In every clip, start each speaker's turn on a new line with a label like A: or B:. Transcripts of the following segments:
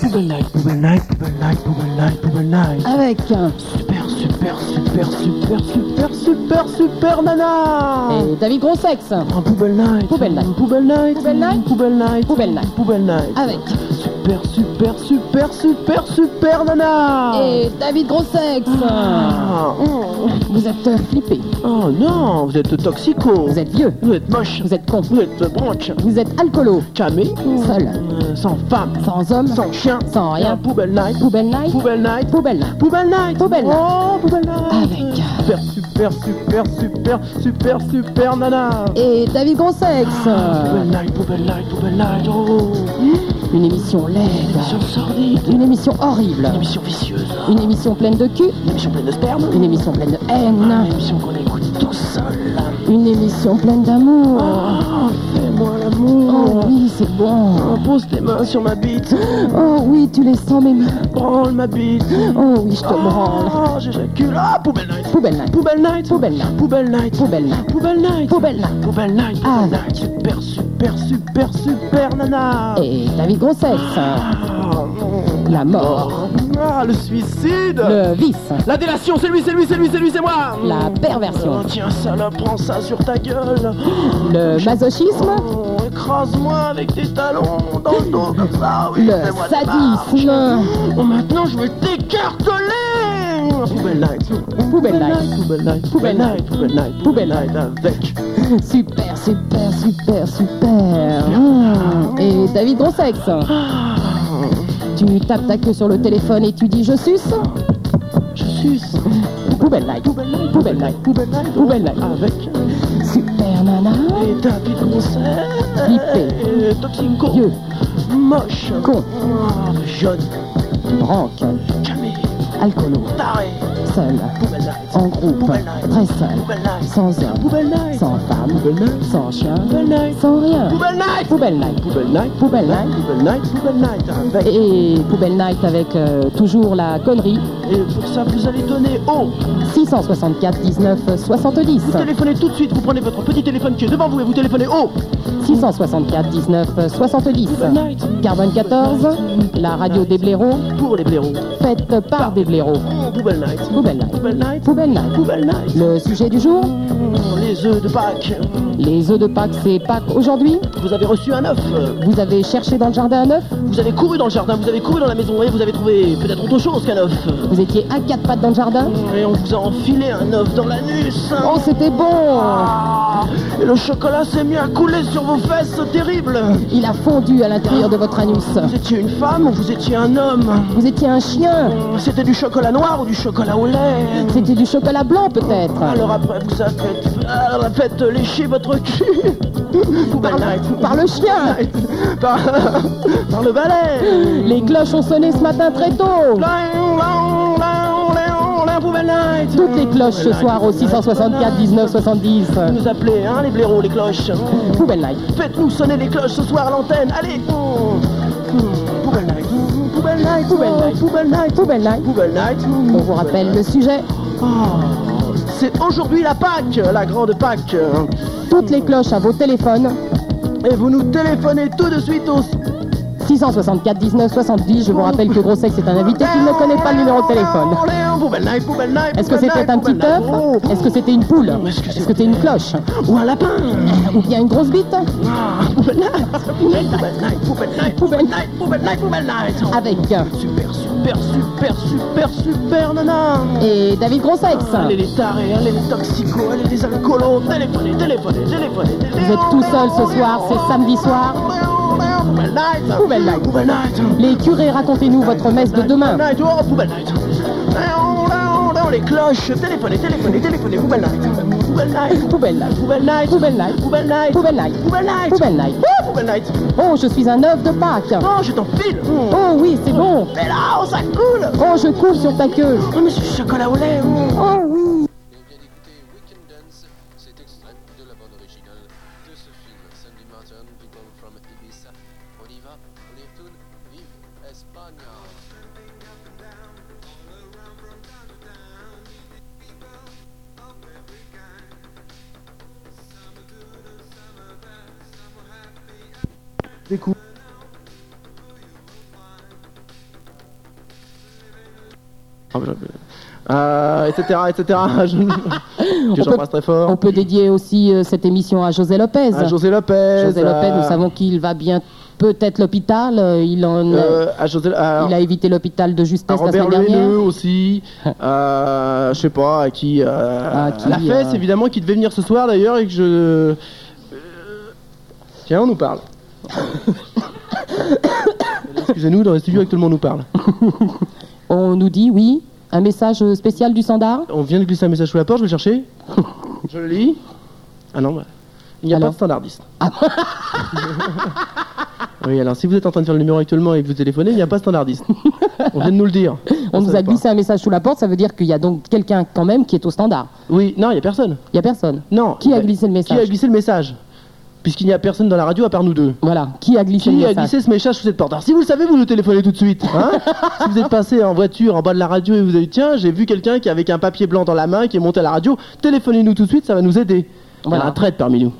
A: Poubelle Night, Poubelle Night, Poubelle Night, Poubelle Night, Poubelle Night.
B: avec euh,
A: Super, super, super, super, super, super, super nana.
B: et David Grossex,
A: Un Poubelle Night.
B: Poubelle Night.
A: Poubelle Night.
B: Poubelle Night.
A: Poubelle Night.
B: Poubelle Night.
A: Poubelle Night.
B: avec
A: Super, super, super, super, super nana.
B: et David Grossex.
A: Ah,
B: Vous êtes euh, flippés,
A: Oh non, vous êtes toxico.
B: vous êtes vieux,
A: Vous êtes moche.
B: vous êtes con,
A: Vous êtes branche.
B: vous êtes alcoolo,
A: Camé.
B: seul,
A: Euh, sans femme.
B: sans homme,
A: Sans chien.
B: sans rien.
A: Un Poubelle Night.
B: Poubelle Night,
A: Poubelle Night.
B: Poubelle Night,
A: Poubelle Night
B: Poubelle Night.
A: Oh, Poubelle Night
B: Avec.
A: Super, super, super, super, super, super nana
B: et David Grossex.
A: Poubelle Night, Poubelle Night, Poubelle Night Oh,
B: Une émission
A: une
B: laide,
A: émission sordide
B: une émission horrible,
A: Une émission vicieuse
B: une émission pleine de cul,
A: Une émission pleine de sperme
B: une émission pleine de
A: Une
B: haine,
A: émission qu'on écoute tout seul
B: une émission pleine d'amour.
A: Oh, fais-moi
B: Oh
A: l'amour
B: oui, c'est bon.
A: Oh, Pose tes mains sur ma bite
B: Oh oui, tu les sens mes mains.
A: Branle ma bite
B: Oh oui, je te branle.
A: Oh, j'éjacule Ah, Poubelle Night
B: Poubelle Night,
A: Poubelle Night
B: Poubelle Night.
A: Poubelle Night
B: Poubelle Night,
A: Poubelle Night
B: Poubelle Night.
A: Poubelle Night,
B: Ah.
A: Poubelle Night, super, super, super, super nana
B: Et David Grossesse, hein.
A: Ah,
B: la mort,
A: ah, le suicide
B: le vice,
A: La délation, c'est lui, c'est lui, c'est lui, c'est lui, c'est moi
B: la
A: Oh,
B: perversion,
A: Tiens, salope, prends ça sur ta gueule
B: le masochisme,
A: Oh, écrase-moi avec tes talons dans le dos comme ça, oui,
B: le
A: fais-moi des
B: sadisme,
A: marches. Oh, maintenant, je vais t'écarteler Poubelle Night
B: Poubelle Night.
A: Poubelle Night Poubelle Night Poubelle Night Poubelle Night avec
B: super, super, super, super. Mmh. Et David Grossex, tu tapes ta queue sur le téléphone et tu dis je suce.
A: Je suce
B: Poubelle Night,
A: Poubelle Night
B: Poubelle Night,
A: Poubelle Night
B: Poubelle Night.
A: Avec
B: super nana,
A: Et tapis de concert
B: Flippé.
A: Toxico
B: vieux,
A: Moche
B: con,
A: Ah, Jaune
B: branque,
A: Camé
B: alcoolo,
A: Taré
B: seul,
A: Poubelle Night
B: en groupe,
A: Poubelle Night
B: très seul,
A: Poubelle Night
B: sans homme,
A: Poubelle Night
B: sans femme,
A: Poubelle Night
B: sans chien,
A: Poubelle Night
B: sans rien.
A: Poubelle Night
B: Poubelle Night.
A: Poubelle Night
B: Poubelle Night.
A: Poubelle Night Poubelle Night Avec
B: et Poubelle Night avec euh, toujours la connerie
A: Et pour ça vous allez donner au
B: 664 19 70
A: Vous téléphonez tout de suite Vous prenez votre petit téléphone qui est devant vous Et vous téléphonez au
B: 664 19 70
A: Poubelle Night
B: Carbone 14 la radio des blaireaux
A: Pour les blaireaux
B: faite par des blaireaux
A: Oh, Poubelle Night
B: Poubelle Night
A: Poubelle Night
B: Poubelle Night
A: Poubelle Night
B: le sujet du jour
A: Oh, Les œufs de Pâques
B: les œufs de Pâques c'est Pâques aujourd'hui
A: Vous avez reçu un œuf
B: vous avez cherché dans le jardin un œuf
A: Vous avez couru dans le jardin, vous avez couru dans la maison et vous avez trouvé peut-être autre chose qu'un œuf.
B: vous étiez à quatre pattes dans le jardin
A: Et on vous a enfilé un œuf dans l'anus.
B: oh c'était bon
A: Ah, et le chocolat s'est mis à couler sur vos fesses, c'est terrible.
B: il a fondu à l'intérieur de votre anus
A: Vous étiez une femme ou vous étiez un homme
B: vous étiez un chien
A: C'était du chocolat noir ou du chocolat au lait
B: c'était du chocolat blanc peut-être
A: Alors après, vous avez fait, ah, faites lécher votre cul. Poubelle night.
B: par le chien
A: Par, par le balai.
B: Les cloches ont sonné ce matin très tôt.
A: Poubelle night.
B: Toutes les cloches ce soir au 664 19 70.
A: nous appeler, hein, les blaireaux, les cloches.
B: Poubelle Night.
A: Faites-nous sonner les cloches ce soir à l'antenne, allez Poubelle night, poubelle night,
B: Poubelle night.
A: poubelle night,
B: Poubelle Night.
A: poubelle night. Ah,
B: On vous rappelle le sujet.
A: C'est aujourd'hui la Pâque, la grande Pâque.
B: Toutes les cloches à vos téléphones.
A: Et vous nous téléphonez tout de suite au...
B: 664 19 70. Je vous rappelle que Grossex est un invité qui ne connaît pas le numéro de téléphone.
A: Poubelle night, poubelle night,
B: Est-ce que
A: poubelle
B: c'était
A: night,
B: un
A: poubelle
B: petit
A: night. Oh.
B: œuf Est-ce que c'était une poule
A: Est-ce que
B: Est-ce que c'était une cloche
A: Ou un lapin
B: Ou bien une grosse bite
A: Ah, Poubelle night, poubelle night, poubelle night, poubelle night, poubelle night, poubelle night.
B: Avec
A: Super, super, super, super, super nana
B: et David Grossex.
A: Allez les tarés, allez les toxicos, allez les alcoolos, téléphonez, téléphonez, téléphonez.
B: Vous êtes tout seul ce soir, c'est samedi soir.
A: Poubelle night,
B: Poubelle night.
A: poubelle night.
B: Les curés, racontez-nous votre messe de demain.
A: Poubelle night, oh, poubelle night. Les cloches, téléphonez, téléphonez, téléphonez, poubelle night. Poubelle night,
B: Poubelle Night.
A: poubelle night,
B: Poubelle Night.
A: poubelle night,
B: Poubelle Night.
A: poubelle night,
B: Poubelle Night.
A: Oh, poubelle night.
B: Oh, je suis un œuf de Pâques.
A: Oh, je t'enfile.
B: Oh oui, c'est bon.
A: Mais là, oh, ça coule.
B: Oh, je cours sur ta queue.
A: Oh, mais c'est du chocolat au lait. oh.
B: Oh oui.
C: On vient d'écouter Weekend Dance, c'est extrait de la bande originale de ce film, Sandy Martin, People from Ibiza. On y va, on y retourne, vive Espagne!
A: Des coups.
D: Oh, je- euh, etc., etc. Je- que
B: On peut-
D: j'embrasse très fort.
B: On peut dédier aussi euh, cette émission à José Lopez.
D: À José euh, Lopez.
B: José Lopez,
D: à-
B: nous savons qu'il va bien peut-être l'hôpital. euh, Il en
D: euh, à José, à-
B: il a évité l'hôpital de
D: à
B: justesse la
D: Robert
B: semaine dernière.
D: Lehelleux aussi. euh, je sais pas à qui. euh,
B: À qui,
D: la fesse,
B: euh,
D: évidemment, qui devait venir ce soir d'ailleurs et que je. euh, Tiens, on nous parle. Excusez-nous, dans les studios, actuellement, on nous parle.
B: On nous dit oui, un message spécial du Sandar.
D: On vient de glisser un message sous la porte, je vais le chercher. Je le lis. Ah non, bah, il n'y a
B: Alors Ah.
D: pas de standardiste. oui, alors si vous êtes en train de faire le numéro actuellement et que vous téléphonez, il n'y a pas de standardiste. On vient de nous le dire.
B: On nous
D: savait
B: a glissé un message sous la porte, ça veut dire qu'il y a donc quelqu'un quand même qui est au standard.
D: pas. Oui, non, il n'y a personne.
B: Il n'y a personne.
D: Non.
B: Qui a
D: Ouais.
B: glissé le
D: Qui a
B: message
D: glissé le message Puisqu'il n'y a personne dans la radio à part nous deux.
B: Voilà, qui a glissé le
D: Qui a
B: message
D: glissé ce message sous cette porte Alors si vous le savez, vous nous téléphonez tout de suite. hein. si vous êtes passé en voiture en bas de la radio et vous avez dit tiens, j'ai vu quelqu'un qui avec un papier blanc dans la main qui est monté à la radio, téléphonez-nous tout de suite, ça va nous aider.
B: Voilà.
D: On a un traître parmi nous.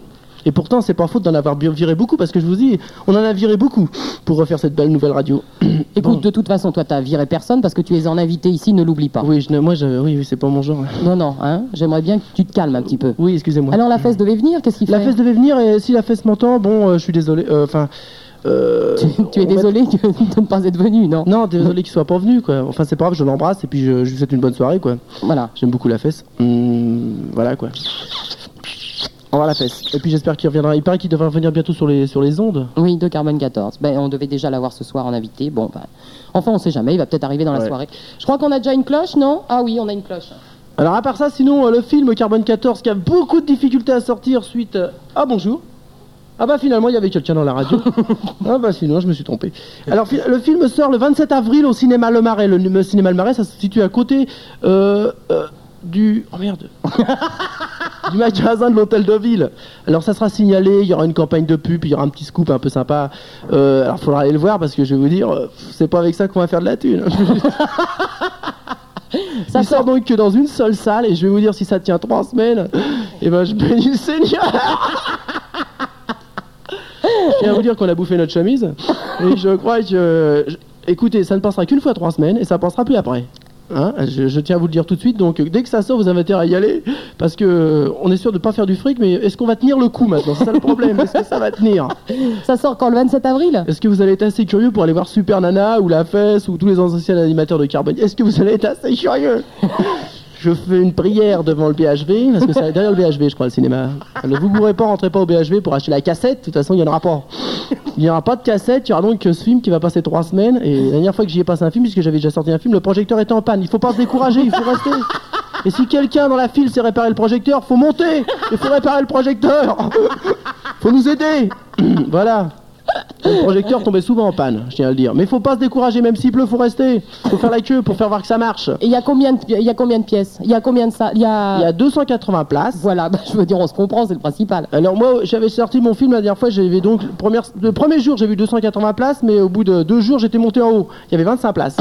D: Et pourtant, c'est pas faute d'en avoir bien viré beaucoup parce que je vous dis, on en a viré beaucoup pour refaire cette belle nouvelle radio.
B: Écoute, de toute façon, toi, t'as viré personne parce que tu es en invité ici, ne l'oublie pas.
D: Oui, je, ne- moi, je, oui, oui, c'est pas mon genre.
B: Non, non, hein, j'aimerais bien que tu te calmes un petit peu.
D: Oui, excusez-moi.
B: Alors, la fesse devait venir, qu'est-ce qu'il fait
D: La fesse devait venir et si la fesse m'entend, bon, euh, je suis désolé. euh, Enfin, euh,
B: Tu es
D: on va-
B: désolé que- de ne pas être venu, non
D: Non, désolé qu'il soit pas venu, quoi. Enfin, c'est pas grave, je l'embrasse et puis je, je lui souhaite une bonne soirée, quoi.
B: Voilà.
D: J'aime beaucoup la fesse. Hum, voilà, quoi. Au revoir la fesse. Et puis j'espère qu'il reviendra. Il paraît qu'il devrait revenir bientôt sur les, sur les ondes.
B: Oui, de Carbone 14. Ben, on devait déjà l'avoir ce soir en invité. Bon, ben, enfin, on sait jamais, il va peut-être arriver dans la
D: Ouais.
B: soirée. Je crois qu'on a déjà une cloche, non Ah oui, on a une cloche.
D: Alors, à part ça, sinon, euh, le film Carbone 14 qui a beaucoup de difficultés à sortir suite. euh, Ah, bonjour. Ah, bah finalement, il y avait quelqu'un dans la radio. ah, bah sinon, je me suis trompé. Alors, fi- le film sort le 27 avril au cinéma Le Marais. Le, le cinéma Le Marais, ça se situe à côté euh, euh, du. Oh merde du magasin de l'hôtel de ville. Alors ça sera signalé, il y aura une campagne de pub, il y aura un petit scoop un peu sympa. Euh, alors faudra aller le voir parce que je vais vous dire, euh, c'est pas avec ça qu'on va faire de la thune.
B: Ça
D: il sort donc que dans une seule salle et je vais vous dire si ça tient trois semaines, et ben je bénis le Seigneur. Je viens vous dire qu'on a bouffé notre chemise et je crois que, je- écoutez, ça ne passera qu'une fois trois semaines et ça passera plus après. Hein, je, je tiens à vous le dire tout de suite, donc euh, dès que ça sort, vous avez intérêt à y aller, parce que euh, on est sûr de ne pas faire du fric, mais est-ce qu'on va tenir le coup maintenant C'est ça le problème, est-ce que ça va tenir
B: Ça sort quand le 27 avril
D: Est-ce que vous allez être assez curieux pour aller voir Super Nana ou La Fesse ou tous les anciens animateurs de Carbone Est-ce que vous allez être assez curieux Je fais une prière devant le BHV, parce que c'est derrière le BHV, je crois, le cinéma. Ne vous bourrez pas, rentrez pas au BHV pour acheter la cassette, de toute façon, il n'y en aura pas. Il n'y aura pas de cassette, il y aura donc que ce film qui va passer trois semaines. Et la dernière fois que j'y ai passé un film, puisque j'avais déjà sorti un film, le projecteur était en panne. Il faut pas se décourager, il faut rester. Et si quelqu'un dans la file sait réparer le projecteur, faut monter Il faut réparer le projecteur Faut nous aider Voilà le projecteur tombait souvent en panne, je tiens à le dire. Mais faut pas se décourager, même s'il pleut, faut rester. Faut faire la queue pour faire voir que ça marche.
B: Et il y a combien de, il y a combien de pièces Il y a combien de ça Il y a...
D: Il y a 280 places.
B: Voilà, bah, je veux dire, on se comprend, c'est le principal.
D: Alors moi, j'avais sorti mon film la dernière fois, j'avais donc... le premier- le premier jour, j'ai vu 280 places, mais au bout de deux jours, j'étais monté en haut. Il y avait 25 places.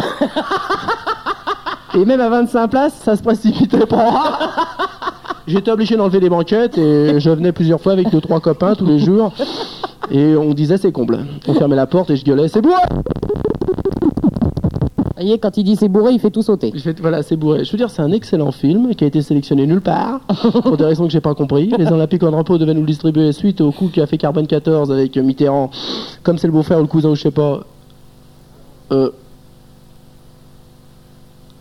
D: Et même à 25 places, ça se précipitait pas. J'étais obligé d'enlever les banquettes et je venais plusieurs fois avec deux, trois copains tous les jours. Et on disait c'est comble. On fermait la porte et je gueulais c'est bourré
B: Vous voyez, quand il dit c'est bourré, il fait tout sauter.
D: Je fais- voilà, c'est bourré. Je veux dire, c'est un excellent film qui a été sélectionné nulle part, pour des raisons que j'ai pas compris. Les Olympiques en drapeau devaient nous le distribuer suite au coup qu'a fait Carbone 14 avec euh, Mitterrand, comme c'est le beau-frère ou le cousin ou je sais pas. Euh.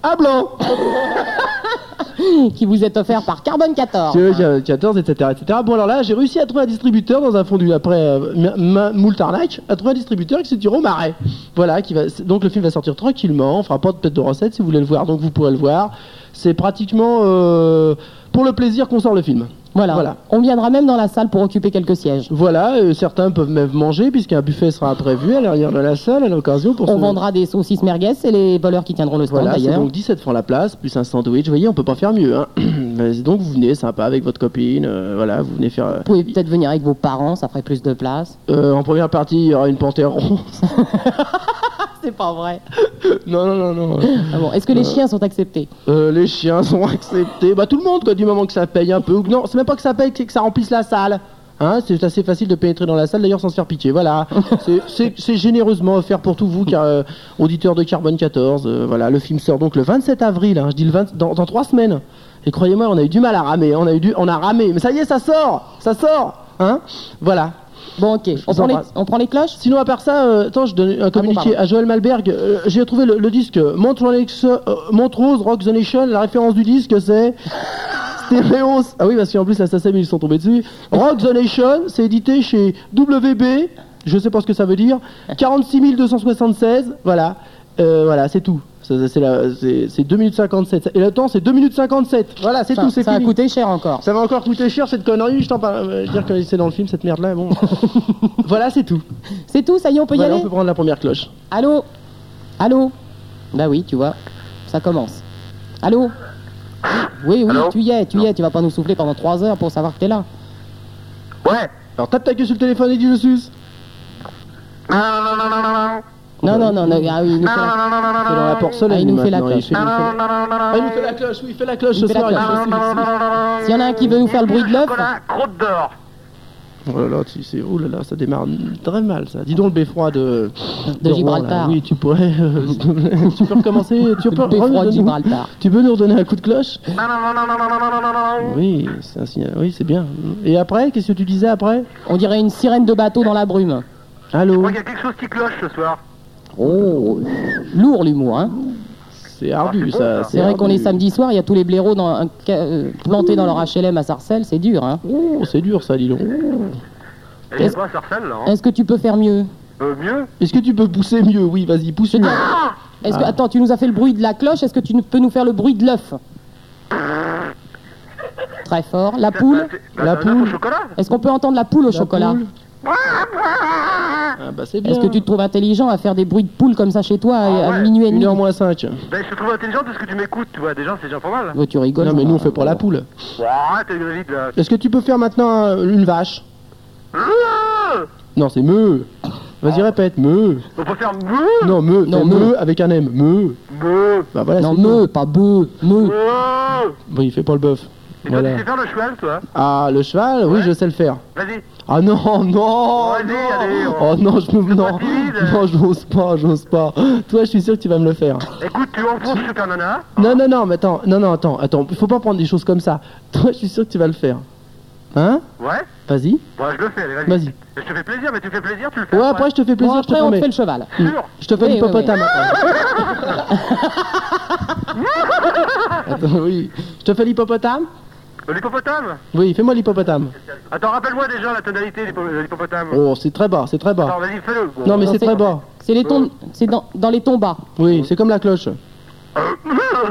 D: Ah blanc
B: Qui vous est offert par Carbone 14.
D: Tu vois, il y a 14, etc., etc. Bon, alors là, j'ai réussi à trouver un distributeur dans un fondu après euh, ma- ma- moult arnaque, à trouver un distributeur qui se tire au marais. Voilà, qui va, c'est- donc le film va sortir tranquillement, on fera pas de pète de recette si vous voulez le voir, donc vous pourrez le voir. C'est pratiquement euh, pour le plaisir qu'on sort le film.
B: Voilà.
D: Voilà.
B: On viendra même dans la salle pour occuper quelques sièges.
D: Voilà, euh, certains peuvent même manger puisqu'un buffet sera prévu à l'arrière de la salle à l'occasion pour
B: On
D: se-
B: vendra des saucisses merguez, c'est les voleurs qui tiendront le stand
D: Voilà, c'est
B: d'ailleurs.
D: donc 17 francs la place, plus un sandwich. Vous voyez, on peut pas faire mieux. Hein. Mais donc vous venez, sympa, avec votre copine. euh, voilà, vous venez faire. euh,
B: Vous pouvez peut-être venir avec vos parents, ça ferait plus de place.
D: euh, en première partie, il y aura une panthère rose.
B: C'est pas vrai.
D: Non, non, non, non.
B: Ah bon, est-ce que les chiens sont acceptés
D: Euh, les chiens sont acceptés. Bah, tout le monde, quoi, du moment que ça paye un peu. Ou que non, c'est même pas que ça paye, c'est que ça remplisse la salle. Hein, c'est assez facile de pénétrer dans la salle d'ailleurs sans se faire pitié. Voilà, C'est- c'est c'est généreusement offert pour tout vous, car euh, auditeur de Carbone 14. euh, voilà, le film sort donc le 27 avril. hein, je dis le 20, dans, dans trois semaines. Et croyez-moi, on a eu du mal à ramer. On a eu du, on a ramé. Mais ça y est, ça sort, ça sort. Hein, voilà.
B: Bon, ok. On
D: vous
B: prend, les,
D: embrasse.
B: on prend les cloches
D: Sinon, à part ça, euh, attends, je donne un communiqué
B: pardon.
D: à Joël Malberg. Euh, J'ai trouvé le, le disque euh, Montrose, euh, Montrose Rock the Nation. La référence du disque, c'est Stereos. Ah oui, parce qu'en plus, la SACEM, ils sont tombés dessus. Rock the Nation, c'est édité chez WB. Je sais pas ce que ça veut dire. 46 276. Voilà. Euh, voilà, c'est tout. Ça, ça, C'est la- c'est- c'est 2 minutes 57. Et le temps, c'est 2 minutes 57. Voilà, c'est
B: Ça,
D: tout. C'est
B: ça a
D: fini.
B: coûté cher encore.
D: Ça va encore coûter cher cette connerie, je t'en parle. euh, Dire que c'est dans le film cette merde là, bon. voilà, c'est tout.
B: C'est tout, ça y est, on peut y
D: Voilà,
B: aller
D: Bah, on peut prendre la première cloche.
B: Allô Allô Bah oui, tu vois, ça commence. Allô Oui, oui,
E: Allô
B: tu y es, tu y es, tu vas pas nous souffler pendant 3 heures pour savoir que t'es là.
E: Ouais.
D: Alors tape ta queue sur le téléphone et dis je suce.
E: Non, non, non, non, non,
B: Non, non, non, non, ah oui, il nous fait la-
E: non, non, non,
D: Il est dans la porte
B: Ah,
D: soleil.
B: il
D: lui,
B: nous fait la
D: maintenant,
B: cloche.
D: il fait- il fait-
E: non, non, non, non,
D: Ah, il nous fait la cloche, oui, il fait la cloche
B: Il
D: ce
B: fait la
D: soir.
B: cloche.
D: il fait la cloche.
B: S'il y en a un qui veut nous faire le bruit de l'œuf,
E: Chocolat, crotte d'or.
D: Oh là là, tu sais, oh là là, ça démarre très mal ça. Dis donc le beffroi de.
B: de
D: Rouen,
B: Gibraltar.
D: là. Oui, tu pourrais. euh, tu peux recommencer. Tu peux,
B: Le beffroi de
D: redonne-nous-
B: Gibraltar.
D: Tu peux nous redonner un coup de cloche
E: Non, non, non, non, non, non, non, non, non, non.
D: Oui, c'est un signal. Oui, c'est bien. Et après, qu'est-ce que tu disais après
B: On dirait une sirène de bateau dans la brume. Mmh.
D: Allô
E: Oh, il y a quelque chose qui cloche ce soir.
B: Oh Lourd l'humour, hein
D: C'est ardu
E: c'est beau,
D: ça.
E: ça.
B: C'est vrai qu'on est
D: ardu.
B: samedi soir, il y a tous les blaireaux dans, euh, plantés dans leur HLM à Sarcelles, c'est dur, hein
D: Oh, c'est dur ça, dis donc.
E: Elle est pas sur celle là. Hein.
B: Est-ce que tu peux faire mieux
E: Euh, mieux
D: Est-ce que tu peux pousser mieux Oui, vas-y, pousse mieux.
B: Est-ce
D: Ah.
B: que, attends, tu nous as fait le bruit de la cloche, est-ce que tu nous- peux nous faire le bruit de l'œuf Très fort. La poule
E: Bah, c'est- bah,
D: La
E: c'est un œuf au
D: poule.
E: chocolat
B: Est-ce qu'on peut entendre la poule au
D: La
B: chocolat
D: poule. Ah bah c'est bien. Ah
B: Est-ce que tu te trouves intelligent à faire des bruits de poule comme ça chez toi euh, à, à
E: ouais.
B: minuit et
D: Une
B: demi
D: heure moins cinq.
E: Bah, je te trouve intelligent parce que tu m'écoutes, tu vois. Déjà, c'est déjà pas mal.
B: Oh, Tu rigoles.
D: Non mais
B: ça
D: nous on
B: va.
D: fait pas la poule.
B: Mmh.
E: Oh, arrête avec la vite là.
D: Est-ce que tu peux faire maintenant un- une vache
E: Euh,
D: Non c'est me. Vas-y répète me.
E: On peut faire mmh. meuh
D: Non me.
B: Non,
D: Non
B: meu.
D: me avec un M. Me.
E: Meuh
D: Bah voilà.
B: Non,
D: c'est
B: me, pas beu, me.
E: Meuh
D: Bon il fait pas le bœuf.
E: Mmh. Et toi,
D: Voilà.
E: tu sais faire le cheval, toi
D: Ah le cheval oui je sais le faire.
E: Vas-y.
D: Ah non non.
E: Vas-y,
D: non.
E: allez, on-
D: Oh non je me non
E: pas timide.
D: non j'ose pas j'ose pas. Toi je suis sûr que tu vas me le faire.
E: Écoute, tu enfonces Super Nana.
B: Ah.
D: Non non non mais attends non non attends attends faut pas prendre des choses comme ça. Toi je suis sûr que tu vas le faire. Hein
E: Ouais
D: Vas-y.
E: Bon, je le fais, allez, vas-y.
D: Vas-y.
E: Je te fais plaisir, mais tu fais plaisir, tu le fais.
D: Ouais après je te fais
B: Bon,
D: plaisir je te
B: après, on te
D: promets.
B: fait le cheval.
E: Sûr.
D: Je te fais
B: Oui,
D: une
B: oui,
D: hippopotame après. Attends, oui. Je te fais l'hippopotame
E: Euh, L'hippopotame
D: Oui, fais-moi l'hippopotame.
E: Attends, rappelle-moi déjà la tonalité de l'hippo- de l'hippopotame.
D: Oh, c'est très bas, c'est très bas.
E: Attends, vas-y, fais-le.
D: Non, mais
B: Non,
D: c'est
B: c'est-
D: très bas.
B: C'est les tons- c'est dans, dans les tombas.
D: Oui, c'est comme la cloche. Ah,
B: Non,
E: Euh,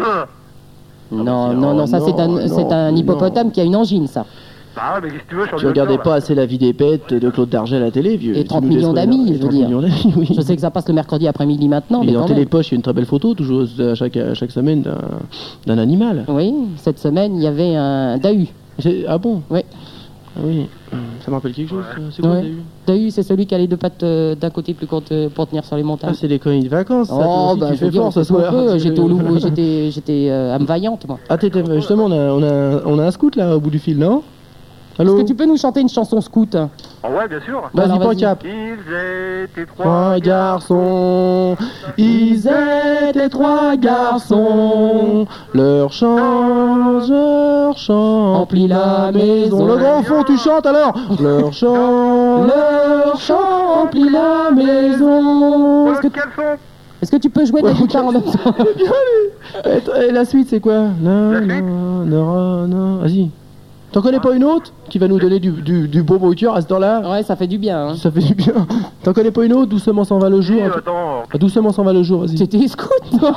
D: bah,
B: non, non, ça
D: non,
B: c'est un,
D: non,
B: c'est un
D: non.
B: hippopotame qui a une angine, ça.
E: Bah ouais, mais qu'est-ce que tu veux, je suis en
D: Tu regardais
E: docteur,
D: pas assez la vie des bêtes de Claude Darget à la télé, vieux.
B: Et
D: Tu
B: 30
D: nous laisses
B: millions
D: pas-
B: d'amis,
D: et
B: je veux
D: 30
B: dire.
D: millions d'amis, oui.
B: Je sais que ça passe le mercredi après-midi maintenant,
D: Et
B: mais
D: dans
B: quand même.
D: Télépoche, il y a une très belle photo, toujours euh, à chaque, à chaque semaine, d'un- d'un animal.
B: Oui, cette semaine, il y avait un Dahu.
D: C'est- Ah bon
B: Oui.
D: Ah oui. Ça me rappelle quelque chose ça. C'est quoi
B: Ouais.
D: que t'as eu
B: Dahu, c'est celui qui a les deux pattes euh, d'un côté plus courtes euh, pour tenir sur les
D: Ah,
B: montagnes.
D: c'est les colonies de vacances. ça, toi aussi,
B: bah,
D: tu
B: je veux
D: fais
B: dire, on
D: fort ce
B: fait ce qu'on
D: soir.
B: peut. J'étais au Louvre, j'étais, j'étais euh, à me vaillante, moi.
D: Ah, t'étais, justement, on a, on, a, on a un scout là au bout du fil, non Allô
B: Est-ce que tu peux nous chanter une chanson scout hein
E: Ah ouais, bien sûr.
D: Vas-y,
B: Alors, vas-y.
D: pancap.
E: Ils étaient trois
D: Trois garçons, ils étaient trois garçons, leur changeur chante, emplit la maison. Le grand fond, tu chantes alors Leur chant, leur chant emplit la maison.
E: Dans le caleçon.
B: Est-ce que tu peux jouer de la guitare en même temps
D: Et, et la suite, c'est quoi Non,
E: La suite
D: non, non, non, vas-y. T'en connais pas une autre qui va nous donner du, du, du beau beau cœur à ce temps-là
B: Ouais, ça fait du bien. Hein.
D: Ça fait du bien. T'en connais pas une autre Doucement s'en va le jour.
E: Oui, attends.
D: Ah, Doucement s'en va le jour, vas-y.
B: T'étais scout toi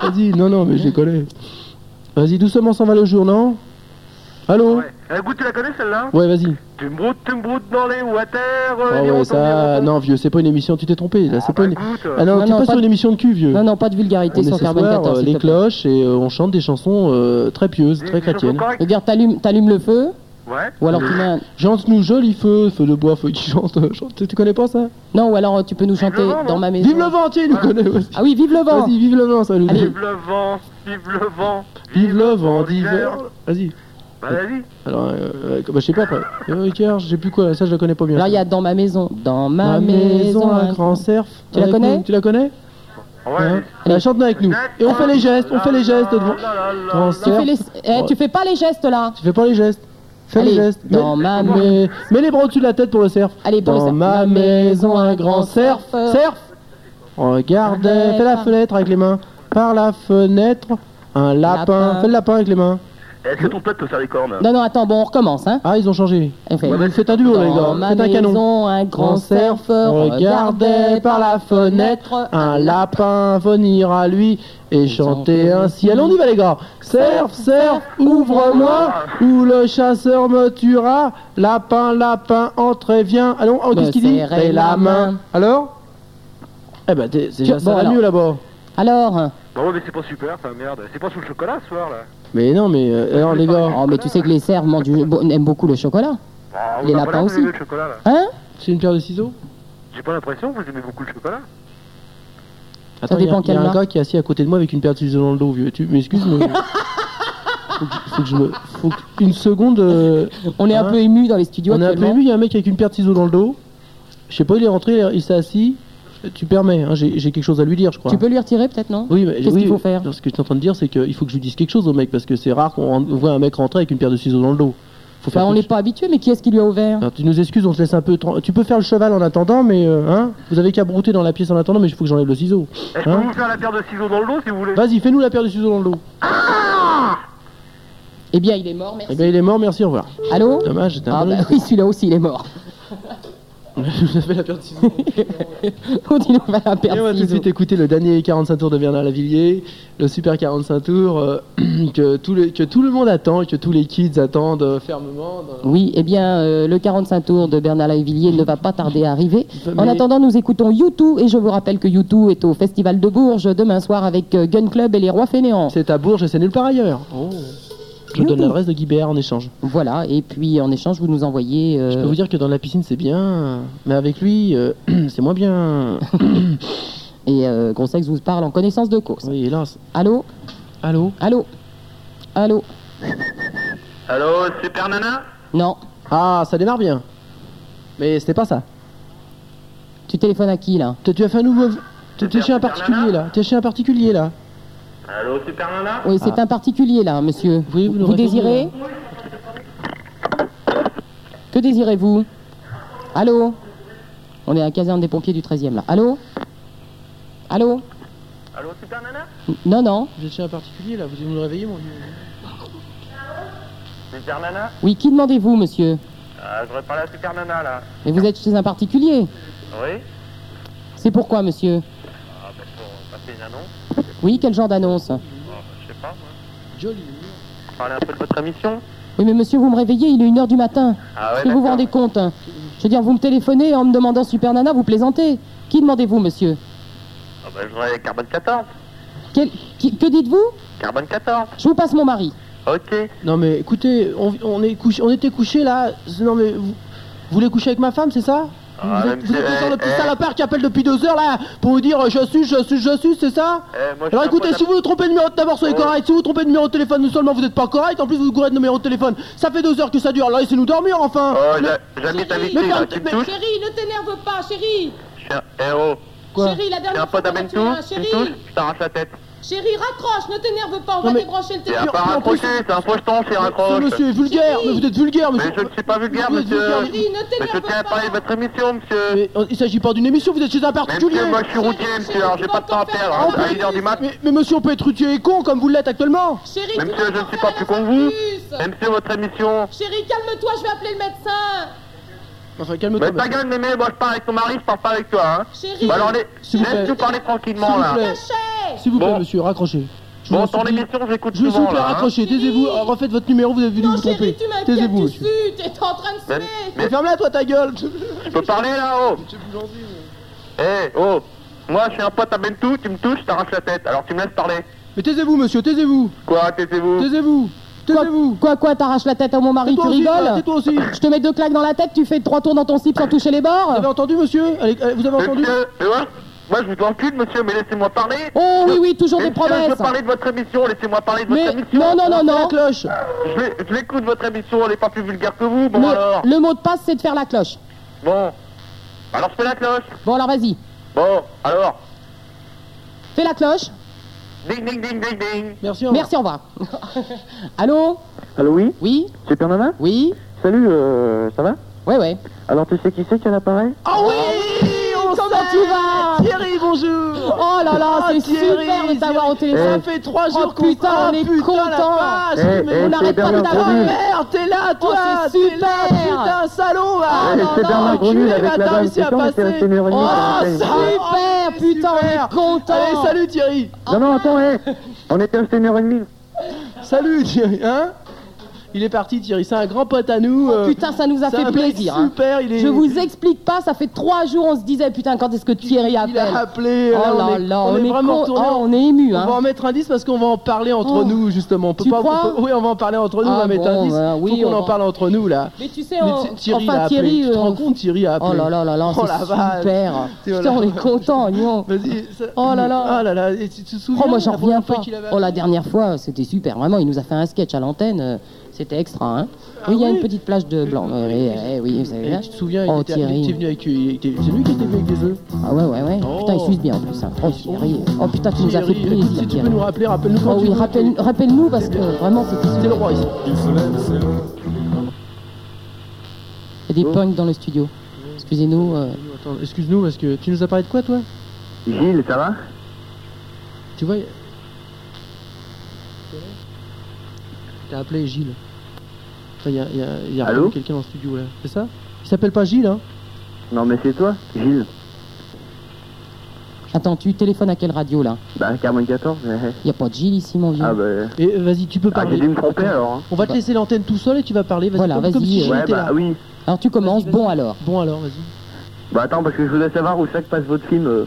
D: Vas-y, non, non, mais je les connais. Vas-y, doucement s'en va le jour, non Allô
E: Ouais. Eh, goûte, tu la connais celle-là
D: Ouais, vas-y.
E: Tu me broutes, tu me broutes dans les water.
D: Ah ouais, ça. Non, vieux, c'est pas une émission, tu t'es trompé. Là, c'est pas une.
E: Écoute,
D: Ah non,
B: bah, Non,
D: t'es
B: non,
D: pas
B: pas
D: sur
B: de-
D: une émission de cul, vieux.
B: Non, non, pas de vulgarité
D: On est
B: sur
D: ce
B: Carbone
D: soir,
B: 14.
D: euh,
B: s'il te
D: les
B: plaît.
D: cloches et euh, on chante des chansons euh, très pieuses,
E: des- des
D: très
E: chansons
D: chrétiennes.
E: correctes.
B: Je veux dire, t'allumes, t'allumes le feu,
E: Ouais.
B: ou
D: Euh.
B: alors tu mets un-
D: Chante-nous joli feu, feu de bois, feu qui chante. euh, chante. Tu tu connais pas ça
B: Non, ou alors euh, tu peux nous chanter
E: le vent,
B: dans
E: non
B: ma maison.
D: Vive le vent, tiens, il nous connaît aussi.
B: Ah oui, vive le vent
D: Vas-y, vive le vent, ça nous
B: Allez.
D: dit.
E: Vive le vent, vive le vent.
D: Vive le vent d'hiver. Vas-y.
E: Bah vas-y.
D: Alors, euh, euh, bah, je sais pas après. Euh, Ricard, je sais plus quoi, ça je la connais pas bien.
B: Alors, il y a dans ma maison. Dans ma,
D: Ma maison, un grand cerf.
B: Tu la
D: avec
B: connais
D: nous. Tu la connais Hein
E: Ouais.
D: Elle chante avec nous. Et on fait les gestes, on fait les gestes devant.
E: Ah, devant.
B: Tu fais, les... eh, tu fais pas les gestes là.
D: Tu fais pas les gestes. Fais
B: Allez,
D: les gestes.
B: dans ma
D: mets, mets les bras au-dessus de la tête pour le cerf.
B: Allez, pour le
D: dans
B: cerf.
D: ma maison, un grand cerf.
B: cerf.
D: Cerf Regarde,
B: Fenêtre.
D: fais la fenêtre avec les mains. Par la fenêtre, un lapin.
B: Lapin.
D: Fais le lapin avec les mains.
E: Est-ce que Eh, ton pote te sert les cornes
B: Non, non, attends, bon, on recommence, hein.
D: Ah, ils ont changé.
B: On fait-
D: Faites un duo, les
B: Dans
D: gars.
B: ma
D: Faites un canon.
B: maison, un grand cerf
D: regardait par la fenêtre un lapin venir à lui et chanter ainsi. Allons, on y va les gars Cerf, cerf, ouvre-moi, ou le chasseur me tuera. Lapin, lapin, entre et viens. Allons, oh, qu'est-ce
B: Me
D: qu'il dit
B: serrer
D: Et
B: la main.
D: Alors Eh ben, t'es- c'est déjà
B: Bon,
D: ça va
B: alors.
D: mieux là-bas.
B: Alors
E: Non mais c'est pas super, ça merde. C'est pas sous le chocolat ce soir là.
D: Mais non, mais euh, alors les gars,
B: Oh, mais tu sais que les cerfs mangent du- bon, aiment beaucoup le chocolat.
E: Ah,
B: Les
E: on a
B: lapins
E: pas l'air
B: aussi.
E: d'aimer Le chocolat là.
B: Hein
D: c'est une paire de ciseaux
E: J'ai pas l'impression que vous aimez beaucoup le chocolat.
D: Hein Attends, il y,
B: dépend
D: a- y a
B: quelle
D: un
B: marque.
D: gars qui est assis à côté de moi avec une paire de ciseaux dans le dos, vieux. Tu m'excuses, mais. faut, que, faut que je me. Faut que- une seconde. euh,
B: On est
D: Hein
B: un peu ému dans les studios
D: on est un peu
B: actuellement.
D: ému, il y a un mec avec une paire de ciseaux dans le dos. Je sais pas, il est rentré, il s'est assis. Tu permets, hein, j'ai j'ai quelque chose à lui dire, je crois.
B: Tu peux lui retirer peut-être, non
D: Oui, mais
B: Qu'est-ce
D: oui,
B: qu'il faut faire
D: Ce que je suis en train de dire, c'est qu'il faut que je lui dise quelque chose au mec, parce que c'est rare qu'on ren- voit un mec rentrer avec une paire de ciseaux dans le dos. Faut
B: Bah, on
D: quelque
B: n'est pas habitué, mais qui est-ce qui lui a ouvert
D: alors, tu nous excuses, on te laisse un peu. tran- Tu peux faire le cheval en attendant, mais euh, hein, vous avez qu'à brouter dans la pièce en attendant, mais il faut que j'enlève le ciseau.
E: Est-ce que
D: Hein
E: vous faire la paire de ciseaux dans le dos si vous voulez
D: Vas-y, fais-nous la paire de ciseaux dans le dos.
B: Eh bien, il est mort,
D: Eh euh,
B: merci.
D: bien, il est mort, merci, au revoir.
B: Allô
D: Dommage, j'étais un
B: Ah
D: peu
B: bah oui, celui-là aussi, il est mort.
D: Vous avez la ciseaux.
B: on dit on va la
D: Et Eh on
B: perdre.
D: va tout de
B: ciseaux.
D: suite écouter le dernier 45 tours de Bernard Lavillier, le super 45 tours euh, que, tout le, que tout le monde attend et que tous les kids attendent euh, fermement. dans-
B: Oui, eh bien, euh, le 45 tours de Bernard Lavillier ne va pas tarder à arriver.
D: Mais-
B: En attendant, nous écoutons U2 et je vous rappelle que U2 est au Festival de Bourges demain soir avec euh, Gun Club et les Rois Fainéants.
D: C'est à Bourges et c'est nulle part ailleurs.
B: Oh.
D: Je
B: Youhou.
D: donne l'adresse de Guy Béard en échange.
B: Voilà, et puis en échange, vous nous envoyez... euh,
D: Je peux vous dire que dans la piscine c'est bien, mais avec lui euh, c'est moins bien.
B: Et euh, Grossex vous parle en connaissance de cause.
D: Oui, hélas.
B: Allô
D: Allô
B: Allô Allô
F: Allô, Super Nana
B: Non,
D: Ah, ça démarre bien. Mais c'était pas ça.
B: tu téléphones à qui là
D: Tu tu as fait un nouveau.
B: Ah,
D: Tu es chez un particulier là. Tu es chez un particulier là.
F: Allô, Super Nana
B: Oui, c'est un particulier là, monsieur.
D: Ah. Oui, vous nous répondez,
B: désirez Que désirez-vous Allô On est à la caserne des pompiers du 13e là. Allô Allô
F: Allô, Super Nana
B: Non, non.
D: Vous êtes chez un particulier là. Vous allez nous réveiller mon vieux.
F: Super Nana
B: Oui, qui demandez-vous, monsieur
F: Ah, je voudrais parler à Super Nana, là.
B: Mais vous êtes chez un particulier.
F: Oui
B: C'est pourquoi, monsieur
F: Ah, parce qu'on passer une annonce.
B: Oui, quel genre d'annonce
F: Ah, bah, je sais pas, moi.
D: Joli.
F: Parlez un peu de votre émission
B: Oui, mais monsieur, vous me réveillez, il est 1h du matin.
F: Ah
B: Est-ce que vous vous rendez compte hein Je veux dire, vous me téléphonez en me demandant Super Nana, vous plaisantez. Qui demandez-vous, monsieur
F: Ah, bah, je voudrais Carbone 14.
B: Quel- qui- Que dites-vous
F: Carbone 14
B: Je vous passe mon mari.
F: Ok. Eh,
D: Non mais écoutez, on, on est couché, on était couché là. Non mais vous, vous voulez coucher avec ma femme, c'est ça
F: Ah,
D: Vous
F: mais
D: êtes, vous êtes
F: c'est-
D: le genre de
F: eh,
D: petit
F: eh.
D: salopard qui appelle depuis deux heures là pour vous dire euh, je suis, je suis, je suis, c'est ça
F: Eh, moi,
D: Alors
F: je suis un
D: écoutez,
F: pote à-
D: si vous vous trompez de numéro, d'abord soyez
F: Ouais.
D: correct. Si vous vous trompez de numéro de téléphone, non seulement vous n'êtes pas correct, en plus vous vous gourrez de numéro de téléphone. Ça fait deux heures que ça dure. Alors laissez-nous dormir enfin.
F: Oh,
D: Le-
F: j'a- j'habite à
D: Mais
F: Vichy,
D: ferme-
F: là. Tu me
D: mais-
F: touches
G: Chérie, ne t'énerve pas, chérie
F: Je suis un héros.
D: Quoi
G: Chérie, la
F: Je suis un
G: dernière fois
F: pote à
G: que tu
F: Bentou.
G: m'as-
F: Tu me
G: Chérie,
F: touches Je t'arrache la tête.
G: chérie, raccroche, ne t'énerve pas, on
D: Non,
G: va
D: mais-
G: débrancher le
F: C'est
G: téléphone.
F: un pas
D: mais en plus-
F: raccroché, c'est un faucheton, c'est un
D: Ce
F: croche.
D: monsieur est vulgaire, mais vous êtes vulgaire, monsieur.
F: Mais je ne suis pas vulgaire,
D: Vous êtes
F: monsieur.
D: vulgaire,
G: Chérie, ne
F: Mais je
G: t'énerve
F: tiens à parler de
G: pas
F: votre émission, monsieur.
D: Mais euh, il s'agit pas d'une émission, vous êtes chez un
F: Même
D: particulier.
F: que moi je suis routier, monsieur, alors j'ai pas de temps à perdre.
D: Ah,
F: hein.
D: bah,
F: À 1h du mat,
D: Mais, mais monsieur, on peut être utile et con comme vous l'êtes actuellement.
G: Chérie,
F: même
G: tu
F: si je
G: vas
F: ne suis
G: faire
F: pas
G: la
F: plus con que vous,
G: suce.
F: même si votre émission.
G: Chérie, calme-toi, je vais appeler le médecin
D: Enfin, calme-toi.
F: Mais ta gueule, mémé, moi je parle avec ton mari, je parle pas avec toi, hein.
G: Chérie,
F: Bah alors, les-
D: S'il vous plaît.
F: laisse-nous parler
D: S'il
F: tranquillement,
D: vous
F: là.
D: plaît.
G: cachez
D: S'il vous plaît,
F: Bon.
D: monsieur, raccrochez. Je
F: Bon,
D: vous
F: ton
D: supplie.
F: émission, j'écoute
D: Je vous
F: souvent,
D: supplie,
F: là. hein.
D: raccrochez. Taisez-vous, euh,
G: Chérie.
D: refaites votre numéro, vous avez vu
G: Non,
D: vous tromper.
G: chérie, tu m'inquiètes,
D: Taisez-vous,
G: tu
D: monsieur.
G: sues, t'es en train de
F: Même-
G: suer
D: Mais
F: Mais-
D: ferme-la, toi, ta gueule
F: Je peux parler, là, oh Eh, oh Moi je suis un pote à Bentou, tu me touches, je t'arrache la tête, alors tu me laisses parler.
D: Mais taisez-vous, monsieur, taisez-vous
F: Quoi, taisez-vous
D: Taisez-vous Taisez-vous
B: Quoi, quoi, t'arraches la tête à mon mari,
D: Tais-toi
B: tu
D: aussi, toi,
B: rigoles
D: Tais-toi aussi Vous
B: Je te mets deux claques dans la tête, tu fais trois tours dans ton slip sans toucher les bords
H: Euh,
D: avez entendu, monsieur Allez, allez, euh, Vous avez entendu
F: Monsieur, tu vois Moi, je vous encule, monsieur, mais laissez-moi parler.
B: Oh oui, oui, toujours des
D: Eh,
F: Messieurs, Je veux
B: promesses.
F: parler de votre émission, laissez-moi parler de
H: euh,
B: Mais
F: votre émission.
B: non, non, non,
D: La
B: non.
D: cloche
F: Je l'ai- Je l'écoute, votre émission, elle est pas plus vulgaire que vous, bon alors.
B: Le, le mot de passe, c'est de faire la cloche.
F: Bon. Alors, je fais la cloche.
B: Bon, alors vas-y.
F: Bon, alors.
B: Fais la cloche.
F: Ding, ding, ding, ding, ding.
D: Merci. au revoir.
B: Merci, au revoir. Allô
H: Allô, oui
B: Oui
H: Super Nana
B: Oui
H: Salut, euh, ça va
B: Ouais, ouais.
H: Alors, tu sais qui c'est qui a l'appareil
D: Ah oui on
B: Comment
D: sait.
B: tu vas
D: Thierry, bonjour
B: Oh là là,
D: Ah,
B: c'est
D: Thierry,
B: super de t'avoir au
D: Ça
B: téléphone.
D: fait trois
B: Oh,
D: jours qu'on
B: putain,
D: Ah,
B: on est
D: putain, la
B: content.
D: vache,
H: Eh,
D: mais
H: eh,
D: on
H: c'est
D: arrête pas de
H: Bernard
D: t'avoir
H: Grenu.
D: merde, t'es là, toi
B: Oh, c'est
D: T'es là,
B: super.
D: putain, salaud va.
H: Eh,
D: Oh,
H: C'est
D: non,
H: Bernard
D: enculé,
H: Grenu
D: mais
H: avec la
D: t'as
H: dame.
D: réussi à
H: Putain, on s'est
D: passer.
H: resté une heure et demie
D: Oh,
H: par la
D: ça-
H: scène.
B: Super,
D: Oh,
B: putain,
D: super.
B: on est content.
D: Allez, salut Thierry
H: Non, non, attends, hé On était resté une heure et demie.
D: Salut Thierry, hein Il est parti Thierry, c'est un grand pote à nous. euh,
B: Oh, Putain, ça nous a
D: c'est un
B: fait
D: mec
B: plaisir. hein.
D: Super, il est.
B: Je vous explique pas, ça fait trois jours on se disait putain quand est-ce que Thierry
D: il a
B: appelle.
D: appelé.
B: Oh
D: là, on
B: là
D: est-
B: là,
D: on est vraiment
B: con-
D: retourné.
B: oh, on est ému
D: On va
B: hein.
D: en mettre un 10 parce qu'on va en parler entre
B: Oh.
D: nous justement. On peut
B: Tu
D: pas, on
B: crois
D: peut- oui, on va en parler entre nous. on
B: Ah
D: va mettre
B: bon,
D: un 10.
B: bah oui,
D: Faut qu'on
B: on
D: en
B: va-
D: parle entre nous là.
B: Mais tu sais,
D: Mais
B: on-
D: Thi- Thierry
B: enfin
D: a appelé.
B: Thierry,
D: tu te
B: euh,
D: rends compte Thierry a appelé.
B: Oh là là là là,
D: Oh
B: c'est
D: la vache.
B: super.
D: Tu vois,
B: Putain,
D: là-
B: on est content, Lyon.
D: Vas-y. ça-
B: Oh là là.
D: Ah là là. Et tu te souviens
B: Oh, moi
D: de
B: j'en
D: la
B: reviens
D: première fois
B: pas.
D: qu'il avait
B: Oh, la
D: appelé
B: dernière fois, c'était super. Vraiment, il nous a fait un sketch à l'antenne. euh, C'était extra, hein. oui, il y a
D: oui
B: une petite plage de blanc. Euh, oui, eh oui, vous savez
D: Et
B: bien.
D: tu te souviens,
B: Oh,
D: il était, il
B: Thierry.
D: était venu avec, il était- c'est lui qui était venu avec des œufs.
B: Ah ouais, ouais, ouais.
D: Oh.
B: Putain, il suce bien en plus. hein. Oh, Thierry. Oh putain, tu nous as fait
D: Thierry, écoute, si
B: plaisir,
D: tu peux
B: Thierry.
D: nous rappeler, rappelle-nous quand
B: Oh
D: tu
B: oui,
D: veux.
B: rappelle- rappelle-nous parce que vraiment, c'était
D: C'est le
B: super.
D: roi ici.
B: Il y a des punks dans le studio. Excusez-nous. euh,
D: Attends, excuse-nous parce que tu nous as parlé de quoi toi
H: Gilles, ça va
D: Tu vois T'as appelé Gilles. Il y a, y a- y a
H: Allô
D: quelqu'un dans le studio là, c'est ça Il s'appelle pas Gilles hein
H: Non, mais c'est toi, Gilles.
B: Attends, tu téléphones à quelle radio là
H: Bah, 14. eh, eh.
B: Il y a pas de Gilles ici, mon vieux.
H: Ah, bah.
D: Et euh, vas-y, tu peux
H: Ah,
D: parler.
H: j'ai dû me tromper alors. hein.
D: On va te laisser l'antenne tout seul et tu vas parler, vas-y,
B: Voilà,
D: comme, comme
B: vas-y, euh,
D: si Gilles
H: Ouais,
D: était
H: bah
D: là.
H: oui.
B: Alors tu commences.
D: Vas-y, vas-y.
B: Bon alors.
D: Bon alors, vas-y.
H: Bah, attends, parce que je voulais savoir où chaque passe votre film. euh.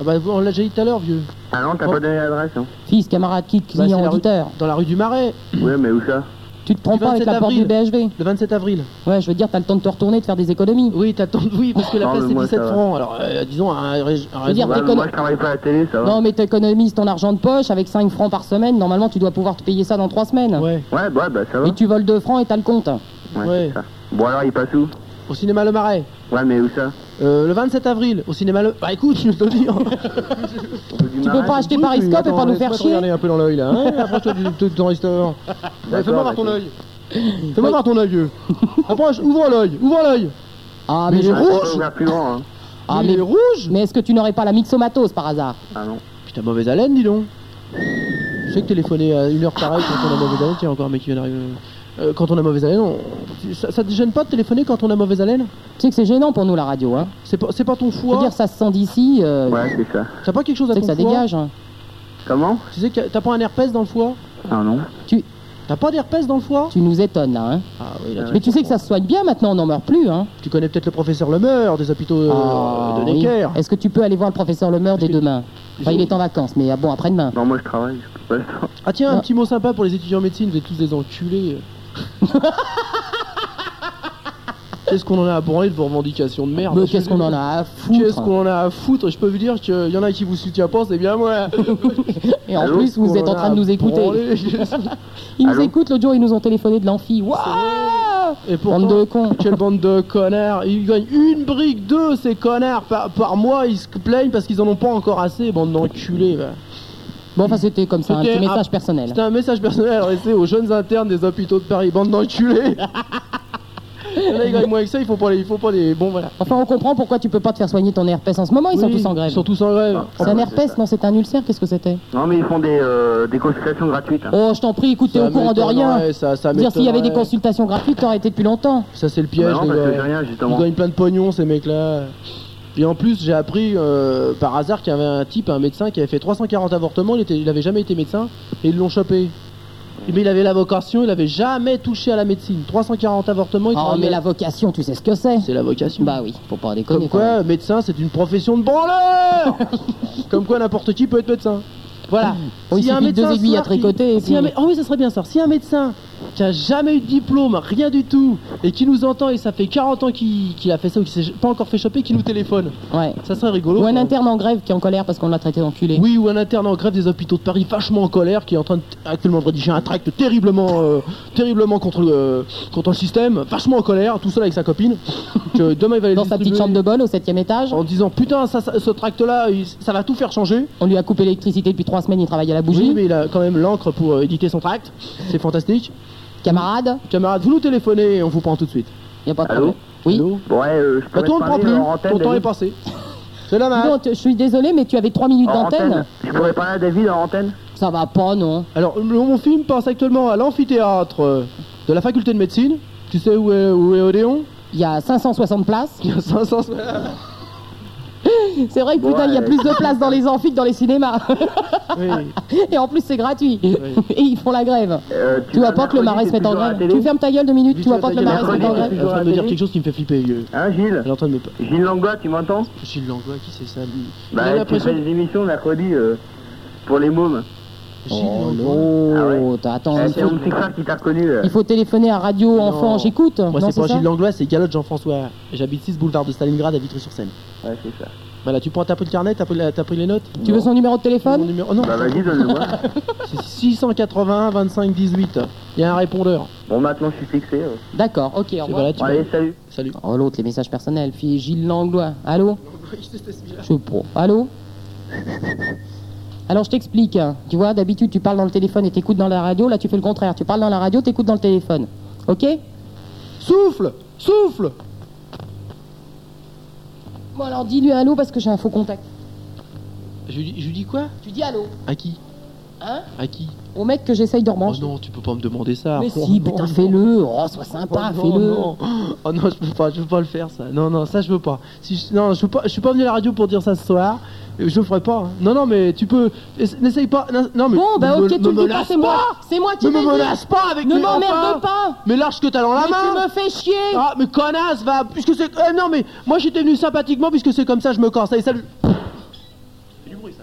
D: Ah bah on l'a déjà dit tout à l'heure, vieux.
H: Ah non, t'as
D: Oh.
H: pas donné l'adresse, hein.
B: Fils, camarade, kit,
D: Bah, c'est
B: client,
D: la rue-
B: auditeur.
D: Dans la rue du Marais,
H: Ouais, mais où ça
B: Tu te trompes pas avec
D: 27
B: la porte
D: avril.
B: du BHV.
D: le 27 avril.
B: Ouais, je veux dire, t'as le temps de te retourner, de faire des économies.
D: Oui, t'attends, oui, parce que la
H: Non,
D: place
H: mais
D: c'est
H: moi,
D: 17
H: ça va.
D: francs. Alors, euh, disons, un, rég- un
B: veux dire,
D: raisonnable-
H: Ouais, mais
B: connu.
H: moi, je travaille pas à la télé, ça va.
B: Non, mais t'économises ton argent de poche avec 5 francs par semaine. Normalement, tu dois pouvoir te payer ça dans 3 semaines.
D: Ouais,
H: Ouais, bah, bah, ça va.
B: Et tu voles 2 francs et t'as le compte.
H: Ouais,
D: ouais.
H: c'est ça. Bon, alors, il passe où
D: au cinéma Le Marais.
H: Ouais, mais où ça
D: Euh, le 27 avril, au cinéma Le... Bah écoute, je te le dis.
B: Tu peux pas acheter Pariscope et pas nous faire chier.
D: Regardez un peu dans l'œil là. hein. Approche-toi du, du transistor. Ouais, Fais-moi voir ton
H: d'accord.
D: œil. Fais-moi voir ton œil, vieux. Approche, ouvre l'œil, ouvre l'œil.
B: Ah,
D: Mais
B: mais,
D: je-
H: Ah,
D: Rouge
H: faut ouvrir plus grand, hein.
B: ah,
D: Il
B: mais...
D: est rouge.
B: mais est-ce que tu n'aurais pas la mixomatose par hasard
H: Ah non.
D: Putain, mauvaise haleine, dis donc. Je sais que téléphoner à une heure pareille quand on a mauvaise haleine, tiens, encore un mec qui vient d'arriver. Euh, quand on a mauvaise haleine, on- tu- ça, ça te gêne pas de téléphoner quand on a mauvaise haleine
B: Tu sais que c'est gênant pour nous la radio, hein.
D: C'est pas, c'est pas ton
B: Je veux
D: foie
B: dire, ça se sent d'ici. euh,
H: Ouais, c'est ça.
D: T'as pas quelque chose
B: Tu
D: à
B: sais
D: ton
B: que ça
D: foie
B: dégage. hein.
H: Comment
D: Tu sais que t'as pas un herpès dans le foie
H: Ah non.
D: T'as pas d'herpès dans le foie
B: Tu nous étonnes là, hein.
D: Ah oui, là,
B: Mais tu sais que ça se soigne bien maintenant, on n'en meurt plus, hein.
D: Tu connais peut-être le professeur Lemeur des hôpitaux euh,
B: Ah,
D: de
B: oui.
D: Necker.
B: Est-ce que tu peux aller voir le professeur Lemeur dès
D: que-
B: demain Enfin, il est en vacances, mais ah bon, après-demain.
H: Non, moi, je travaille, je peux pas le temps.
D: Bah, Ah tiens, un
B: Non.
D: petit mot sympa pour les étudiants en médecine, vous êtes tous des enculés. qu'est-ce qu'on en a à branler de vos revendications de merde
B: Mais qu'est-ce qu'on en a à
D: Qu'est-ce
B: foutre
D: qu'on en a à foutre Je peux vous dire qu'il y en a qui vous soutient pas, c'est bien moi.
B: Et en
H: Allô
B: plus, vous
D: Qu'on
B: êtes en train
D: a
B: de nous
D: à
B: écouter.
D: branler.
B: Ils nous
H: Allô
B: écoutent, l'autre jour, ils nous ont téléphoné de l'amphi. Waouh
D: Et
B: Bande
D: pourtant,
B: de cons.
D: quelle bande de connards Ils gagnent une brique, deux, ces connards par, par mois, ils se plaignent parce qu'ils en ont pas encore assez, bande d'enculés. va.
B: Bon, enfin, c'était comme ça, un
D: C'était
B: petit
D: un-
B: message personnel.
D: C'était un message personnel adressé aux jeunes internes des hôpitaux de Paris, bande d'enculés Là, ils gagnent moins que ça, il faut pas les... Il faut pas les... Bon, voilà.
B: Enfin, on comprend pourquoi tu peux pas te faire soigner ton herpès en ce moment, ils sont
D: Oui,
B: tous en grève.
D: Ils sont tous en grève.
H: Ah,
B: C'est un
H: ouais,
B: herpès, non, c'est un ulcère, qu'est-ce que c'était
H: Non, mais ils font des, euh, des consultations gratuites. hein.
B: Oh, je t'en prie, écoute, t'es
D: Ça
B: au courant de rien.
D: m'étonnerait, Ça, ça
B: Je veux Dire s'il y avait des
D: m'étonnerait.
B: consultations gratuites, t'aurais été depuis longtemps.
D: Ça, c'est le
H: Bah
D: piège,
H: non,
D: les
H: parce que
D: gars.
H: j'ai rien,
D: Ils
H: justement.
D: gagnent plein de pognon, ces mecs-là. Et en plus, j'ai appris euh, par hasard qu'il y avait un type, un médecin, qui avait fait 340 avortements. Il, était, il avait jamais été médecin et ils l'ont chopé. Mais il avait la vocation, il avait jamais touché à la médecine. 340 avortements, il
B: Oh,
D: travaillait-
B: mais la vocation, tu sais ce que c'est
D: C'est la vocation.
B: Bah oui, faut pas déconner.
D: Comme
B: quand même.
D: quoi, médecin, c'est une profession de branleur Comme quoi, n'importe qui peut être médecin. Voilà.
B: Oh, il
D: S'il y a un
B: suffit de deux
D: médecin
B: aiguilles
D: soir
B: à tricoter et
D: qui- s'il y a un
B: puis-
D: mé- Oh oui, ça serait bien ça. Si un médecin qui a jamais eu de diplôme, rien du tout, et qui nous entend et ça fait 40 ans qu'il qu'il a fait ça ou qu'il s'est pas encore fait choper, qui nous téléphone.
B: Ouais.
D: Ça serait rigolo.
B: Ou un
D: quoi.
B: interne en grève qui est en colère parce qu'on l'a traité d'enculé.
D: Oh. Oui, ou un interne en grève des hôpitaux de Paris, vachement en colère, qui est en train de, actuellement de rédiger un tract terriblement, euh, terriblement contre le, contre le système, vachement en colère, tout seul avec sa copine. que demain il va aller
B: Dans sa petite chambre de bonne au septième étage,
D: en disant putain ça, ça- ce tract là ça va tout faire changer
B: on lui a coupé l'électricité depuis trois semaines, il travaille à la bougie.
D: oui mais il a quand même l'encre pour euh, éditer son tract c'est fantastique
B: Camarade,
D: camarade vous nous téléphonez et on vous prend tout de suite
B: y a pas de
H: Allô
B: problème. Oui.
D: Allô
H: Bon, ouais, euh, je peux
D: bah, toi on le prend plus
H: en antenne,
D: ton temps est
H: David
D: passé c'est
B: Dis
D: dommage
B: donc, je suis désolé, mais tu avais trois minutes
H: En
B: d'antenne.
H: antenne Je pourrais parler à David en antenne
B: Ça va pas, non
D: alors mon film passe actuellement à l'amphithéâtre euh, de la faculté de médecine tu sais où est, où est Odéon
B: Il y a 560 places.
D: il y a 500
B: C'est vrai que putain, il y a
H: Ouais.
B: plus de places dans les amphithéâtres que dans les cinémas.
D: oui.
B: Et en plus, c'est gratuit. Et ils font la grève.
H: Euh,
B: Tu vois
H: vas
B: pas que le marais se mette en
H: mercredi, t'es toujours à la
B: grève.
H: télé
B: Tu fermes ta gueule deux minutes, tu vois pas que le marais se
D: mercredi,
B: mette en grève.
D: elle est en train de me dire quelque chose qui me fait flipper euh,
H: Hein, Gilles
D: elle est en train de me
H: Gilles Langlois, tu m'entends
D: Gilles Langlois qui c'est ça il a
H: Bah, tu
D: l'impression
H: fais des émissions mercredi euh, pour les mômes.
D: Gilles Langlois
H: Ah ouais.
B: Oh, t'as- attends,
H: Euh,
B: il
H: c'est
B: faut,
H: mon petit frère qui t'a reconnu. euh.
B: il faut téléphoner à Radio Enfant, j'écoute.
D: Moi,
B: Non,
D: c'est pas
B: ça
D: Gilles Langlois, c'est Galotte Jean-François. J'habite 6 boulevard de Stalingrad à Vitry-sur-Seine.
H: Ouais, c'est ça.
D: Voilà, tu prends, t'as pris le carnet, t'as pris, la- t'as pris les notes
B: Tu veux son numéro de
D: Mon
B: téléphone
D: numéro... oh non,
H: Bah, vas-y, donne-le-moi.
D: c'est 681 25 18. Il y a un répondeur.
H: bon, maintenant, je suis fixé. euh.
B: D'accord, ok, au
D: Et
B: revoir.
D: voilà, tu
H: Bon, allez, salut.
D: Salut.
B: Oh, l'autre, les messages personnels. Fille Gilles Langlois. Allô Je suis pro. Allô Alors, je t'explique. hein. Tu vois, d'habitude, tu parles dans le téléphone et t'écoutes dans la radio. Là, tu fais le contraire. Tu parles dans la radio, t'écoutes dans le téléphone. Ok
D: Souffle Souffle
B: Bon, alors, dis-lui allô parce que j'ai un faux contact.
D: je lui, je lui dis quoi
B: Tu dis allô
D: À qui
B: Hein
D: À qui
B: au mec que j'essaye de
D: Oh
B: rebrancher.
D: non, tu peux pas me demander ça.
B: Mais
D: Oh
B: si,
D: non,
B: putain,
D: non.
B: fais-le. Oh, sois sympa,
D: oh,
B: fais-le.
D: non, non. Oh non, je peux pas, je peux pas le faire ça. Non, non, ça je veux pas. Si je, non, je, peux pas, je suis pas venu à la radio pour dire ça ce soir. Euh, Je le ferai pas. hein. Non, non, mais tu peux. essa- N'essaye pas. non, Non, mais.
B: Bon, bah,
D: ne
B: ok,
D: me-
B: tu
D: me
B: me dis pas,
D: menace
B: c'est moi. C'est moi qui
D: Ne
B: l'ai
D: me
B: dit.
D: menace pas avec
B: Ne
D: mes
B: m'emmerde
D: enfants.
B: pas.
D: Mais lâche ce que t'as dans la
B: Mais tu
D: main
B: me fais chier.
D: Ah, mais connasse, va Puisque c'est... Eh, non, mais moi j'étais venu sympathiquement, puisque c'est comme ça, je me casse. Allez, salut C'est du bruit, ça.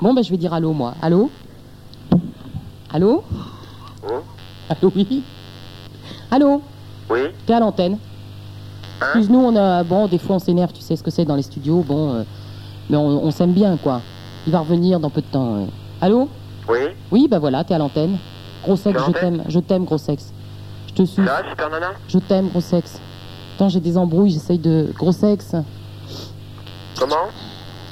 B: Bon, bah, je vais dire allô, moi. Allô Allô
D: Hein
B: Allô, oui. Allô
F: Oui
B: T'es à l'antenne.
D: Hein
B: Excuse-nous, on a. Bon, des fois, on s'énerve, tu sais ce que c'est dans les studios, bon. euh, mais on, on s'aime bien, quoi. Il va revenir dans peu de temps. euh. Allô
F: Oui
B: Oui, bah voilà, t'es à l'antenne. Gros sexe,
F: T'es à
B: je
F: l'antenne
B: t'aime, je t'aime, gros sexe. Je te suis,
D: Hein
F: Ça va, super nana
B: je t'aime, gros sexe. Attends, j'ai des embrouilles, j'essaye de. Gros sexe.
F: Comment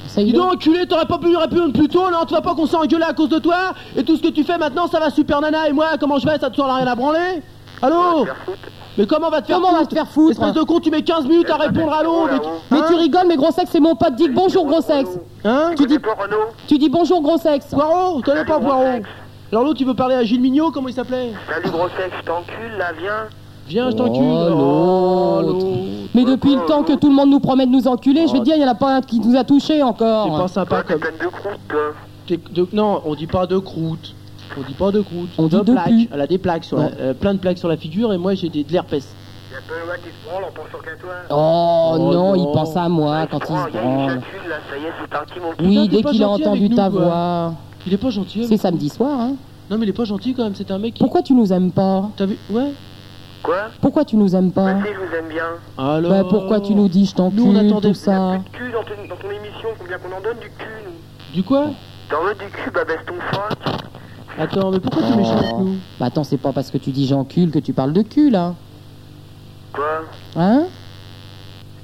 B: J'essaye
D: Dis
B: de.
D: donc, enculé, t'aurais pas pu répondre plus tôt, non Tu vas pas qu'on s'est engueulé à cause de toi Et tout ce que tu fais maintenant, ça va super nana, et moi, comment je vais Ça te sort la rien à branler Allô
F: Faire foutre
D: Mais comment on va te faire
B: Comment on va
D: foutre
B: te faire foutre
D: Espèce de con, tu mets 15 minutes à
H: Eh,
D: répondre à l'eau mais tu-
B: Mais tu
D: Hein
B: rigoles, mais gros sexe, c'est mon pote. Dis bonjour, gros sexe.
D: Hein
F: Tu dis pas Renaud
B: Tu dis bonjour, gros sexe.
D: Poirot T'en es pas,
F: Salut, gros
D: Poirot
F: sexe.
D: Alors l'autre, tu veux parler à Gilles Mignot Comment il s'appelait
F: Salut gros sexe, je t'encule là, viens
D: Viens, je t'encule
B: Oh, l'autre.
D: l'autre.
B: Mais depuis le temps que tout le monde nous promet de nous enculer, je vais te dire, il n'y en a pas un qui nous a touchés
D: T'es pas
B: encore.
D: sympa
F: Toi t'es
D: comme...
F: pleine de croûte, toi
D: T'es- de- non, on dit pas de croûte. On dit pas de croûte.
B: On dit de
D: plaques.
B: pus.
D: Elle a des plaques sur la- euh, plein de plaques sur la figure et moi j'ai des, de l'herpès.
F: Y'a pas le qui se branle en pensant qu'à toi hein.
B: Oh non,
D: non.
B: il pense à moi
F: Oh, Il
B: Ah, quand
F: se
B: il se
F: branle, Y'a
B: branle.
F: une chacune là, ça y est, c'est parti mon cul
D: Putain,
B: Oui,
D: t'es
B: dès
D: pas
B: qu'il a
D: gentil
B: entendu
D: avec
B: ta
D: nous, quoi.
B: voix.
D: Il est pas gentil.
B: C'est
D: avec-
B: samedi soir, hein.
D: Non mais il est pas gentil quand même. C'est un mec qui.
B: Pourquoi tu nous aimes pas
D: T'as vu Ouais.
F: Quoi
B: Pourquoi tu nous aimes pas
F: Bah si, je vous aime bien
D: Alors.
B: Bah pourquoi tu nous dis je
D: Nous, on
B: t'encule,
D: attendait
B: tout ça
F: Plus de cul dans ton, dans ton émission, combien qu'on en donne du cul nous
D: Du quoi
F: T'en veux du cul, bah baisse ton froc
D: Attends, mais pourquoi tu
B: Oh.
D: méchant avec nous
B: Bah attends, c'est pas parce que tu dis j'encule que tu parles de cul, là.
F: Quoi
B: Hein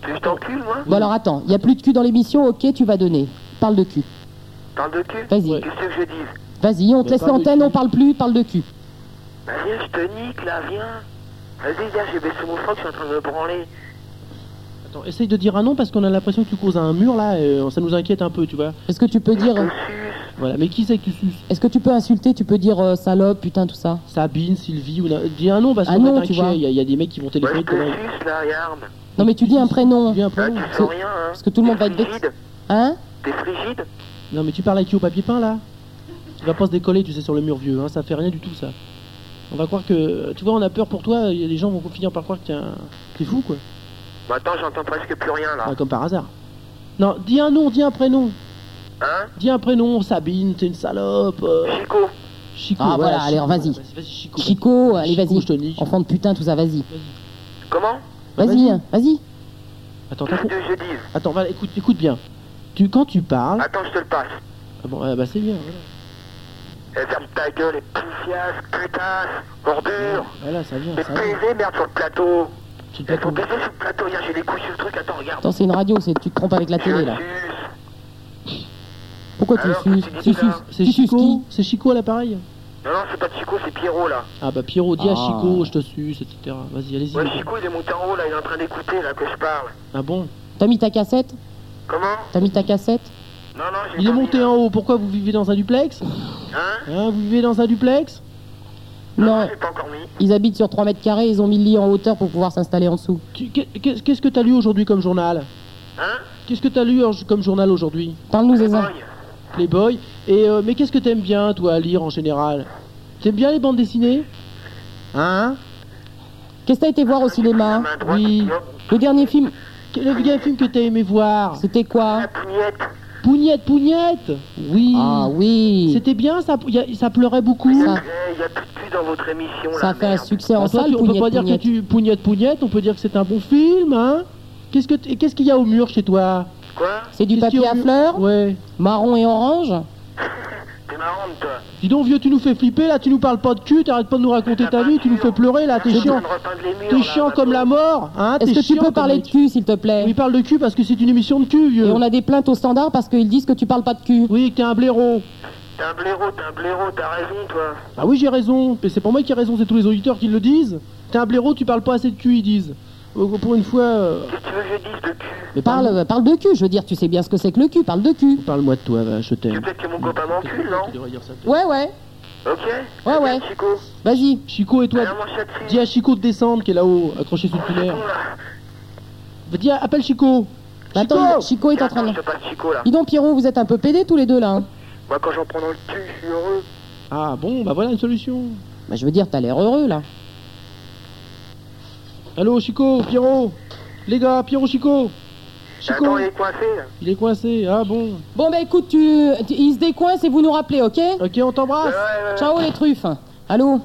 F: Tu veux que je t'encule moi
B: Bon alors attends, il y a plus de cul dans l'émission, ok, tu vas donner. Parle de cul.
F: Parle de cul
B: Vas-y,
D: Ouais.
F: Qu'est-ce que je dis
B: vas-y, on te
D: Mais
B: laisse
D: parle de
B: l'antenne,
D: cul.
B: on parle plus, parle de cul.
F: Bah viens, je te nique là, viens Vas-y, viens, j'ai baissé mon froc, je suis en train de me branler
D: Attends, essaye de dire un nom parce qu'on a l'impression que tu causes un mur là. Et euh, ça nous inquiète un peu, tu vois.
B: Est-ce que tu peux dire, euh,
F: Je te suce
D: Voilà. Mais qui c'est que tu suces
B: est-ce que tu peux insulter, tu peux dire euh, salope, putain, tout ça
D: Sabine, Sylvie ou la- dis un nom parce
B: Un
D: qu'on
B: nom,
D: est
B: tu vois.
D: inquiet. Il y, a- il y a des mecs qui vont
F: Bah je
D: téléphoner.
F: te
D: comment-
F: suce là, regarde
B: Non mais tu dis un prénom.
D: Tu viens
F: Bah
D: pas.
F: tu
B: c'est-
F: sens rien hein
B: Parce que tout le monde va être
F: T'es
B: vexé.
F: frigide
B: Hein
F: T'es frigide
D: Non mais tu parles à qui au papier peint là Tu vas pas se décoller, tu sais, sur le mur vieux, hein, ça fait rien du tout ça. On va croire que. Tu vois, on a peur pour toi, et les gens vont finir par croire que t'es un- t'es fou quoi.
H: Ah.
F: Bah attends, j'entends presque plus rien là
D: Enfin, comme par hasard. Non, dis un nom, dis un prénom.
F: Hein
D: Dis un prénom, Sabine, t'es une salope. euh,
F: Chico.
D: Chico.
B: Ah, voilà, allez,
D: Chico,
B: vas-y.
D: Vas-y, vas-y, Chico.
B: Chico, allez,
D: Chico,
B: vas-y.
D: je te nique.
B: Enfant de putain, tout ça, vas-y.
F: Comment
D: Bah,
B: Vas-y, hein, vas-y.
D: Attends,
F: Qu'est-ce
D: attends,
F: que je dis
D: attends, va, écoute, écoute bien. Tu, quand tu parles.
F: Attends, je te le passe.
D: Ah bon, ouais, bah c'est bien. voilà.
F: Eh, ferme ta gueule, et poufiasse, putasse, ordure.
D: Voilà, ça vient,
F: Mais
D: ça vient.
F: baiser, merde, sur le plateau.
D: Tu te
F: Elles
D: bats
F: sont
D: comme-
F: baisées sur le plateau. Hier, j'ai les couilles sur le truc. Attends, regarde.
B: Attends, c'est une radio, c'est tu te trompes avec la
F: Je
B: télé là.
F: suce.
B: Pourquoi tu
F: Alors,
B: suces
F: c'est
D: C'est
B: Tu
F: bizarre.
B: suces
D: Chico,
B: tu
D: c'est
B: suces
D: Chico,
B: qui
D: c'est Chico à l'appareil.
F: Non, non, c'est pas Chico, c'est Pierrot, là.
D: Ah bah Pierrot, dis à
B: Ah.
D: Chico, je te suce, etc. Vas-y, allez-y.
F: Ouais, Chico, il est monté en haut, là. Il est en train d'écouter, là, que je parle.
D: Ah bon
B: T'as mis ta cassette
F: Comment
B: T'as mis ta cassette
F: Non, non, j'ai
D: Il est
F: pas
D: monté
F: mis,
D: en haut, pourquoi vous vivez dans un duplex
F: Hein
D: Hein, vous vivez dans un duplex
B: Non,
F: J'ai pas encore mis.
B: ils habitent sur 3 mètres carrés, ils ont mis le lit en hauteur pour pouvoir s'installer en dessous.
D: Tu- qu'est- Qu'est-ce qu'est-ce que t'as lu aujourd'hui comme journal
F: Hein
D: Qu'est-ce que t'as lu en- comme journal aujourd'hui
B: Parle-nous, Zézin.
F: Boy.
D: Playboy. Et euh, mais qu'est-ce que t'aimes bien toi à lire en général T'aimes bien les bandes dessinées Hein
B: Qu'est-ce que t'as été voir au
F: La
B: cinéma hein
F: main droite,
D: oui.
F: et hop,
B: Le dernier film,
D: Quel est le
B: Ah.
D: dernier film que t'as aimé voir
B: c'était quoi
D: Ah.
F: La pougnette.
D: Pougnette, Pougnette Oui.
B: Ah oui
D: C'était bien, ça, y a- ça pleurait beaucoup.
B: Ça,
F: Eh, y a plus de cul dans votre émission, là.
B: ça a fait un
F: merde.
B: succès en
D: Ah, toi,
B: salle,
D: tu- on peut pas
B: Pougnette,
D: dire
B: Pougnette.
D: que tu pougnette pougnette, on peut dire que c'est un bon film, hein Qu'est-ce que t- et qu'est-ce qu'il y a au mur chez toi
F: Quoi
B: C'est du
D: Qu'est-ce qu'il y
B: papier à
D: a au mur
B: fleurs,
D: Ouais.
B: marron et orange
F: T'es marrante, toi.
D: Dis donc vieux, tu nous fais flipper là, tu nous parles pas de cul, t'arrêtes pas de nous raconter
F: La
D: ta vie, tu nous fais
F: peinture.
D: pleurer là, t'es
F: T'es en
D: chiant.
F: train de repeindre les murs,
D: T'es
F: là,
D: chiant
F: maintenant.
D: comme la mort, hein
B: Est-ce
D: t'es
B: que tu
D: chiant
B: peux
D: comme
B: parler
D: la-
B: de cul, s'il te plaît
D: Oui, parle de cul parce que c'est une émission de cul,
B: Et
D: vieux.
B: on a des plaintes au standard parce qu'ils disent que tu parles pas de cul.
D: Oui, que t'es un blaireau.
F: T'es un blaireau, t'es un blaireau, t'as raison, toi.
D: Ah oui, j'ai raison, mais c'est pas moi qui ai raison, c'est tous les auditeurs qui le disent. T'es un blaireau, tu parles pas assez de cul, ils disent. Euh, Pour une fois. euh,
F: Qu'est-ce que tu veux que je dise de cul
D: Mais
B: Parle, euh, parle de cul, je veux dire, tu sais bien ce que c'est que le cul, parle de cul.
D: Parle-moi de toi, va, je
F: Tu veux
D: t'aime.
F: peut-être que mon copain m'encule, non
D: Tu devrais dire ça.
B: Ouais, ouais,
F: Ok Eh
B: Ouais, ouais.
F: Chico,
B: vas-y.
D: Chico et toi,
F: viens moi chat de
D: Dis à Chico de descendre qui est là-haut, accroché sous le tunnel. Dis, à- appelle Chico.
B: Attends, Chico est en train
F: Attends,
B: de...
F: je te parle de Chico, là.
B: Dis donc, Pierrot, vous êtes un peu pédés tous les deux, là. hein.
F: Moi, quand j'en prends dans le cul, je suis heureux.
D: Ah bon, bah voilà une solution.
B: Bah, je veux dire, t'as l'air heureux, là.
D: Allô Chico, Pierrot. Les gars, Pierrot Chico.
F: Attends,
D: Chico,
F: il est coincé, là.
D: il est coincé. Ah bon.
B: Bon, bah, écoute, tu... tu- il se décoince et vous nous rappelez, ok
D: Ok, on t'embrasse.
F: Ouais, ouais, ouais.
B: Ciao, les truffes. Allô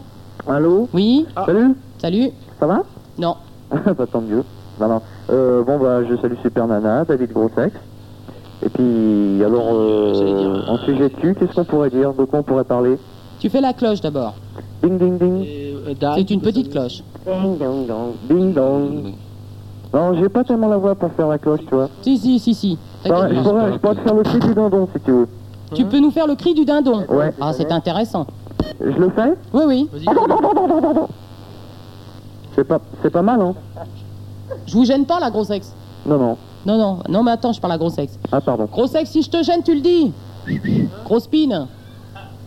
H: Allô
B: Oui
D: Ah.
H: Salut
B: Salut
H: Ça va
B: Non.
H: Ah bah tant mieux. Bah non. Euh, bon bah je salue Super Nana, David Grossex. Et puis alors
D: J'allais dire,
H: euh,
D: euh,
H: en sujet dessus, qu'est-ce qu'on pourrait dire De quoi on pourrait parler
B: Tu fais la cloche, d'abord.
H: Ding ding ding.
D: Et, euh, Dan,
B: C'est une
D: tu peux
B: petite
D: sonner.
B: cloche.
H: Ding dong dong. Ding dong. Non, j'ai pas tellement la voix pour faire la cloche, tu vois.
B: Si, si, si, si.
H: Bah,
B: T'inquiète
H: je,
B: pas.
H: pourrais, je pourrais te faire le cri du dindon si tu veux.
B: Tu peux nous faire le cri du dindon
H: Ouais.
B: Ah, c'est intéressant.
H: Je le fais
B: Oui, oui.
D: Vas-y, Vas-y.
H: C'est pas, c'est pas mal, hein
B: Je vous gêne pas, la grosse ex
H: Non, non.
B: Non, non, non, mais attends, je parle à grosse ex.
H: Ah pardon.
B: Grosse ex, si je te gêne, tu le dis Grosse pine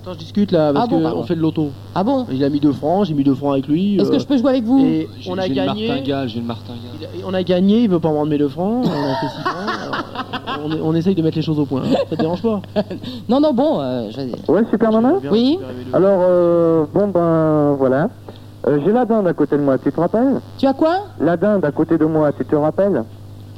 D: Attends, je discute là parce
B: Ah bon,
D: que
B: pardon.
D: on fait de l'auto.
B: Ah bon
D: Il a mis deux francs, j'ai mis deux francs avec lui.
B: Est-ce
D: euh,
B: que je peux jouer avec vous
D: Et on a gagné.
I: j'ai le martingale.
D: Il a- on a gagné, il veut pas me rendre mes deux francs. On a fait six francs. alors, euh, on, on essaye de mettre les choses au point. hein. Ça te dérange pas
B: Non, non, bon, euh, je-
H: Ouais, Super Nana
D: Bien
B: Oui.
D: récupérer mes deux
H: Alors, euh, bon ben voilà. Euh, j'ai la dinde à côté de moi, tu te rappelles
B: Tu as quoi
H: La dinde à côté de moi, tu te rappelles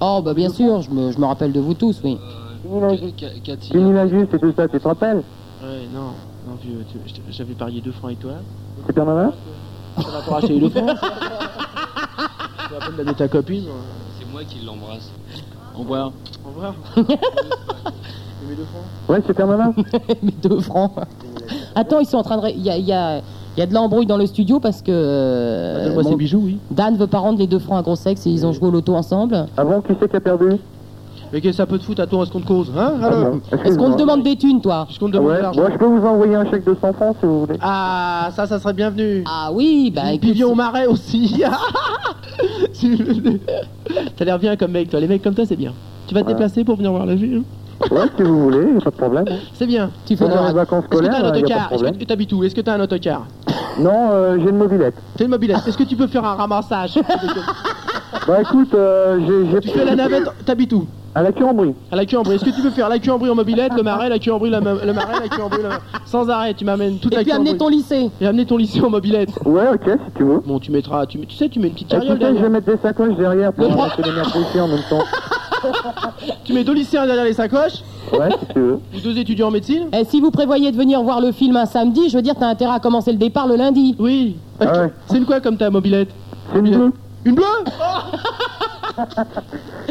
B: Oh, bah bien sûr, je me, je me rappelle de vous tous, oui.
H: Fini l'injuste.
I: Cathy.
H: Fini l'injuste et tout ça, tu te rappelles
D: Ouais, non, non, vieux, tu- je- j'avais parié 2 francs avec toi.
H: Super Nana
D: Ça va pour acheter les 2 francs. Tu vas pas me donner ta copine.
I: C'est moi qui l'embrasse. Au revoir.
D: Au revoir. J'ai mis 2 francs.
H: Ouais, Super Nana
B: Mais deux francs. Attends, ils sont en train de. ré- Il y a, il y a- il y a de l'embrouille dans le studio parce que. euh,
D: Donne-moi
B: mon-
D: ces bijoux, oui.
B: Dan veut pas rendre les deux francs à gros sexe et ils ont joué au loto ensemble.
H: Avant, qui c'est qui a perdu
D: Mais qu'est-ce que ça peut te foutre à toi à ce qu'on te cause Hein
H: Ah
D: Alors
H: bon,
B: Est-ce qu'on
H: excuse-moi.
B: te demande des thunes, toi
D: Puisqu'on te
H: Ah
D: demande de
H: Ouais,
D: l'argent.
H: moi je peux vous envoyer un chèque de 100 francs si vous voulez.
D: Ah, ça, ça serait bienvenu.
B: Ah oui, bah
D: Et
B: écoute.
D: puis viens au marais aussi. Tu- T'as l'air bien comme mec, toi. Les mecs comme toi, c'est bien. Tu vas te
H: Voilà.
D: déplacer pour venir voir la ville.
H: Ouais, si vous voulez, y a pas de problème. hein.
D: C'est bien.
B: Tu fais
H: Pendant
B: le
H: les vacances
D: Est-ce que t'as
H: scolaires,
D: un
H: là, hein, y a pas de
D: autocar Est-ce
H: problème.
D: que t'habites où Est-ce que t'as un autocar
H: Non, euh, j'ai une mobilette.
D: T'es le mobilette. Est-ce que tu peux faire un ramassage
H: Bah écoute, euh, j'ai- j'ai
D: Tu fais la navette, t'habites où
H: À la Curie-en-Brie.
D: À la queue en brie. Est-ce que tu peux faire la queue en brie en mobilette, le marais, la queue en brie, la ma- le marais, la queue en brie, la- sans arrêt, tu m'amènes toute
B: Et
D: la
B: puis
D: queue en
B: amener
D: brie.
B: ton lycée.
D: Et amener ton lycée en mobilette.
H: Ouais, ok, si tu veux.
D: Bon, tu mettras, tu, mets- tu sais, tu mets une petite
H: Écoutez,
D: carriole
H: Eh, je vais
D: derrière.
H: mettre des sacoches derrière pour ramasser les merdes aussi en même temps.
D: Tu mets deux lycéens derrière les sacoches
H: Ouais, si tu veux.
D: ou deux étudiants en médecine
B: Et Eh, si vous prévoyez de venir voir le film un samedi, je veux dire, t'as intérêt à commencer le départ le lundi.
D: Oui.
H: Ah ouais.
D: C'est une quoi comme ta mobilette
H: C'est une bleue.
D: Une bleue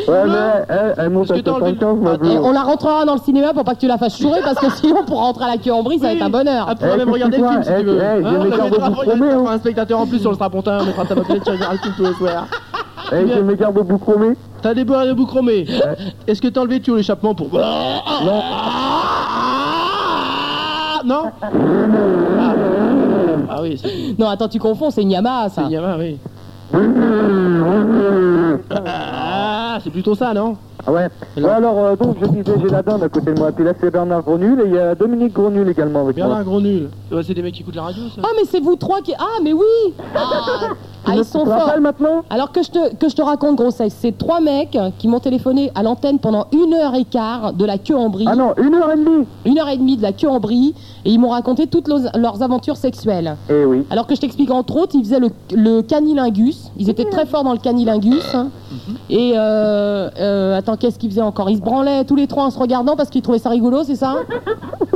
H: Ouais, mais eh, elle, elle monte
D: Parce
H: à
D: que t'as enlevé le-
H: 75, ma
D: Ah,
H: bleue.
B: Et on la rentrera dans le cinéma pour pas que tu la fasses chourer, parce que sinon, pour rentrer à la queue en brie, ça va
D: Oui.
B: être un bonheur.
D: Ah, pourra
H: Eh,
D: même regarder le film si
H: écoute-moi,
D: tu veux.
H: eh, eh, j'ai
D: Hein,
H: mes
D: on la mettra-
H: cartes de bus
D: on mettra
H: chromées, hein.
D: un spectateur en plus sur le strapontin, on mettra ta mobilette, tu regarderas tout le soir.
H: Eh, j'ai mes gardes au bout chromé.
D: T'as des bois de bouc chromé. Est-ce que t'as enlevé le tuyau d'échappement pour. Non ah. Ah oui, c'est une
B: Non, attends, tu confonds, c'est une Yamaha, ça.
D: Yamaha, oui.
H: Eh
D: Ah, c'est plutôt ça, non
H: Ah Ouais.
D: Hello.
H: Ouais, alors, euh, donc, je disais, j'ai la dame à côté de moi. Puis là, c'est Bernard Grenul et il y a Dominique Grenul également avec
D: Bernard
H: moi.
D: Gros Nul. Ouais, c'est des mecs qui écoutent la radio, ça
B: Ah, mais c'est vous trois qui. Ah, mais oui Ah, ah, ils sont
H: Tu te
B: forts
H: rappelles maintenant
B: Alors que je te, que je te raconte, gros sexe, c'est trois mecs qui m'ont téléphoné à l'antenne pendant une heure et quart de la queue en brie.
H: Ah non, une heure et demie
B: Une heure et demie de la queue en brie, et ils m'ont raconté toutes leurs, leurs aventures sexuelles.
H: Eh oui.
B: Alors que je t'explique, entre autres, ils faisaient le, le canilingus. Ils étaient très forts dans le canilingus. hein.
H: Mhm.
B: Et euh, euh, attends, qu'est-ce qu'ils faisaient encore Ils se branlaient tous les trois en se regardant parce qu'ils trouvaient ça rigolo, c'est ça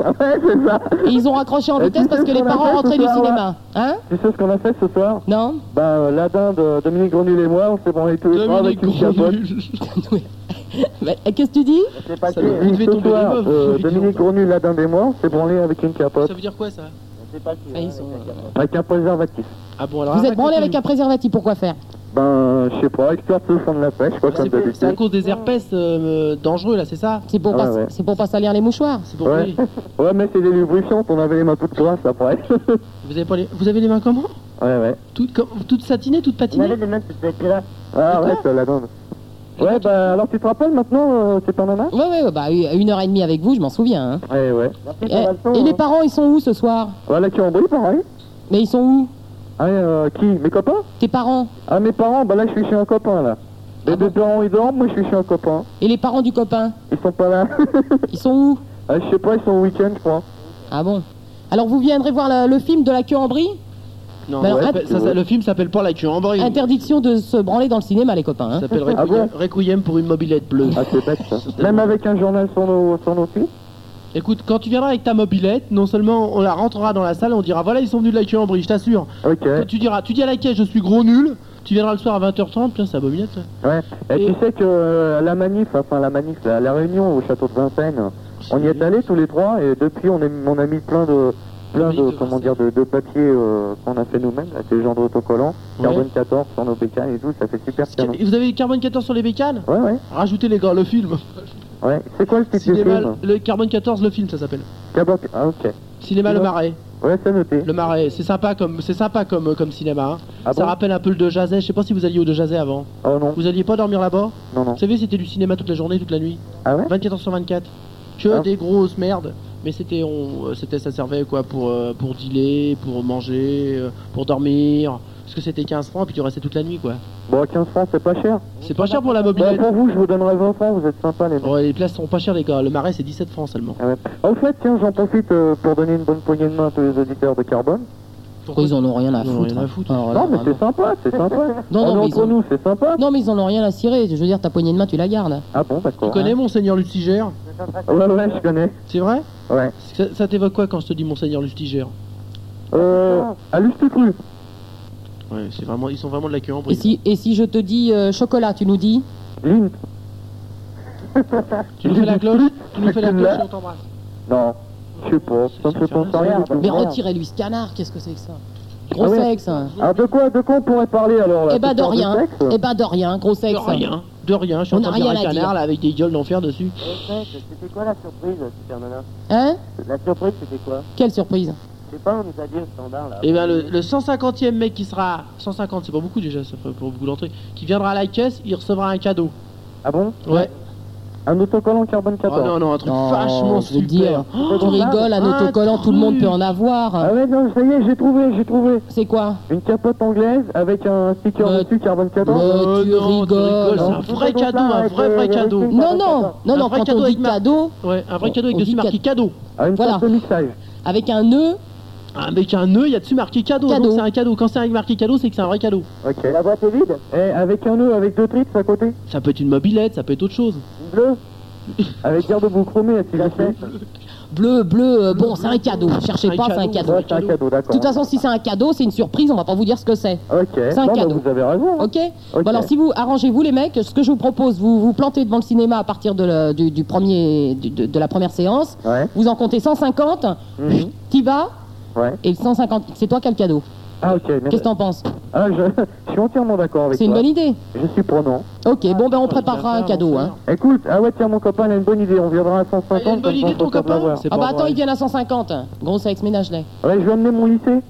H: Ah ouais, c'est ça.
B: Et ils ont raccroché en
H: Et
B: vitesse
H: tu sais
B: parce que
H: ce
B: les
H: qu'on a
B: parents
H: fait ce
B: rentraient du
H: soir-là
B: cinéma. Hein
H: Tu sais ce qu'on a fait ce soir
B: Non
H: Bah, euh, la dinde, euh, Dominique Grenul et moi, on s'est branlés tous les trois avec
D: Dominique
H: une
D: Gros
H: capote.
D: Nul.
B: Mais, euh, Qu'est-ce que tu dis
H: C'est pas
D: Ça
H: qui,
D: doit vite
H: ce
D: tomber les
H: soir,
D: meufs,
H: euh,
D: ce vidéo,
H: Dominique
D: quoi.
H: Grenul, la dinde et moi, on s'est branlés avec une capote.
D: Ça veut dire quoi, ça
B: Ah, ils sont-
H: Avec un préservatif.
D: Ah bon, alors.
B: Vous êtes
D: raconte-nous.
B: branlé avec un préservatif, pourquoi faire
H: Ben, je sais pas, histoire de se fendre la pêche, quoi,
D: Ah,
H: comme
D: c'est pour- C'est à
H: d'habitude.
D: cause des herpès euh, dangereux, là, c'est ça
B: C'est pour,
H: Ah
B: pas,
H: ouais, ouais.
B: c'est pour pas salir les mouchoirs.
D: C'est pour
H: Ouais.
D: lui.
H: ouais, mais c'est des lubrifiantes, on avait les mains toutes grasses après. ouais,
D: Vous avez, pas les... Vous avez les mains comment
H: ouais.
D: toutes, comme- toutes satinées, toutes patinées Et
H: Ah ouais,
D: toi
H: c'est la dinde. Ouais, bah, alors tu te rappelles maintenant, euh, c'est un nana
B: Ouais, ouais, ouais, bah oui, une heure et demie avec vous, je m'en souviens. hein.
H: Ouais, ouais.
B: Eh, et
F: hein.
B: les parents, ils sont où ce soir
H: Voilà, Ah, tu en brie, pareil.
B: Mais ils sont où
H: Ah, euh, qui Mes copains
B: Tes parents
H: Ah, mes parents, bah là, je suis chez un copain, là.
D: Ah
H: Les deux parents, ils dorment, moi, je suis chez un copain.
B: Et les parents du copain
H: Ils sont pas là.
B: Ils sont où
H: ah, je sais pas, ils sont au week-end, je crois.
B: Ah bon Alors vous viendrez voir la- le film de la queue en brie
D: Non,
B: Mais alors,
D: ça
B: att-
D: s'appelle- Bah, ça- ça- le film s'appelle pas La queue en brie.
B: Interdiction de se branler dans le cinéma, les copains.
D: Ça
B: hein.
D: s'appelle
H: Ah
D: Requiem, Requiem pour une mobilette bleue.
H: Ah, c'est bête, ça. Même avec un journal sur nos, sur nos filles
D: Écoute, quand tu viendras avec ta mobilette, non seulement on la rentrera dans la salle, on dira voilà, ils sont venus de La queue en brie, je t'assure.
H: Ok.
D: Tu diras, tu dis à la caisse, je suis gros nul. Tu viendras le soir à 20h30, tiens, c'est abominable. ça.
H: Ouais, et,
D: Et-
H: tu sais que euh, la manif, enfin la manif, la, la réunion au château de Vincennes, on y est allé tous les trois et depuis on, est, on a mis plein de plein
D: Public
H: de,
D: de
H: comment
D: Vincennes.
H: dire de, de papiers euh, qu'on a fait nous-mêmes, là, ces genres d'autocollants,
D: Ouais.
H: carbone 14 sur nos bécanes et tout, ça fait super canon.
D: Et Vous avez le carbone 14 sur les bécanes
H: Ouais ouais
D: Rajoutez les gars, le film.
H: ouais. C'est quoi le titre du
D: Cinéma,
H: film
D: le carbone 14, le film, ça s'appelle.
H: Carbone... Ah ok.
D: Cinéma Le Marais.
H: Ouais c'est noté.
D: Le Marais, c'est sympa comme, c'est sympa comme, comme cinéma. hein.
H: Ah
D: ça
H: bon
D: rappelle un peu le De Jazet. Je sais pas si vous alliez au De Jazet avant.
H: Oh non,
D: Vous alliez pas dormir là-bas
H: non non.
D: Vous savez, c'était du cinéma toute la journée, toute la nuit.
H: Ah ouais
D: 24 h sur 24. Que
H: Ah.
D: des grosses merdes. Mais c'était, on, euh, c'était, ça servait quoi pour, euh, pour dealer, pour manger, euh, pour dormir. Parce que c'était 15 francs, puis tu restais toute la nuit, quoi.
H: Bon 15 francs c'est pas cher.
D: C'est pas cher pour la
H: Bon
D: mobilette.
H: pour vous je vous donnerai 20 francs, vous êtes sympas les mecs.
D: Ouais, les places sont pas chères, les gars. Le marais, c'est 17 francs seulement.
H: Ah ouais. Au fait tiens j'en profite euh, pour donner une bonne poignée de main à tous les auditeurs de carbone.
B: Pourquoi ils en ont
H: Ah,
B: rien à
D: Ils en ont
B: foutre hein. Ah,
D: rien à foutre.
B: Alors là,
H: Non mais
B: vraiment.
H: c'est sympa, c'est sympa.
B: Non, non,
H: On est
B: mais ils
H: entre
B: ont-
H: nous, c'est sympa.
B: Non, mais ils en ont rien à cirer. Je veux dire, ta poignée de main, tu la gardes.
H: Ah bon,
D: Tu
H: d'accord.
D: connais Monseigneur Lustiger
H: Ouais, ouais, Oh je connais.
D: C'est vrai
H: Ouais.
D: ça, ça t'évoque quoi quand je te dis Monseigneur Lustiger
H: Euh,
D: Ah.
H: à l'Uste Cru.
D: Ouais, c'est vraiment, ils sont vraiment de la queue en
B: Et
D: brise.
B: si, et si je te dis euh, chocolat, tu nous dis
H: Lynn.
D: Tu nous fais la cloche Tu nous fais la cloche
H: Là.
D: et on t'embrasse.
H: Non, je sais pas, ça me fait penser à rien. du tout.
B: Mais retirez-lui ce canard, qu'est-ce que c'est que ça Gros
H: Ah ouais.
B: sexe hein.
H: Alors de quoi, de quoi on pourrait parler alors là
B: Eh ben, de
H: Histoire
B: rien.
H: sexe
B: Eh ben de rien, gros
D: De
B: sexe
D: rien. De rien. Je suis
B: On
D: en train
B: a
D: de dire
B: rien
D: un
B: à dire.
D: canard là avec des gueules d'enfer dessus.
J: C'était quoi la surprise, Super Nana
B: Hein
J: La surprise, c'était quoi
B: Quelle surprise
H: Ah,
J: Je sais pas, on nous a dit au standard là.
D: Et ben le, le 150e mec qui sera 150, c'est pas beaucoup déjà, ça fait pour beaucoup d'entrées, qui viendra à la caisse, il recevra un cadeau.
H: Ah bon
D: Ouais.
H: Un autocollant carbone
D: Oh
H: 14.
D: non non, un truc
B: Non,
D: vachement
B: je veux
D: super.
B: dire,
D: Oh,
B: Tu rigoles, un
D: un
B: autocollant, tout le monde
D: truc.
B: peut en avoir.
H: Ah ouais, non, ça y est, j'ai trouvé, j'ai trouvé.
B: C'est quoi
H: Une capote anglaise avec un sticker
B: Euh,
H: dessus carbone 14.
B: euh,
D: Oh,
B: tu
D: non, tu
B: rigoles. euh,
D: rigoles, c'est un vrai cadeau, un vrai vrai cadeau.
H: bah,
B: Non, non, non,
D: Un
B: non,
D: vrai
B: quand
D: cadeau
B: on dit
D: avec ma-
B: cadeau,
D: Ouais, un vrai
B: On-
D: cadeau avec
B: on dit
D: dessus marqué cadeau.
H: Ah, une
B: Voilà.
H: sorte de mixage.
B: avec un nœud,
D: Avec un nœud, il y a dessus marqué cadeau.
B: Cadeau.
D: Donc c'est un cadeau. Quand c'est marqué cadeau, c'est que c'est un vrai cadeau.
H: Ok.
J: La boîte est vide
H: Eh, avec un nœud, avec deux tricks à côté
D: Ça peut être une mobilette, ça peut être autre chose.
H: Une bleue Avec garde vous chromée, s'il vous plaît.
B: Bleu, bleu, euh, bon, c'est un cadeau. Cherchez pas, c'est un cadeau.
H: Ouais, c'est un
B: De
H: cadeau, d'accord.
B: toute façon, si c'est un cadeau, c'est une surprise, on va pas vous dire ce que c'est.
H: Ok,
B: un
H: Non, bah,
B: cadeau.
H: vous avez raison. hein.
B: Ok,
H: Ok.
B: Bon, alors si vous arrangez-vous les mecs, ce que je vous propose, vous vous plantez devant le cinéma à partir de, la- du, du premier, du- de, de la première séance,
H: Ouais.
B: vous en comptez 150,
H: Mhm.
B: t'y vas,
H: Ouais.
B: et le 150, c'est toi qui as le cadeau.
H: Ah, ok, merci.
B: Qu'est-ce que t'en penses
H: Ah, je, je suis entièrement d'accord avec
B: C'est
H: toi.
B: une bonne idée
H: Je suis prenant.
B: Ok, bon
D: Ah,
B: ben on préparera un cadeau. Hein.
H: Écoute, ah ouais, tiens, mon copain, il a une bonne idée. On viendra à 150.
D: Il a une bonne
H: comme ça,
D: idée,
H: on
D: ton
H: peut
D: copain
H: l'avoir.
D: C'est
B: Ah bah
D: pas
B: attends,
D: vrai.
B: ils viennent à 150, gros sexe ménage là.
H: Ouais, je vais amener mon lycée.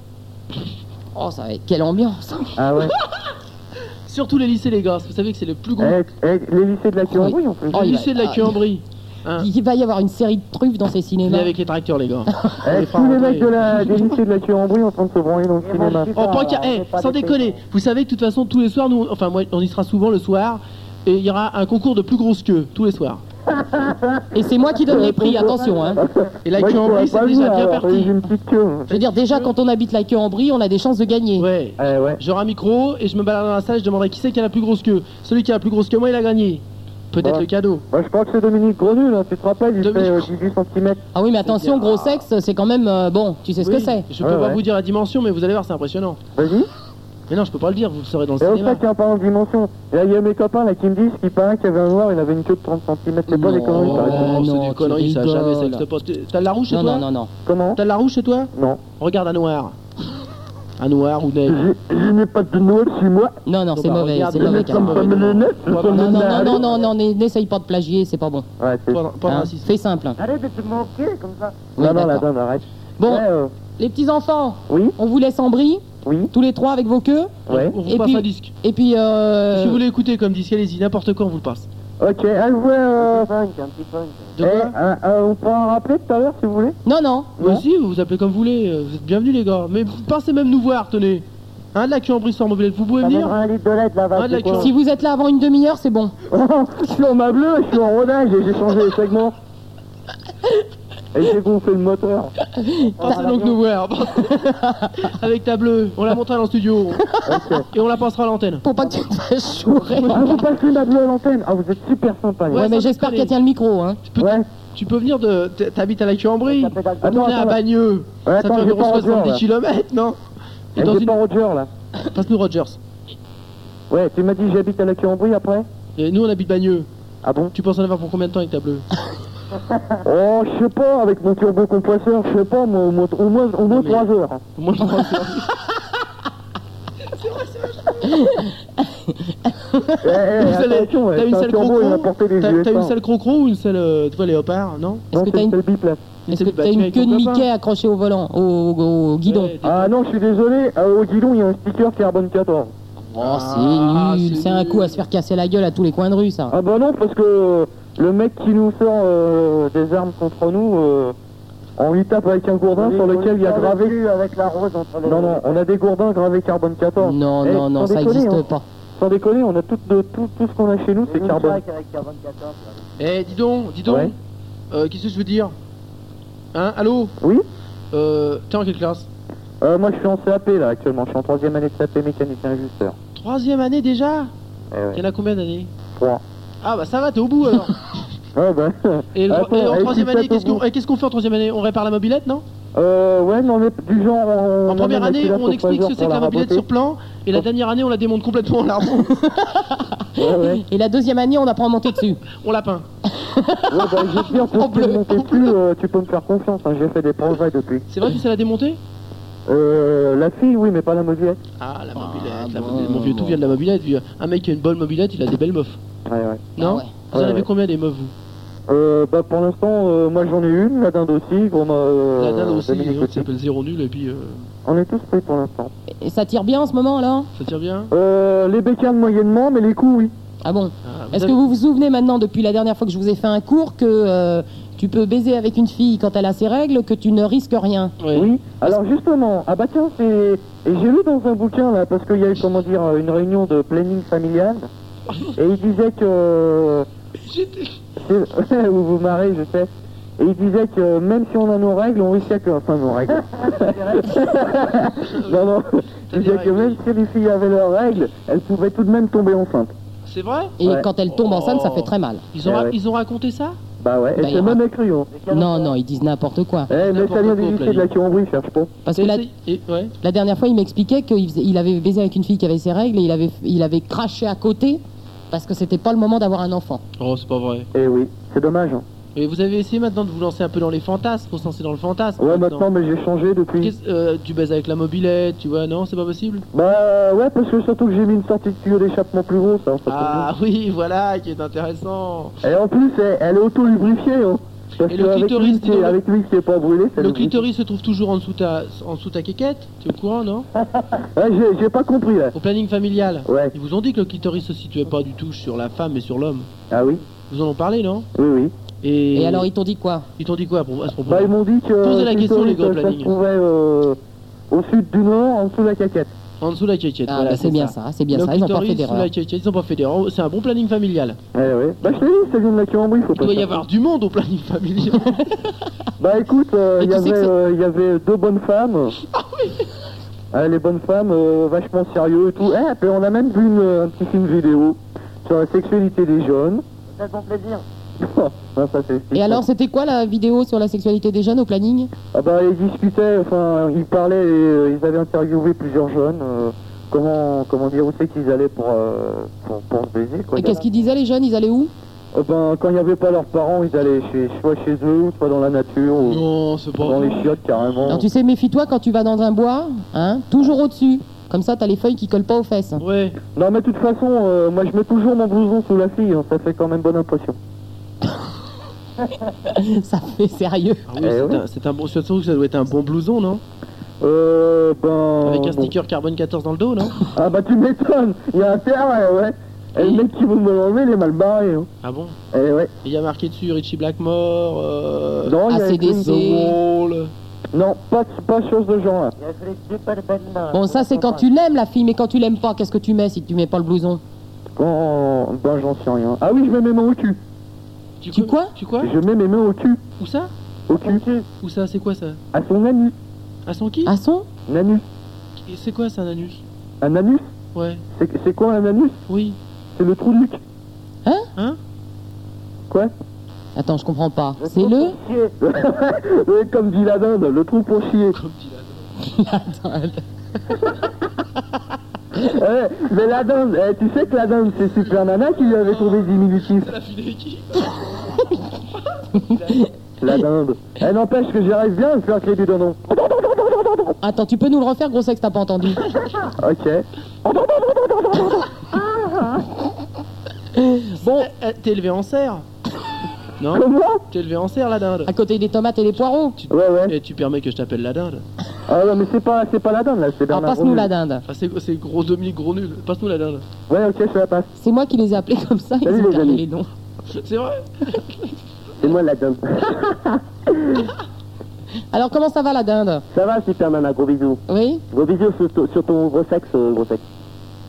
B: Oh, ça va être quelle ambiance
H: Ah ouais.
D: Surtout les lycées, les gars. Vous savez que c'est le plus gros
H: Eh, eh, les lycées de la Curie, on peut.
B: Oh, il va-
D: lycée de la
B: ah,
D: Cuambrie. Hein.
B: Il va y avoir une série de truffes dans ces
D: Venez
B: cinémas.
D: avec les tracteurs, les gars.
H: Eh,
D: Ah, les fera
H: tous les
D: rentrer.
H: mecs de la, des lycées de la Curie en train de se branler dans le cinéma.
D: En pancarte, eh, sans déconner, vous savez que de toute façon, tous les soirs, nous, on- enfin, moi, on y sera souvent le soir, et il y aura un concours de plus grosse queue, tous les soirs.
B: Et c'est moi qui donne les prix, attention hein.
D: Et la
H: Moi, je
D: queue en
H: pourrais
D: brie,
H: pas
D: c'est déjà
H: venir,
D: bien
H: alors, j'ai
D: parti.
H: une petite queue.
B: Je veux dire, déjà quand on habite la queue en brie, on a des chances de gagner.
D: Ouais.
H: Eh ouais.
D: J'aurai un micro et je me balade dans la salle, je demanderai qui c'est qui a la plus grosse queue. Celui qui a la plus grosse que moi, il a gagné. Peut-être
H: Ouais.
D: le cadeau.
H: Bah, je crois que c'est Dominique Grenu, là, tu te rappelles, il fait euh,
D: Dominique-
H: 18 cm.
B: Ah oui, mais attention, gros sexe, c'est quand même euh, bon, tu sais ce
D: Oui,
B: que c'est.
D: Je
H: Ouais,
D: peux pas
H: ouais.
D: vous dire la dimension, mais vous allez voir, c'est impressionnant.
H: Vas-y.
D: Mais non, je peux pas le dire, vous le saurez dans le
H: Et au
D: cinéma.
H: fait, tiens, parlant de dimension, là, il y a mes copains là qui me disent qu'il paraît qu'il y avait un noir, il avait une queue de 30 cm. C'est pas des conneries,
D: Oh,
H: par exemple.
B: Ah non,
D: c'est
B: tu
D: des conneries, ça a
B: rigoles.
D: jamais ça existe pas. T'es- T'as de la rouge chez
B: Non,
D: toi
B: non, non, non.
H: Comment
D: T'as de la rouge chez toi
H: Non.
D: Regarde un noir. Un noir ou neige.
H: Je n'ai pas de noir chez moi,
B: Non, non,
D: Bon,
B: c'est
D: bah,
B: mauvais,
D: regarde,
B: c'est
D: le
B: mauvais.
D: mec,
B: carrément.
D: comme- comme les
H: lunettes,
D: ce sont
B: Non, non, non, non, non, non, n'essaye pas de plagier, c'est pas bon.
H: Ouais, c'est...
D: Pas,
H: Non,
D: de- pas de
B: Hein,
D: racisme.
B: Fais simple.
J: Arrête de te manquer comme ça.
B: Oui,
H: non, la
B: d'accord.
H: dame, arrête.
B: Bon,
H: Ouais, euh,
B: les petits enfants,
H: Oui
B: on vous laisse en brie,
H: Oui
B: tous les trois avec vos queues,
H: Ouais.
D: On vous
B: Et
D: passe
B: puis-
D: un disque.
B: et puis. Euh...
D: Si vous voulez écouter comme disque, allez-y, n'importe quoi, on vous le passe.
H: Ok, ah, je voulais... Euh...
J: Un petit punk, un petit punk.
D: De
H: eh,
D: quoi
H: euh, euh, on peut en rappeler tout à l'heure, si vous voulez
B: Non, non.
D: Moi aussi, vous vous appelez comme vous voulez, euh, vous êtes bienvenus les gars. Mais passez même nous voir, tenez. Hein, de la queue en brie sans mobilette, vous pouvez
J: Ça
D: venir
J: mènera un litre de lait de la
D: Ah,
J: vache.
D: de la
J: c'est quoi
D: cure-
B: Si vous êtes là avant une demi-heure, c'est bon.
H: Je suis en ma bleue, je suis en rodage, et j'ai changé les segments. Et j'ai gonflé le moteur.
D: Passez donc nous voir. Avec ta bleue, on la montrera dans le studio. Et on la passera à l'antenne.
B: Pour pas que tu te fasses chourer.
H: Ah, vous passez ma bleue à l'antenne Ah, vous êtes super sympa, les
D: Ouais,
B: Ouais,
H: gars.
B: mais
D: sans
B: j'espère
D: déconner.
B: qu'elle tient le micro, hein.
H: Ouais,
D: Tu peux venir de. t'- T'habites à la Cuambrie
J: Ça pédale pas.
D: On est à Bagneux.
H: Ouais,
D: Ça
H: attends,
D: fait
H: j'ai
D: environ
H: pas Roger,
D: 70
H: là.
D: km, non Et
H: Eh,
D: dans
H: j'ai
D: une...
H: pas Roger, là.
D: Passe-nous Rogers.
H: Ouais, tu m'as dit j'habite à la Curie après
D: Et nous on habite Bagneux.
H: Ah bon
D: Tu penses en avoir pour combien de temps avec ta bleue
H: Oh, je sais pas, avec mon turbo compresseur, je sais pas, moi, au moins, au moins, au moins
D: Non, mais-
H: 3 heures.
D: Au moins je crois que
H: Eh, eh,
D: Vous allez-
H: attention,
D: t'as
H: ouais,
D: une
H: c'est un
D: salle
H: turbo, il a
D: croco,
H: porté des
D: T'as
H: USA.
D: t'as une seule crocro ou une seule. euh, tu vois, léopard, non
B: Est-ce
H: Non,
B: que
H: c'est
B: t'as
H: une
B: une,
H: seule biplace.
B: est-ce que
D: Bah,
B: t'as
D: tu vas
B: une
D: avec
B: queue de
D: ton copain.
B: Mickey accrochée au volant, au, au- au guidon
D: Ouais, t'es-
H: Ah non, je suis désolé, euh, au guidon, il y a un sticker carbone 14.
B: Oh, c'est
D: Ah,
B: nul.
D: c'est
B: C'est un
D: nul.
B: coup à se faire casser la gueule à tous les coins de rue, ça.
H: Ah bah non, parce que le mec qui nous sort euh, des armes contre nous, euh, on lui tape avec un gourdin sur lequel il y a gravé...
J: avec la rose entre les Mm.
H: Non, non, on a des gourdins gravés carbone 14.
B: Non,
H: Eh,
B: non, non,
H: sans
B: ça
H: déconner,
B: existe
H: hein.
B: pas.
H: Sans déconner, on a tout, de, tout, tout ce qu'on a chez nous, c'est carbone.
J: avec carbone 14. là.
D: Eh, dis donc, dis donc.
H: Ouais.
D: Euh, Qu'est-ce que je veux dire Hein, allô
H: Oui
D: Euh. T'es en quelle classe
H: Euh, moi je suis en CAP là actuellement, je suis en troisième année de CAP mécanicien ajusteur.
D: Troisième année déjà
H: Eh ouais.
D: Y'en a combien d'années
H: Trois.
D: Ah bah ça va, t'es au bout alors
H: Ouais, bah,
D: Et, le-
H: Attends,
D: et en
H: et
D: troisième
H: puis ça,
D: année, qu'est-ce
H: t'es au
D: qu'on eh, qu'est-ce qu'on fait en troisième année On répare la mobilette, non
H: euh, ouais, non, mais du genre. On,
D: En première
H: amène la
D: année,
H: culasse
D: on
H: au
D: explique
H: fraiseur
D: ce que c'est
H: pour
D: que la mobilette sur
H: raboter.
D: plan, et la dernière année, on la démonte complètement en l'arbre.
H: Ouais, ouais.
B: Et la deuxième année, on apprend à monter dessus.
D: on la peint.
H: ouais, bah, je veux dire, pour
D: En
H: que tu
D: bleu,
H: ne
D: en
H: montes plus, euh, tu peux me faire confiance, hein, j'ai fait des progrès depuis.
D: C'est vrai que c'est la démonter
H: Euh, la fille, oui, mais pas la mobilette.
D: Ah, la mobilette,
B: Ah,
D: la
B: bon,
D: mobilette. Mon vieux, tout vient de la mobilette. vieux. Un mec qui a une bonne mobilette, il a des belles meufs.
H: Ouais, ouais.
D: Non
B: ouais.
D: Vous en
H: Ouais,
D: avez
H: ouais.
D: combien des meufs, vous
H: Euh, bah, pour l'instant, euh, moi j'en ai une, la dinde aussi, on m'a. Euh,
D: La dinde aussi,
H: Dominique
D: il y en a qui s'appelle Zéro Nul, et puis euh,
H: On est tous pris pour l'instant.
B: Et ça tire bien en ce moment, là
D: ça tire bien
H: Euh, les bécanes moyennement, mais les coups, oui.
B: Ah bon
D: Ah, vous
B: Est-ce
D: avez-
B: que vous vous souvenez maintenant, depuis la dernière fois que je vous ai fait un cours, que euh, tu peux baiser avec une fille quand elle a ses règles, que tu ne risques rien
D: Ouais.
H: Oui, alors justement, ah bah tiens, c'est. et J'ai lu dans un bouquin là, parce qu'il y a eu, comment dire, une réunion de planning familial, et il disait que.
D: J'étais-
H: c'est- vous vous marrez, je sais.
F: Et il disait que même si on a nos règles, on réussit à que... Enfin, nos règles. non, non. Il disait que même si les filles avaient leurs règles, elles pouvaient tout de même tomber enceintes.
D: C'est vrai
B: Et
F: Ouais.
B: quand elle tombe enceinte, ça
D: Oh.
B: fait très mal.
D: ils ont,
F: Eh
D: ra-
F: ouais.
D: ils ont raconté ça
F: Bah ouais, et
B: Bah, il y
F: c'est
B: aura-
F: même écrit, hein.
B: Non, non, ils disent n'importe quoi.
F: Eh, mais ça
D: N'importe
F: vient
D: quoi,
F: des lycées de
D: Plaline.
F: la Curombrie, cherche pas.
B: Parce que la,
D: T'essayes- et- ouais.
B: la dernière fois, il m'expliquait qu'il faisait- il avait baisé avec une fille qui avait ses règles et il avait, il avait craché à côté parce que c'était pas le moment d'avoir un enfant.
D: Oh, c'est pas vrai.
F: Eh oui, c'est dommage. hein.
D: Et vous avez essayé maintenant de vous lancer un peu dans les fantasmes, pour se lancer dans le fantasme.
F: Ouais, maintenant, mais j'ai changé depuis.
D: Qu'est-ce- euh, tu baises avec la mobilette, tu vois, non, c'est pas possible
F: Bah ouais, parce que surtout que j'ai mis une sortie de tuyau d'échappement plus grosse. Hein, ça
D: Ah oui, voilà, qui est intéressant.
F: tombe bien. Et en plus, elle, elle est auto-lubrifiée. Hein, parce
D: Et le
F: qu'avec
D: clitoris,
F: lui, qui
D: dis donc,
F: est-
D: le-
F: avec lui qui est pas brûlé, c'est
D: Le clitoris se trouve toujours en dessous ta, en dessous ta quéquette, tu es au courant, non
F: Ouais, Ah, j'ai- j'ai pas compris là.
D: Au planning familial.
F: Ouais,
D: Ils vous ont dit que le clitoris se situait pas du tout sur la femme mais sur l'homme.
F: ah oui,
D: Vous en ont parlé, non
F: oui, oui.
D: Et,
B: Et, alors, ils t'ont dit quoi
D: ils t'ont dit quoi à pro- à ce propos
F: Bah ils m'ont dit que
D: Posez la
F: le
D: question, les
F: clitoris,
D: gars,
F: euh, ça se
D: planning.
F: trouvait euh, au sud du nord, en dessous de la caquette.
D: En dessous de la quéquette,
B: Ah,
D: voilà,
B: bah, c'est bien ça, c'est bien
D: Le
B: ça. Ils n'ont pas
D: clitoris
B: fait
D: sous la
B: d'erreur.
D: quéquette, ils ont pas fait d'erreur. C'est un bon planning familial.
F: Eh ouais. Bah je te dis, ça vient de la Curombrie, faut
D: Il
F: pas
D: doit y
F: faire.
D: avoir du monde au planning familial.
F: Bah écoute, euh,
B: Mais
F: il y
B: tu sais
F: avait,
B: que c'est-
F: euh, il y avait deux bonnes femmes. Ah, les bonnes femmes, euh, vachement sérieux et tout. Eh, puis on a même vu une, euh, un petit film vidéo sur la sexualité des jeunes.
K: Ça fait plaisir.
F: Ah, ça, c'est
B: Et alors, c'était quoi la vidéo sur la sexualité des jeunes au planning
F: Ah bah ils discutaient, enfin ils parlaient, et, euh, ils avaient interviewé plusieurs jeunes. euh, comment comment dire où c'est qu'ils allaient pour, euh, pour pour se baiser quoi.
B: Et qu'est-ce qu'ils disaient les jeunes Ils allaient où
F: Euh, ben quand il n'y avait pas leurs parents, ils allaient chez, soit chez eux, soit dans la nature, ou
D: non, c'est pas
F: dans les chiottes carrément.
B: Alors, tu sais, méfie-toi quand tu vas dans un bois, hein, toujours au-dessus. Comme ça, t'as les feuilles qui collent pas aux fesses.
D: Ah Ouais.
F: Non mais de toute façon, euh, moi je mets toujours mon blouson sous la fille, hein, ça fait quand même bonne impression.
B: ça fait sérieux.
D: Ah oui,
F: Eh
D: c'est
F: ouais.
D: un- c'est un, bon. Surtout que ça doit être un bon blouson, non
F: Euh ben...
D: Avec un
F: bon.
D: sticker carbone 14 dans le dos, non
F: Ah bah tu m'étonnes, il y a intérêt ouais. Et le mec qui veut me l'enlever, il est mal barré. Hein.
D: Ah bon
F: Eh ouais.
D: Il y a marqué dessus Richie Blackmore, euh,
F: Non, il y a
B: ACDC.
F: écrit-
D: The Wall.
F: Non, pas, pas chose de genre hein. là.
K: Il y a fait des pas de bonne main.
B: Bon, ça, c'est quand tu l'aimes, la fille, mais quand tu l'aimes pas, qu'est-ce que tu mets si tu mets pas le blouson
F: Quand... Ben j'en sais rien. Ah oui, je mets mes mains au cul.
D: Tu,
B: Tu quoi
D: Tu quoi
F: Je mets mes mains au cul.
D: Où ça
F: Au cul.
D: Où ça C'est quoi ça
F: À son anus.
D: À son qui
B: À Ah, son
F: Un anus.
D: Et C'est quoi ça, un anus
F: Un anus
D: Ouais.
F: C'est c'est quoi un anus
D: Oui.
F: C'est le trou de Luc.
B: Attends, je comprends pas. C'est le
F: Ouais, Comme dit la dinde, le trou pour chier.
D: Comme dit la-
F: Ouais, mais la dinde, eh, tu sais que la dinde, c'est Super Nana qui lui avait trouvé diminutif.
D: Elle a filé qui
F: La dinde. Elle n'empêche que j'arrive bien à me faire clé du dindon.
B: Attends, tu peux nous le refaire, gros sexe, t'as pas entendu
F: Ok.
D: Bon, euh, t'es élevé en serre Non
F: Comment Ah.
D: T'es élevé en serre, la dinde
B: À côté des tomates et des poireaux
F: Ouais, ouais.
D: Et tu permets que je t'appelle la dinde
F: Ah ouais, mais c'est pas, c'est pas la dinde là, c'est
B: Alors
F: Bernard.
B: passe-nous la
F: Romier.
B: dinde.
D: Ah, c'est c'est gros demi, gros nul. Passe-nous la dinde.
F: Ouais, ok, je la passe.
B: C'est moi qui les ai appelés comme ça, ils
F: Salut,
B: ont
F: les
B: gardé
F: amis.
B: les noms.
D: C'est vrai
F: C'est moi la dinde.
B: Alors comment ça va la dinde
F: Ça va, Super Nana, gros bisous.
B: Oui
F: Gros bisous sur, to- sur ton gros sexe, euh, gros sexe.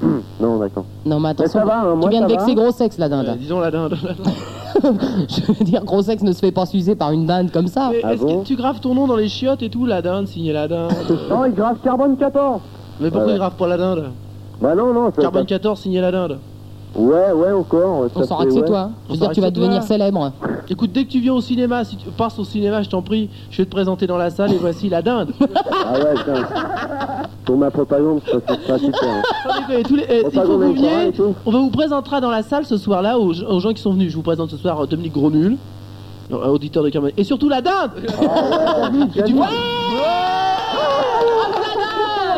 F: Hum, non, d'accord.
B: Non mais
F: Mais
B: attention,
F: ça va, hein,
B: tu
F: moi
B: viens
F: ça
B: de
F: va.
B: vexer gros sexe
F: Ah,
B: la
D: Euh,
F: bah.
B: dinde.
D: Disons la dinde. la dinde.
B: je veux dire, gros sexe ne se fait pas sucer par une dinde comme ça.
D: Mais
F: Ah
D: Est-ce
F: bon
D: que tu graves ton nom dans les chiottes et tout La dinde, signé la dinde.
F: Non, il grave carbone 14.
D: Mais pourquoi
F: Ah, Ouais.
D: il grave pas la dinde
F: Bah non, non, ça,
D: Carbone 14, signé la dinde.
F: ça- Ouais, ouais, encore.
B: On
F: ça
B: saura
F: fait-
B: que c'est
F: ouais.
B: toi. hein. Je
D: On
B: veux dire,
D: saura
B: tu
D: que
B: vas
D: c'est toi.
B: devenir célèbre.
D: Écoute, dès que tu viens au cinéma, si tu passes au cinéma, je t'en prie, je vais te présenter dans la salle et voici la dinde.
F: Ah ouais, tiens. Pour ma propagande, ça c'est pas super. hein.
D: Sans déconner, tous les- eh, il faut que
F: Propagande
D: vous
F: électorale
D: veniez.
F: et tout.
D: On va vous présentera dans la salle ce soir-là aux, aux gens qui sont venus. Je vous présente ce soir euh, Dominique Gronul, euh, auditeur de Carmen. Et surtout la dinde
F: Ah
D: Et tu vois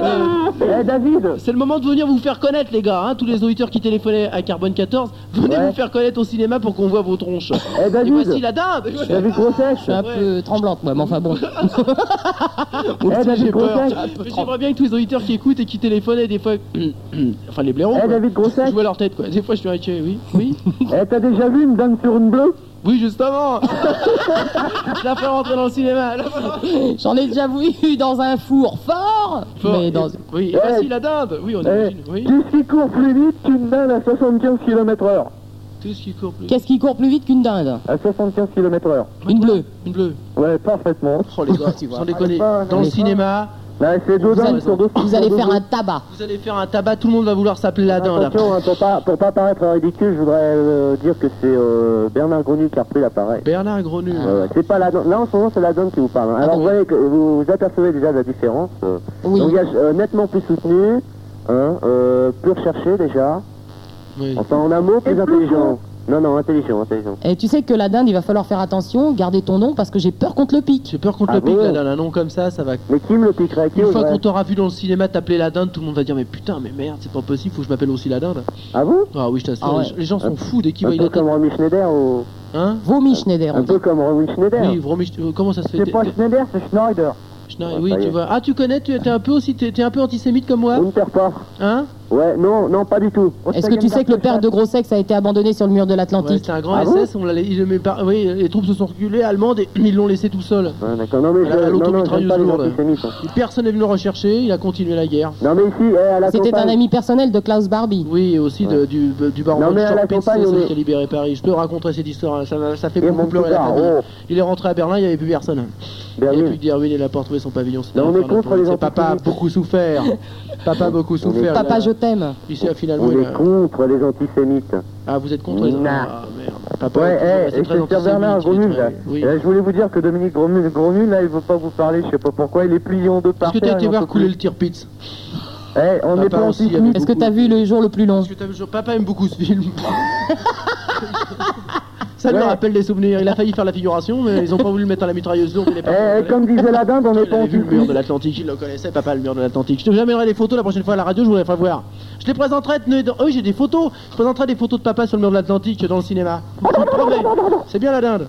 D: Euh,
F: Eh David
D: C'est le moment de venir vous faire connaître, les gars. hein, tous les auditeurs qui téléphonaient à Carbone 14, venez
F: Ouais.
D: vous faire connaître au cinéma pour qu'on voit vos tronches.
F: Eh
D: Et voici
F: David
D: la Eh, dinde
F: David gros
B: Je
F: sexe
B: suis un
D: Ouais.
B: peu tremblante moi, mais enfin bon.
F: Eh
D: J'ai
F: David gros
D: peur.
F: sexe
D: Mais J'aimerais bien que tous les auditeurs qui écoutent et qui téléphonaient des fois, enfin les blaireaux,
F: Eh
D: quoi,
F: David gros sexe
D: jouent à leur tête quoi. Des fois je suis inquiet, oui, oui,
F: Eh t'as déjà vu une dame sur une bleue
D: oui justement. je la fais rentrer dans le cinéma. je la fais rentrer-
B: J'en ai déjà vu dans un four fort, mais dans...
D: Oui, et
F: Eh.
D: voici la dinde. Oui, on
F: Eh.
D: imagine. Oui.
F: Qu'est-ce qui court plus vite qu'une dame à 75 km/h
A: Qu'est-ce qui court plus
B: Qu'est-ce qui court plus vite qu'une dinde
H: À 75 km/h.
B: Une bleue.
A: Une bleue.
H: Ouais, parfaitement.
D: Oh les gars, sans déconner. Dans le cinéma,
H: Là, c'est deux
D: Vous
H: dindes
D: avez-
H: sur deux
B: Vous
H: sur
B: allez
H: deux
B: faire
H: bouts.
B: un tabac.
D: vous allez faire un tabac, tout le monde va vouloir s'appeler la dinde après.
H: Attention, hein, pour pas, pour pas paraître ridicule, je voudrais euh, dire que c'est euh, Bernard Grenu qui a repris l'appareil.
D: Bernard Grenu.
H: Ouais, ouais, c'est pas la donne. Là en ce moment c'est la donne qui vous parle. hein.
B: Ah
H: Alors
B: bon
H: vous voyez que vous, vous apercevez déjà la différence. euh.
B: Oui.
H: Langage euh, nettement plus soutenu, hein, euh, plus recherché déjà.
D: Oui.
H: Enfin Ben, en un mot plus intelligent. Non non intelligent intelligent.
B: Et tu sais que la dinde, il va falloir faire attention, garder ton nom parce que j'ai peur qu'on te le pique.
D: J'ai peur qu'on te
H: Ah
D: le pique,
H: bon
D: la dinde. Un nom comme ça, ça va.
H: Mais qui me le piquerait qui
D: Une fois
H: oserait
D: qu'on t'aura vu dans le cinéma t'appeler la dinde, tout le monde va dire Mais putain, mais merde, c'est pas possible, faut que je m'appelle aussi la dinde.
H: Ah bon
D: Ah oui, je t'assure,
B: Ah ouais.
D: les, gens- les gens sont fous dès qu'ils
H: Un
D: voient
H: peu
D: la
H: comme
D: tête.
H: Romy Schneider ou
D: Hein
F: Euh,
B: Vomi, Schneider. on
H: un
B: dit.
H: peu comme Romy Schneider.
D: Oui, vraiment, je- euh, comment ça se fait
H: C'est
D: T'es-
H: pas Schneider c'est Schneider.
D: t'es- Schneider,
H: Ouais,
D: Oui,
H: ça y
D: tu
H: est.
D: vois. Ah, tu connais, tu t'es un peu aussi, t'es t'es un peu antisémite comme moi
H: Winterport.
D: Hein
H: Ouais non non pas du tout.
B: Est-ce que tu sais que le père de Gros Sex a été abandonné sur le mur de
D: Ouais,
B: l'Atlantique
D: C'était un grand
H: Ah bon
D: SS, on l'a la- il- mais par- oui, les troupes se sont reculées allemandes et ils l'ont laissé tout seul.
H: Ouais, D'accord non mais
D: Elle a
H: je non non j'aime
D: l'automitrailleuse
H: pas les
D: lourde.
H: antisémites. hein.
D: Et personne n'est venu le rechercher, il a continué la guerre.
H: Non mais ici eh, à la
B: C'était un
H: campagne-
B: ami personnel de Klaus Barbie.
D: Oui, et aussi de- du, euh, du baron
H: Non, mais
D: von
H: à la
D: Stolpitz,
H: campagne, on
D: celui
H: est-
D: qui a libéré Paris. Je peux raconter cette histoire, hein, ça, va- ça fait
H: Et
D: beaucoup
H: mon
D: pleurer la
H: petit
D: famille.
H: gars,
D: Il est rentré à Berlin, il n'y avait plus personne.
H: oh, bien
D: Il n'y a
H: vu.
D: plus d'Irwin, il a pas retrouvé son pavillon. c'était
H: Non, on est
D: infernal.
H: contre les
D: C'est Papa a
H: antisémites.
D: beaucoup souffert. Papa a beaucoup souffert. il
B: Papa,
D: a-
B: je t'aime.
D: il s'est- finalement,
H: On
D: il
H: est
D: a-
H: contre les antisémites.
D: Ah, vous êtes contre les
H: Non.
D: Ah, merde. Papa,
H: Ouais,
D: il est
H: eh,
D: toujours- très
H: et c'est Sir
D: antisémite,
H: Bernard
D: il est
H: Gromul,
D: très-
H: là.
D: Oui.
H: Et là, Je voulais vous dire que Dominique Gromul, Gromul, là, il veut pas vous parler, je sais pas pourquoi, il est plié en deux par
D: Est-ce que
H: terre.
D: t'as été
H: il en
D: voir
H: peut
D: couler
H: plus.
D: le tir pizza
H: Eh, on
D: Ah,
H: n'est
D: pas
H: pas
D: aussi,
H: antisémite.
D: avec-
B: Est-ce que t'as vu le jour le plus long
D: Parce que t'as vu, je- papa aime beaucoup ce film. Ça me
H: Ouais.
D: rappelle des souvenirs. Il a failli faire la figuration, mais ils ont pas voulu le mettre à la mitrailleuse lourde. il est
H: Eh,
D: parti.
H: eh, comme disait la dinde, on n'est
D: Il
H: pas
D: avait vu le mur
H: antisémite.
D: de l'Atlantique, il le connaissait, papa, le mur de l'Atlantique. Je te amènerai les photos la prochaine fois à la radio, je voudrais faire voir. Je les présenterai, tenez, dans- oh oui, j'ai des photos. Je présenterai des photos de papa sur le mur de l'Atlantique dans le cinéma. Je te promets. C'est bien la dinde.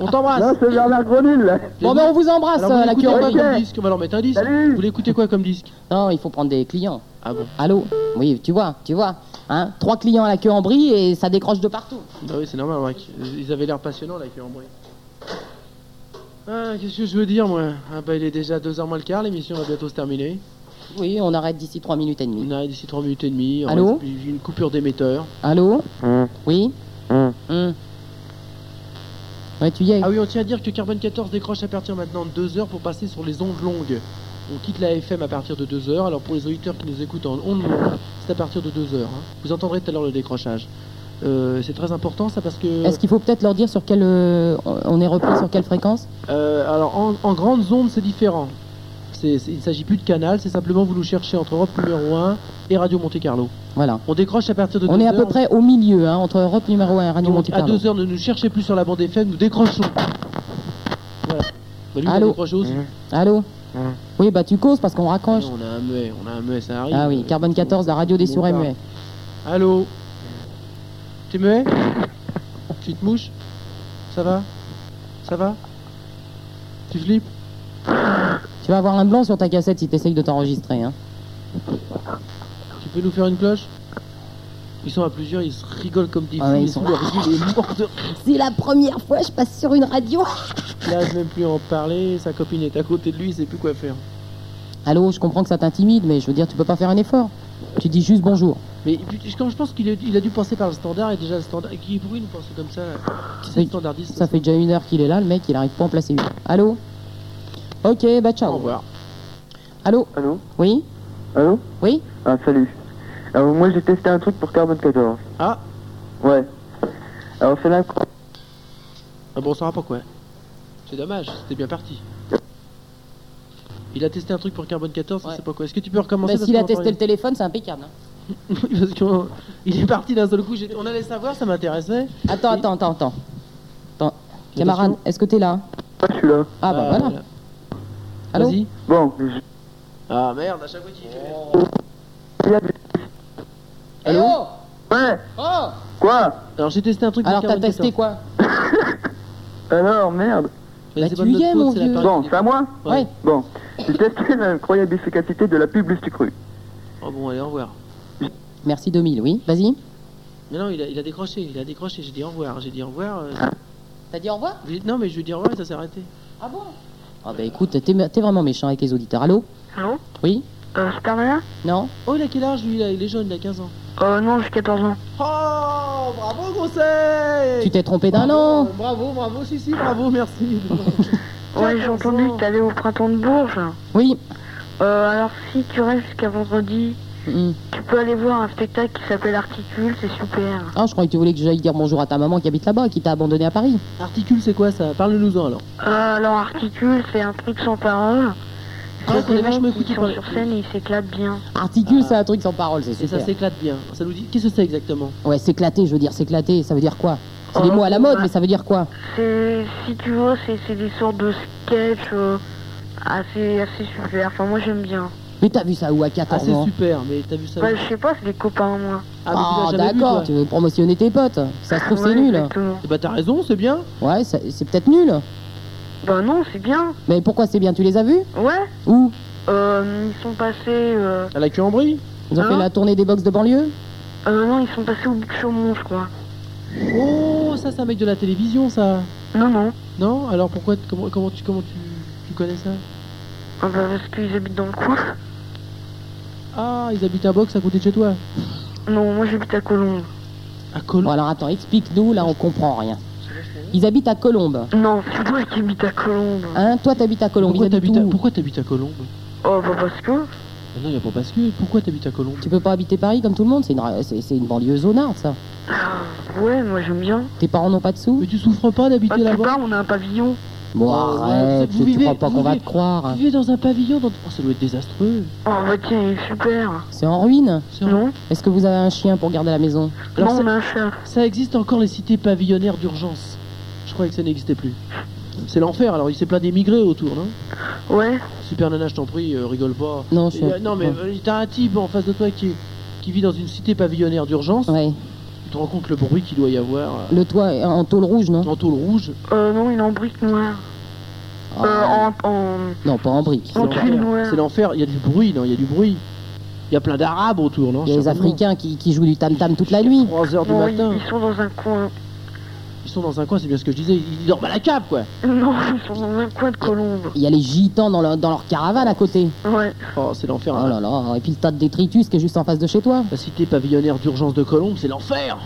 D: On t'embrasse.
H: Non, c'est Bernard Gromul, là.
B: Bon, ben on vous embrasse,
D: Alors,
B: euh,
D: vous
B: la
D: écoutez
B: cure.
D: quoi
H: Urbaine.
D: comme disque On va leur mettre un disque.
H: Salut.
D: Vous l'écoutez quoi comme disque
B: Non, il faut prendre des clients.
D: Ah bon
B: Allô Oui, tu vois, tu vois. Hein Trois clients à la queue en brie et ça décroche de partout.
D: Bah oui, c'est normal, mec. Ils avaient l'air passionnants, là, qui en bruit. Ah, qu'est-ce que je veux dire, moi Ah, bah, il est déjà 2h moins le quart, l'émission va bientôt se terminer.
B: Oui, on arrête d'ici trois minutes et demie.
D: On arrive d'ici 3 minutes et demie. On
B: Allô
D: reste- puis une coupure d'émetteur.
B: Allô
H: Hum,
B: Oui
H: hum.
B: Hum. Ouais, tu y es.
D: Ah oui, on tient à dire que Carbone 14 décroche à partir maintenant de 2h pour passer sur les ondes longues. On quitte la FM à partir de 2h. Alors, pour les auditeurs qui nous écoutent en ondes longues, c'est à partir de 2h. Vous entendrez tout à l'heure le décrochage. Euh, c'est très important, ça, parce que...
B: Est-ce qu'il faut peut-être leur dire sur quelle euh, on est repris sur quelle fréquence
D: Euh, alors en, en grandes ondes, c'est différent. C'est- c'est- il ne s'agit plus de canal, c'est simplement vous nous cherchez entre Europe numéro 1 et Radio Monte Carlo.
B: Voilà.
D: On décroche à partir de
B: On
D: 2
B: est à
D: heures,
B: peu près au milieu, hein, entre Europe numéro 1 et Radio
D: donc
B: Monte
D: à
B: Carlo.
D: 2 heures, ne nous cherchez plus sur la bande FM, nous décrochons. Voilà. Bah, lui, il a
B: Allô
D: décroché aussi.
B: Allô
H: Hum.
B: Oui, bah tu causes parce qu'on raccroche.
D: on a un muet, on a un muet, ça arrive.
B: Ah oui, Carbone 14, la radio des
D: Tout le monde
B: surets
D: parle.
B: muets.
D: Allô T'es muet Petite mouche Ça va Ça va Tu flippes
B: Tu vas avoir un blanc sur ta cassette si t'essayes de t'enregistrer. Hein.
D: Tu peux nous faire une cloche Ils sont à plusieurs, ils se rigolent comme des
B: Ah
D: fous,
B: ouais, ils
D: ils
B: sont-
D: sont ils sont morts de
G: C'est la première fois que je passe sur une radio.
D: Là, je même plus en parler, sa copine est à côté de lui, il sait plus quoi faire.
B: Allô, je comprends que ça t'intimide, mais je veux dire, tu peux pas faire un effort. Tu dis juste bonjour.
D: Mais puis, quand je pense qu'il est- il a dû penser par le standard, et déjà le standard. Qui pourrait nous penser comme ça là Qui c'est le
B: Oui,
D: standardiste
B: Ça fait déjà une heure qu'il est là, le mec, il arrive pas à en placer une. Allô Ok, bah
D: Au
B: ciao.
D: revoir.
B: Allô
H: Allô
B: Oui
H: Allô
B: Oui
H: Ah, salut. Alors, moi, j'ai testé un truc pour Carbone 14.
D: Ah.
H: Ouais. Alors, c'est là...
D: Ah bon, on saura pourquoi. C'est dommage, c'était bien parti. Il a testé un truc pour Carbone 14,
B: Ouais.
D: je sais pas quoi. Est-ce que tu peux recommencer
B: Bah
D: parce
B: s'il a
D: qu'on entend
B: testé le téléphone, c'est impeccable. hein.
D: rien. Parce qu'on- il est parti d'un seul coup, j'ai- on allait savoir, ça m'intéressait.
B: Attends,
D: Oui.
B: attends, attends, attends. Attends. Camarade, est-ce que t'es là
H: Ah, je suis là.
B: Ah
D: Euh,
B: bah voilà. Allô
D: Vas-y.
H: Bon, je- Oh.
D: Ah merde, à chaque fois qu'il fait.
B: Eh
H: Allô
B: oh
H: Ouais
B: Oh
H: Quoi
D: Alors j'ai testé un truc
B: Alors
D: pour
B: t'as
D: Carbone
B: testé
D: 14.
B: quoi
H: Alors, merde.
D: Mais
B: Bah,
D: c'est
B: tu
D: pas de
B: y
D: notre
B: es,
D: faute,
B: mon
D: c'est la
B: vieux.
D: période
H: Bon,
D: des-
H: c'est à moi
D: Ouais.
B: Ouais.
H: Bon. J'ai testé l'incroyable efficacité de la pub Lustucru.
D: Oh bon, allez, au revoir.
B: Merci 2000, oui. Vas-y.
D: Mais non, il a, il a décroché, il a décroché, j'ai dit au revoir, j'ai dit au revoir. euh,
A: Ah.
B: T'as dit au revoir
D: j'ai- non, mais je lui ai dit au revoir et ça s'est arrêté.
B: Ah bah écoute, t'es t'es vraiment méchant avec les auditeurs. Allô
E: Allô
B: Oui
L: Euh, Superman
B: Non.
A: Oh, il a quel âge lui là Il est jeune, il a 15 ans.
L: Euh, non, j'ai 14 ans.
A: Oh, bravo, conseil
B: Tu t'es trompé d'un
A: ah,
B: an.
A: Bravo, bravo, si, si, bravo, merci.
L: Ouais, j'ai entendu que t'allais au printemps de Bourges.
B: Oui.
L: Euh, alors si tu restes jusqu'à vendredi,
B: Mm.
L: tu peux aller voir un spectacle qui s'appelle Articule, c'est super.
B: Ah, je croyais que tu voulais que j'aille dire bonjour à ta maman qui habite là-bas et qui t'a abandonné à Paris.
A: Articule, c'est quoi ça Parle-nous-en alors.
L: Euh, alors Articule, c'est un truc sans parole.
A: Ah,
L: C'est
A: c'est
L: des
A: vrai, je
L: mecs
A: me foutais
L: qui sont
A: pas-
L: sur scène et ils s'éclatent bien.
B: Articule, c'est un truc sans parole, c'est
A: Ah. Et ça
B: super.
A: s'éclate bien. Ça nous dit. Qu'est-ce que c'est exactement
B: ouais, s'éclater, je veux dire, s'éclater, ça veut dire quoi C'est des
L: Oh,
B: mots à la mode,
L: ouais.
B: mais ça veut dire quoi
L: C'est, si tu veux, c'est, c'est des sortes de sketchs euh, assez, assez super. Enfin, moi j'aime bien.
B: Mais t'as vu ça où à
A: Ah,
B: 14
A: c'est
B: ans
A: super, mais t'as vu ça
L: Ouais, je sais pas, c'est des copains à moi.
A: Ah,
B: Ah,
A: mais tu l'as jamais vu,
B: d'accord,
A: toi.
B: tu veux promotionner tes potes. Ça se trouve,
L: Ouais,
B: c'est nul.
L: exactement.
A: Eh Bah, t'as raison, c'est bien.
B: Ouais, ça- c'est peut-être nul.
L: Bah non, c'est bien.
B: Mais pourquoi c'est bien Tu les as vus
L: Ouais.
B: Où
L: Euh, ils sont passés. Euh...
A: À la queue en brie
B: Ils ont
L: Hein
B: fait la tournée des box de banlieue
L: euh, non, ils sont passés au Buc-Chaumont, je crois.
A: Oh, ça, c'est un mec de la télévision, ça.
L: Non, non.
A: Non Alors pourquoi Comment, comment tu comment tu, tu connais ça
L: Ah bah, parce qu'ils habitent dans le coin.
A: Ah, ils habitent à Box à côté de chez toi.
L: Non, moi j'habite à Colombes.
A: À Col.
B: Bon, alors attends, explique-nous, là on comprend rien. Ils habitent à Colombes.
L: Non, c'est moi qui habite à Colombes.
B: Hein Toi, t'habites à Colombes.
A: Pourquoi
B: Ils habitent
A: t'habites à,
B: où
A: pourquoi t'habites à Colombes
L: Oh, bah parce que.
A: Ah Non, il a pas parce que. Pourquoi t'habites à Colombes
B: Tu peux pas habiter Paris comme tout le monde, c'est une, ra- c'est- c'est une banlieue zonarde ça.
L: ah, Ouais, moi j'aime bien.
B: Tes parents n'ont pas de sous
A: Mais tu souffres pas
L: Bah,
A: d'habiter
L: tu
A: là-bas
L: pars, on a un pavillon.
B: Bon,
A: Oh, ouais,
B: arrête,
A: vous
B: tu, tu
A: vivez-
B: crois pas
A: vous
B: qu'on va
A: vivez-
B: te croire.
A: Tu vivais dans un pavillon dans... Oh, ça doit être désastreux.
L: Oh, bah tiens, il est super.
B: C'est en ruine
A: C'est-
L: Non
B: Est-ce que vous avez un chien pour garder la maison
A: Alors,
L: Non,
A: ça-
L: on a un chat.
A: Ça existe encore les cités pavillonnaires d'urgence. Je croyais que ça n'existait plus. C'est l'enfer, alors il s'est plein d'émigrés autour, non
L: Ouais.
A: Super Nana, je t'en prie, euh, rigole pas.
B: Non, je
A: Et, euh, non, mais
B: Ouais.
A: euh, t'as un type en face de toi qui, qui vit dans une cité pavillonnaire d'urgence.
B: Ouais.
A: Tu te rends compte le bruit qu'il doit y avoir euh,
B: Le toit est en tôle rouge, non
A: en tôle rouge.
L: Euh, non, il est en brique noire.
A: Oh.
L: Euh,
B: Ah,
L: en. en...
B: Non, pas en briques.
A: C'est
L: En
A: l'enfer.
L: tuile noire.
A: C'est l'enfer, il y a du bruit, non, il y a du bruit. Il y a plein d'arabes autour, non
B: Il y a les Africains qui, qui jouent du tam-tam toute la nuit.
A: 3 heures du
L: Non, ils,
A: matin.
L: ils sont dans un coin.
A: Ils sont dans un coin, c'est bien ce que je disais. Ils dorment à la cape, quoi.
L: Non, ils sont dans un coin de Colombes.
B: Il y a les gitans dans leur, dans leur caravane à côté.
L: Ouais.
A: Oh, c'est l'enfer.
B: Oh
A: hein.
B: là là, et puis le tas de détritus qui est juste en face de chez toi.
A: La cité pavillonnaire d'urgence de Colombes, c'est l'enfer.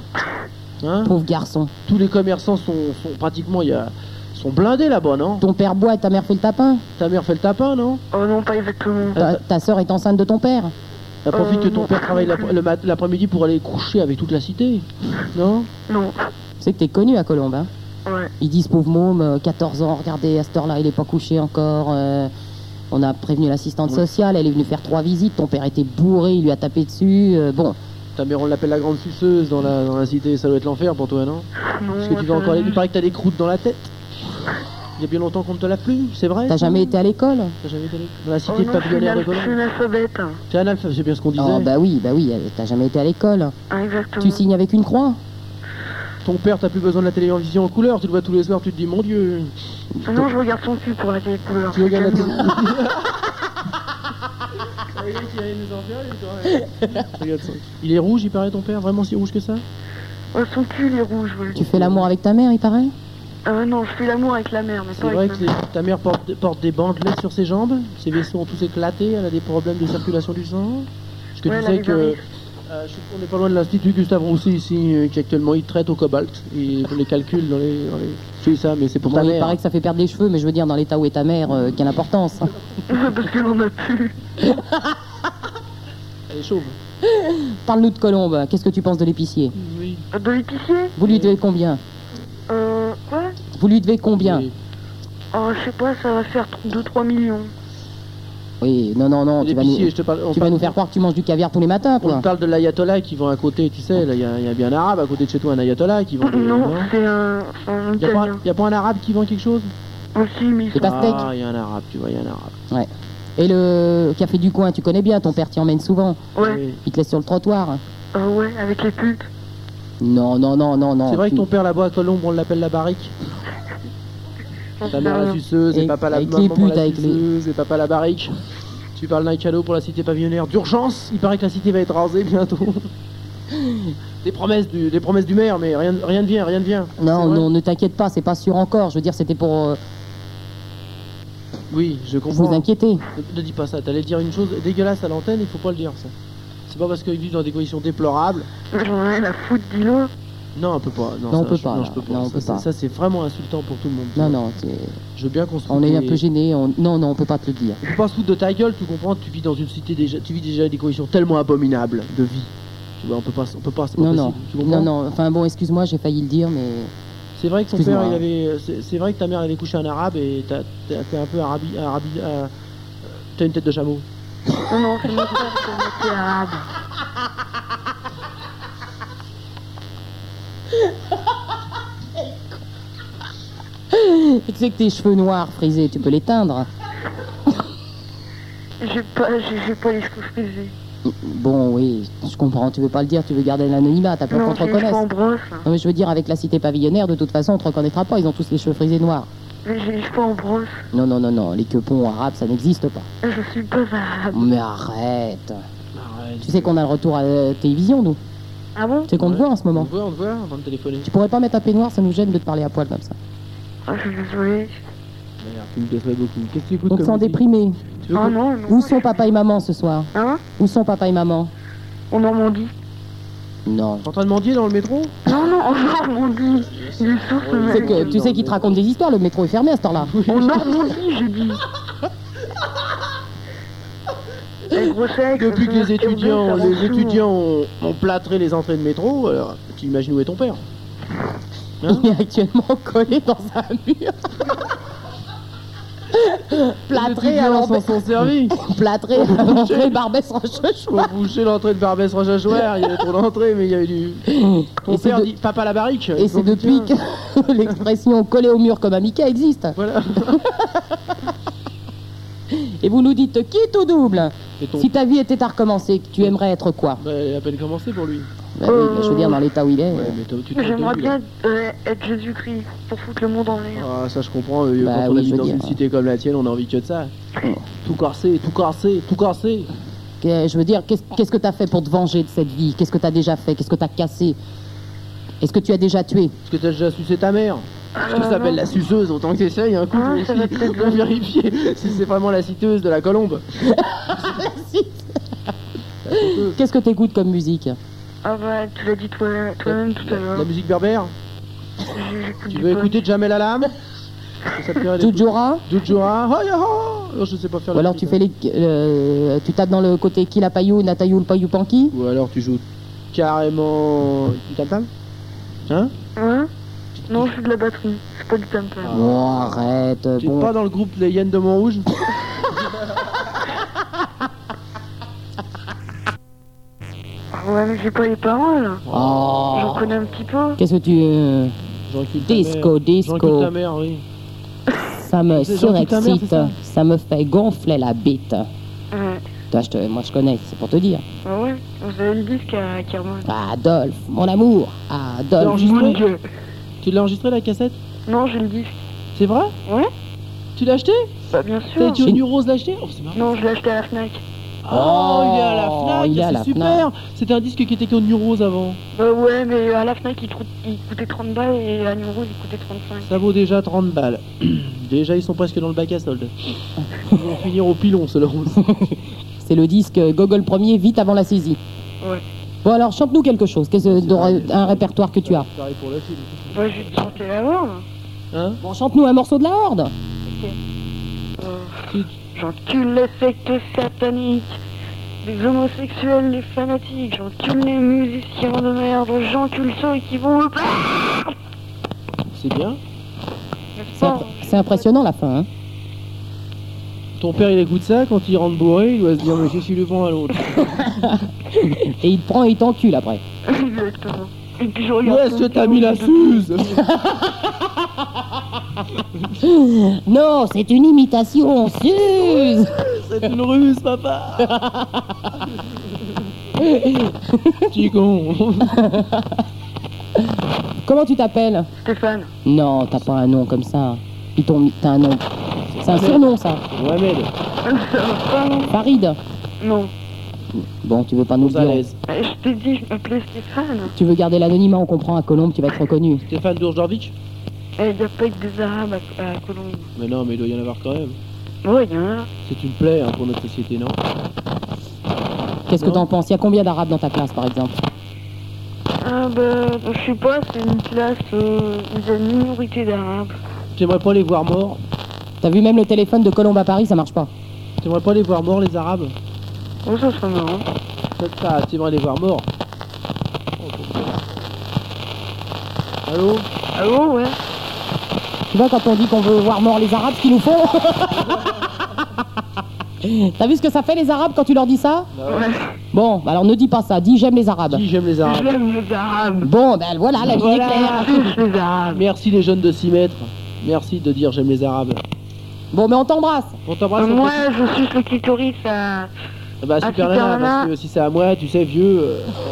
A: Hein
B: Pauvre garçon.
A: Tous les commerçants sont, sont pratiquement, il y a, sont blindés là-bas, non
B: Ton père boit et ta mère fait le tapin.
A: Ta mère fait le tapin, non
L: Oh non, pas exactement.
A: Euh,
B: Ta, ta sœur est enceinte de ton père.
A: Elle profite
L: Euh,
A: que ton
L: non.
A: père travaille l'après- le mat- l'après-midi pour aller coucher avec toute la cité, non
L: Non.
B: C'est que t'es connu à Colombe. Hein.
L: Ouais.
B: Ils disent, pauvre môme, euh, 14 ans, regardez, à cette heure-là, il est pas couché encore. euh, on a prévenu l'assistante
A: Ouais.
B: sociale, elle est venue faire trois visites. Ton père était bourré, il lui a tapé dessus. euh, bon,
A: Ta mère, on l'appelle la grande suceuse dans la, dans la cité, ça doit être l'enfer pour toi, non
L: Non.
A: Parce que tu
L: attends,
A: vas encore aller, il
L: juste-
A: paraît que t'as des croûtes dans la tête. Il y a bien longtemps qu'on ne te l'a plus, c'est vrai
B: t'as
A: ça
B: jamais été à l'école
A: T'as jamais été allé Dans la
L: Oh
A: cité
L: non, je suis
A: pavillonnaire de
L: une- je suis
A: Colombes
L: une alphabète.
A: T'es analphabète, c'est bien ce qu'on disait.
B: Oh, bah oui, bah oui, euh, t'as jamais été à l'école.
L: Ah, exactement.
B: Tu signes avec une croix
A: Ton père, t'as plus besoin de la télévision en couleur, tu le vois tous les soirs, tu te dis, mon Dieu,
L: Non, je regarde son cul pour la télécouleur.
A: tu regardes la
L: Calme.
A: télé. Regarde ça. Il est rouge, il paraît ton père, vraiment si rouge que ça
L: Oh, son cul il est rouge, oui.
B: Tu fais l'amour avec ta mère, il paraît
L: Euh, non, je fais l'amour avec la mère, mais
A: C'est
L: pas
A: vrai
L: avec
A: que
L: ma mère.
A: les- ta mère porte, porte des bandelettes sur ses jambes, ses vaisseaux ont tous éclaté, elle a des problèmes de circulation du sang. Je te
L: Ouais,
A: disais
L: la
A: que.
L: vulvarise.
A: euh, je sais qu'on est pas loin de l'Institut Gustave Roussy ici, euh, qui actuellement il traite au cobalt. Il fait les calculs dans les. dans les- Je dis ça, mais c'est pour
B: Bon,
A: ta
B: il
A: mère.
B: paraît que ça fait perdre les cheveux, mais je veux dire, dans l'état où est ta mère, euh, quelle importance.
L: Parce que l'on a plus.
A: Elle est chauve.
B: Parle-nous de Colombe, qu'est-ce que tu penses de l'épicier
A: Oui.
L: De l'épicier
B: Vous lui devez combien
L: Euh, quoi
B: Vous lui devez combien
A: Et
L: Oh, je sais pas, ça va faire 2-3 millions.
B: Oui, non, non, non, tu vas,
A: L'épicier,
B: nous,
A: je te parle. On,
B: tu vas
A: parle,
B: nous faire croire que tu manges du caviar tous les matins,
A: on
B: quoi.
A: parle de l'ayatollah qui vend à côté, tu sais, là, il y, a- il y a bien un arabe à côté de chez toi, un ayatollah qui vend. des-
L: Non, c'est un, un
A: Ah, Il y a, pas,
L: italien.
A: y a pas un arabe qui vend quelque chose
L: Aussi, mais
B: Des pastèques.
A: Ah, il y a un arabe, tu vois, il y a un arabe.
B: Et le café du coin, tu connais bien, ton père t'y emmène souvent.
L: Ouais,
A: Oui.
B: Il te laisse sur le trottoir.
L: euh, ouais, avec les putes.
B: Non, non, non, non, non.
A: C'est vrai que
B: tu-
A: ton père là-bas à Colombe, on l'appelle la barrique.
B: Ah.
L: J'en
A: Ta
L: sais
A: mère la
L: rien.
A: suceuse et
B: Avec-
A: papa la
B: avec
A: maman
B: les putes,
A: la
B: avec les-
A: suceuse et papa la barrique. Tu parles d'un cadeau pour la cité pavillonnaire d'urgence. Il paraît que la cité va être rasée bientôt. Des promesses du, des promesses du maire, mais rien, rien ne vient, rien ne vient.
B: Non,
A: C'est vrai
B: non, ne t'inquiète pas, c'est pas sûr encore. Je veux dire, c'était pour. euh,
A: Oui, je comprends.
B: Vous inquiétez.
A: Ne, ne dis pas ça, t'allais dire une chose dégueulasse à l'antenne, il faut pas le dire ça. C'est pas parce qu'ils vivent dans des conditions déplorables.
L: J'en ai la foutre, dis-le.
A: Non, on peut pas. Non,
B: Non, on
A: ça,
B: peut
A: je-
B: pas,
A: Non,
B: là.
A: je peux pas.
B: Non, on
A: ça,
B: peut
A: c'est-
B: pas.
A: ça, c'est vraiment insultant pour tout le monde.
B: Non, non, c'est-
A: Je veux bien qu'on se
B: on
A: foute
B: est un
A: des-
B: peu gêné. On... Non, non, on peut pas te le dire.
A: Faut pas se foutre de ta gueule, tu comprends Tu vis dans une cité déjà, tu vis déjà des conditions tellement abominables de vie. Tu vois, on peut pas, on peut pas. c'est pas
B: Non, non,
A: possible, tu comprends
B: non, non. Enfin bon, excuse-moi, j'ai failli le dire, mais
A: C'est vrai que son
B: Excuse-moi.
A: père, il avait, c'est c'est vrai que ta mère, elle avait couché un arabe et t'as- t'as- t'es un peu arabi, arabi, euh, t'as une tête de chameau.
L: Non, non, c'est mon frère qui est moitié arabe.
B: Et tu sais que tes cheveux noirs frisés, tu peux les teindre.
L: J'ai pas, j'ai j'ai pas les cheveux frisés.
B: Bon, oui, je comprends. Tu veux pas le dire, tu veux garder l'anonymat, t'as peur qu'on
L: Non,
B: te
L: j'ai les cheveux
B: reconnaisse.
L: en brosse.
B: Non, mais je veux dire, avec la cité pavillonnaire, de toute façon, on te reconnaîtra pas. Ils ont tous les cheveux frisés noirs.
L: Mais j'ai les cheveux en brosse.
B: Non, non, non, non. Les quepons arabes, ça n'existe pas.
L: Je suis pas arabe.
B: Mais arrête. Tu sais qu'on a le retour à la télévision, nous.
L: Ah bon
B: Tu sais qu'on te voit en ce
A: On
B: moment.
A: te voit, on te voit, on va me téléphoner.
B: Tu pourrais pas mettre un peignoir, ça nous gêne de te parler à poil comme ça.
L: Ah, je suis désolée.
A: Merde, tu me déçois beaucoup. Qu'est-ce que tu écoutes
B: Donc
A: comme
B: sans
A: musique
B: déprimer.
A: Tu
L: Ah
A: veux qu'on-
B: Où sont papa et maman ce soir
L: Hein
B: Où sont papa et maman
L: En Normandie.
B: Non.
A: T'es en train de mendier dans le métro
L: Non, non, en Normandie. Il est sourd, ce
B: Tu sais
L: mec.
B: que- tu sais qu'ils te racontent des histoires, le métro est fermé à ce temps-là.
L: En Normandie, j'ai dit. Eh, gros sexe,
A: Depuis
L: ce
A: que les
L: mec est
A: étudiants,
L: obèse, ça hein.
A: les
L: rend sourd.
A: étudiants ont, ont plâtré les entrées de métro, alors tu imagines où est ton père Hein
B: Il est actuellement collé dans un mur. Plâtré à
A: étudiants
B: l'entrée.
A: s'en sont servis.
B: Plâtré à l'entrée, Barbès en chouchou.
A: Pour boucher l'entrée de Barbès Rochechouart, il y avait trop d'entrées, mais il y avait du. Ton
B: Et c'est
A: père
B: de-
A: dit Papa la barrique
B: Et c'est depuis que l'expression collé au mur comme un Mickey existe.
A: Voilà.
B: Et vous nous dites qui tout double
A: Et ton-
B: Si ta vie était à recommencer, tu aimerais être quoi
A: Bah, il a à peine commencé pour lui.
B: Bah oui, bah, je veux dire, dans l'état où il est.
A: Ouais,
B: euh,
A: mais toi, tu te
L: Mais J'aimerais
A: moques de lui, là.
L: bien euh, être Jésus-Christ pour foutre le monde en l'air.
A: Ah, ça je comprends, euh,
B: Bah
A: quand on
B: oui,
A: habite
B: je veux
A: dans
B: dire,
A: une
B: euh.
A: cité comme la tienne, on a envie que de ça. Tout corsé, tout corsé, tout corsé.
B: que- je veux dire, qu'est-ce qu'est-ce que t'as fait pour te venger de cette vie Qu'est-ce que t'as déjà fait Qu'est-ce que t'as cassé Est-ce que tu as déjà tué
A: Est-ce que t'as déjà sucé ta mère Parce que ça
L: non.
A: s'appelle la suceuse, autant que t'essayes, hein, un coup,
L: Ah,
A: on
L: ça va peut-être
A: on vérifier si c'est vraiment la citeuse de la colombe.
B: Qu'est-ce que t'écoutes comme musique
L: Ah bah, tu l'as dit toi- toi-même tout à l'heure.
A: La musique berbère
L: J'écoute
A: Tu
L: du
A: veux
L: pop.
A: écouter Jamel Alam Parce que ça te ferait des-
B: Jujura
A: Dujura Oh, yeah, oh Non, Je sais pas faire
B: Ou
A: la
B: alors tu
A: suite,
B: fais les, euh, tu tapes dans le côté Kila Payou, Natayou, le Payou Panki
A: hein. Ou alors tu joues carrément... Du tam-tam Hein
L: Ouais Non, je suis de la batterie. C'est pas du tam-tam.
B: Oh, arrête,
A: Ah. Tu es
B: bon.
A: pas dans le groupe Les Yennes de Montrouge Ah.
L: Ah Ouais, mais j'ai pas les paroles. J'en
B: Oh.
L: connais un petit peu.
B: Qu'est-ce que tu. euh,
A: J'encule ta
B: Disco,
A: mère. J'encule
B: disco,
A: ta mère, oui.
B: ça me
A: C'est gentil, ta mère, c'est
B: surexcite,
A: ça
B: ça me fait gonfler la bite.
L: Ouais.
B: Toi, je te- moi, je connais, c'est pour te dire.
L: Ah ouais Vous avez le disque euh, à Carmon.
B: Adolphe, mon amour,
A: T'as
B: Adolphe.
A: enregistré
L: Mon Dieu.
A: Tu l'as enregistré la cassette
L: Non, j'ai le disque.
A: C'est vrai
L: Ouais.
A: Tu l'as acheté
L: Bah, bien
A: T'as
L: sûr.
A: été au Nu Rose l'acheter Oh, c'est marrant.
L: Non, je l'ai acheté à la Fnac.
A: Oh, il est à la Fnac,
B: il est à la
A: c'est super C'était un disque qui était qu'au Nu Rose avant.
L: Bah ouais, mais à la Fnac, il, trou- il coûtait 30 balles et à New Rose, il coûtait 35.
A: Ça vaut déjà 30 balles. déjà, ils sont presque dans le bac à soldes. Ils vont finir au pilon, ceux-là.
B: C'est le disque euh, Gogol premier, vite avant la saisie.
L: Ouais.
B: Bon, alors, chante-nous quelque chose, qu'est-ce que-
A: C'est
B: de-
A: pareil,
B: un répertoire que tu as.
A: Pareil pour le film.
L: Bah, j'ai chanté la horde.
A: Hein
B: Bon, chante-nous un morceau de la Horde.
L: Euh, J'encule les sectes sataniques, les homosexuels, les fanatiques, j'encule les musiciens de merde, j'encule ceux qui vont me plaire.
A: C'est bien.
L: N'est-ce
B: C'est
L: pas
B: impr- c'est impressionnant la fin, hein.
A: Ton père, il écoute ça, quand il rentre bourré, il doit se dire, mais qu'est-ce qu'il le vend à l'autre
B: Et il te prend et il t'encule après.
L: Exactement. Et puis je
A: Où
L: regarde.
A: est-ce que t'as mis la suze
B: Non, c'est une imitation, Suze
A: C'est une ruse, papa Petit con
B: Comment tu t'appelles
L: Stéphane.
B: Non, t'as pas un nom comme ça. Ils t'ont mis- T'as un nom. C'est un surnom, ça.
A: Mohamed,
L: Ça va pas, non
B: Farid.
L: Non.
B: Bon, tu veux pas nous dire.
A: Gonzalez,
L: Mais Je t'ai dit, je m'appelais Stéphane.
B: Tu veux garder l'anonymat, on comprend. À Colombe, tu vas être reconnu.
A: Stéphane Dourjevic
L: Eh, Et il n'y a pas que des Arabes à, à Colombie.
A: Mais non, mais il doit y en avoir quand même.
L: Ouais, il y en a.
D: C'est une plaie hein, pour notre société, non
B: Qu'est-ce que t'en penses Il y a combien d'arabes dans ta classe, par exemple
L: Ah bah, je sais pas, c'est une classe euh, où il y a une minorité d'arabes.
A: J'aimerais pas les voir morts.
B: T'as vu même le téléphone de Colombe à Paris, ça marche pas.
A: T'aimerais pas les voir morts, les arabes
L: Oh, ça serait marrant.
A: Faites ça, t'aimerais les voir morts. Allô
L: Allô, Ah, ouais
B: Tu vois, quand on dit qu'on veut voir morts les arabes, ce qu'ils nous font T'as vu ce que ça fait les arabes quand tu leur dis ça
L: Ouais.
B: Bon, bah alors ne dis pas ça, dis j'aime les arabes.
A: Dis j'aime les arabes.
L: J'aime les arabes.
B: Bon, ben voilà, la vie est claire.
L: les arabes.
A: Ah, Merci les jeunes de 6 mètres. Merci de dire j'aime les arabes.
B: Bon, mais on t'embrasse.
A: On t'embrasse.
L: Euh,
A: on
L: moi,
A: t'embrasse.
L: je suis le clitoris à...
A: Ah bah
L: Ah,
A: super
L: super
A: nana,
L: nana.
A: parce que si c'est à moi, tu sais, vieux,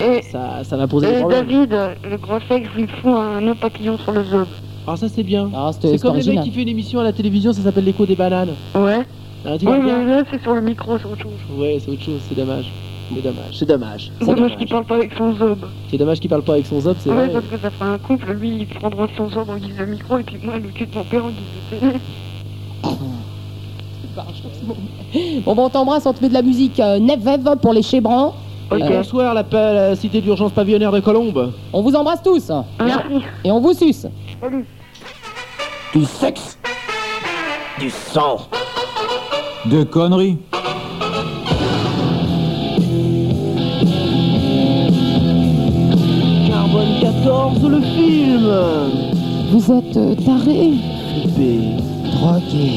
A: euh,
L: Et-
A: ça, ça va poser des
L: Et
A: problèmes.
L: David, le gros sexe, lui fout un nœud papillon sur le zob.
A: Alors ça c'est bien.
B: Ah, c'était
A: C'est
B: c'était
A: comme les mecs
B: original.
A: qui fait une émission à la télévision, ça s'appelle l'écho des bananes.
L: Ouais.
A: Hein, tu vois
L: Oui,
A: bien
L: mais là, c'est sur le micro, c'est autre chose.
A: Ouais, c'est autre chose, c'est dommage. C'est dommage, c'est dommage.
L: C'est dommage qu'il parle pas avec son zob.
A: C'est dommage qu'il parle pas avec son zob, c'est
L: Ouais,
A: vrai.
L: parce que ça fera un couple. Lui, il prendra son zob en guise de micro, et puis moi, le cul de mon père en guise de télé.
B: Bon, bon, on t'embrasse, on te met de la musique euh, Nevev pour les Chébrans.
L: Ok.
A: Et Euh, Bonsoir la, pa- la cité d'urgence pavillonnaire de Colombes.
B: On vous embrasse tous.
L: Merci.
B: Et on vous suce.
L: Salut.
M: Du sexe, du sang, de conneries.
A: Carbone 14, le film
N: Vous êtes euh, taré,
A: Flippé,
N: drogué,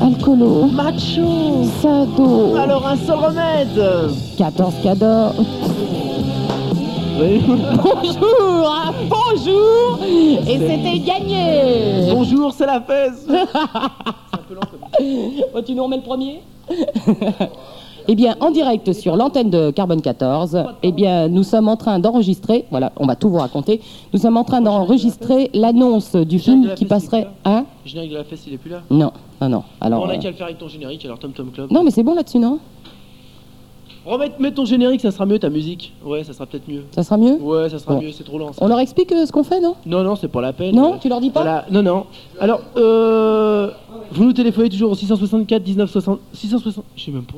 N: alcoolo,
A: macho,
N: sado,
A: Alors un seul remède
N: 14 cadors.
A: Oui.
B: Bonjour, ah, bonjour. Et c'était gagné.
A: Bonjour, c'est la fesse
B: Oh, tu nous remets le premier Eh bien, en direct sur l'antenne de Carbone 14, eh bien, nous sommes en train d'enregistrer, voilà, on va tout vous raconter, nous sommes en train d'enregistrer l'annonce du film qui passerait à...
A: Le générique de la fesse, il est plus là
B: Non, non, non, alors...
A: On a
B: euh,
A: qu'à le faire avec ton générique, alors Tom Tom Club.
B: Non, mais c'est bon là-dessus, non
A: Remets mets ton générique, ça sera mieux ta musique. Ouais, ça sera peut-être mieux.
B: Ça sera mieux
A: Ouais, ça sera
B: Bon.
A: mieux, c'est trop lent. ça.
B: On leur explique euh, ce qu'on fait, non
A: Non, non, c'est pas la peine.
B: Non,
A: Euh,
B: tu leur dis pas
A: voilà. Non, non. Alors, euh, vous nous téléphonez toujours au 664 1960. 660. Je sais même pas.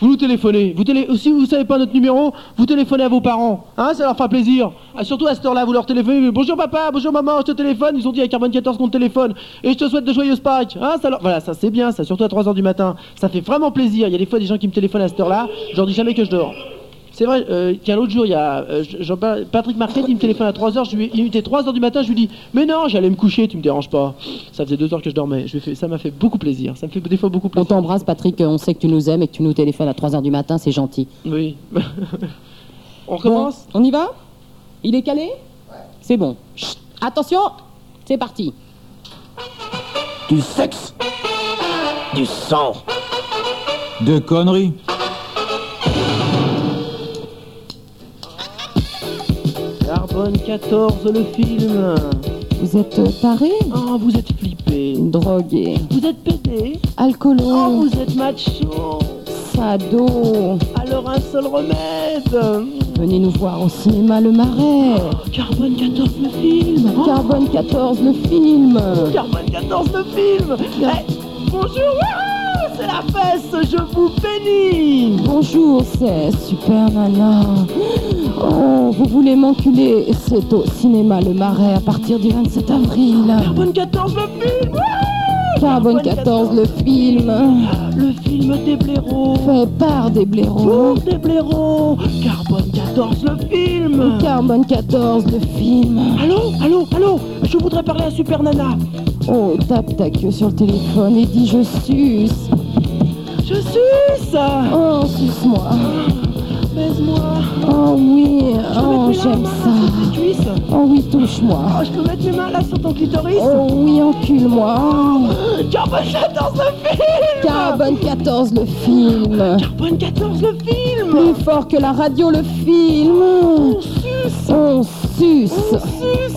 A: Vous nous téléphonez. Vous télé... Si vous savez pas notre numéro, vous téléphonez à vos parents. Hein, ça leur fera plaisir. Ah, surtout à cette heure-là, vous leur téléphonez. vous dites, Bonjour papa, bonjour maman, je te téléphone. Ils ont dit à Carbone 14 qu'on te téléphone. Et je te souhaite de joyeuses Pâques. Hein, ça leur... Voilà, ça c'est bien, ça, surtout à 3h du matin. Ça fait vraiment plaisir. Il y a des fois des gens qui me téléphonent à cette heure-là. Je leur dis jamais que je dors. C'est vrai, euh, tiens, l'autre jour, il y a euh, Jean- Patrick Marquette, il me téléphone à 3h, je lui, il était 3h du matin, je lui dis Mais non, j'allais me coucher, tu me déranges pas. Ça faisait 2 heures que je dormais, je lui ai fait- ça m'a fait beaucoup plaisir, ça me fait des fois beaucoup
B: On
A: plaisir.
B: t'embrasse, Patrick, on sait que tu nous aimes et que tu nous téléphones à 3h du matin, c'est gentil.
A: Oui. On recommence
B: Bon, on y va Il est calé C'est bon. Chut. Attention, c'est parti.
M: Du sexe, du sang, de conneries.
A: Carbone 14, le film.
N: Vous êtes euh, taré,
A: Oh, vous êtes flippé.
N: drogué,
A: Vous êtes pédé. Oh,
N: alcoolo,
A: vous êtes macho.
N: sado.
A: Alors un seul remède.
N: Venez nous voir au cinéma Le Marais.
B: Oh.
A: Carbone 14, le film. Oh,
N: Carbone 14, le film.
A: Carbone 14, le film. Eh, bonjour, ah, c'est la fesse, je vous bénis.
N: Bonjour, c'est Super Nana. Oh, vous voulez m'enculer C'est au cinéma Le Marais à partir du 27 avril.
A: Carbone 14, le film
N: Carbone 14, le film.
A: Le film des blaireaux
N: Fait par des blaireaux.
A: Pour des blaireaux Carbone 14, le film
N: Carbone 14, le film.
A: Allô, allô, allô Je voudrais parler à Super Nana
N: Oh, tape ta queue sur le téléphone et dis je suce.
A: Je suce
N: Oh, suce-moi.
A: Baise-moi
N: Oh oui,
A: Je peux
N: oh
A: mettre mes
N: j'aime
A: mains là, sur
N: ça.
A: tes cuisses
N: Oh oui, touche-moi.
A: Oh, je peux mettre mes mains là sur ton clitoris
N: Oh oui, encule-moi. Oh,
A: Carbone 14, le film
N: Carbone 14, le film.
A: Carbone 14, le film
N: Plus fort que la radio, le film. On suce. On suce.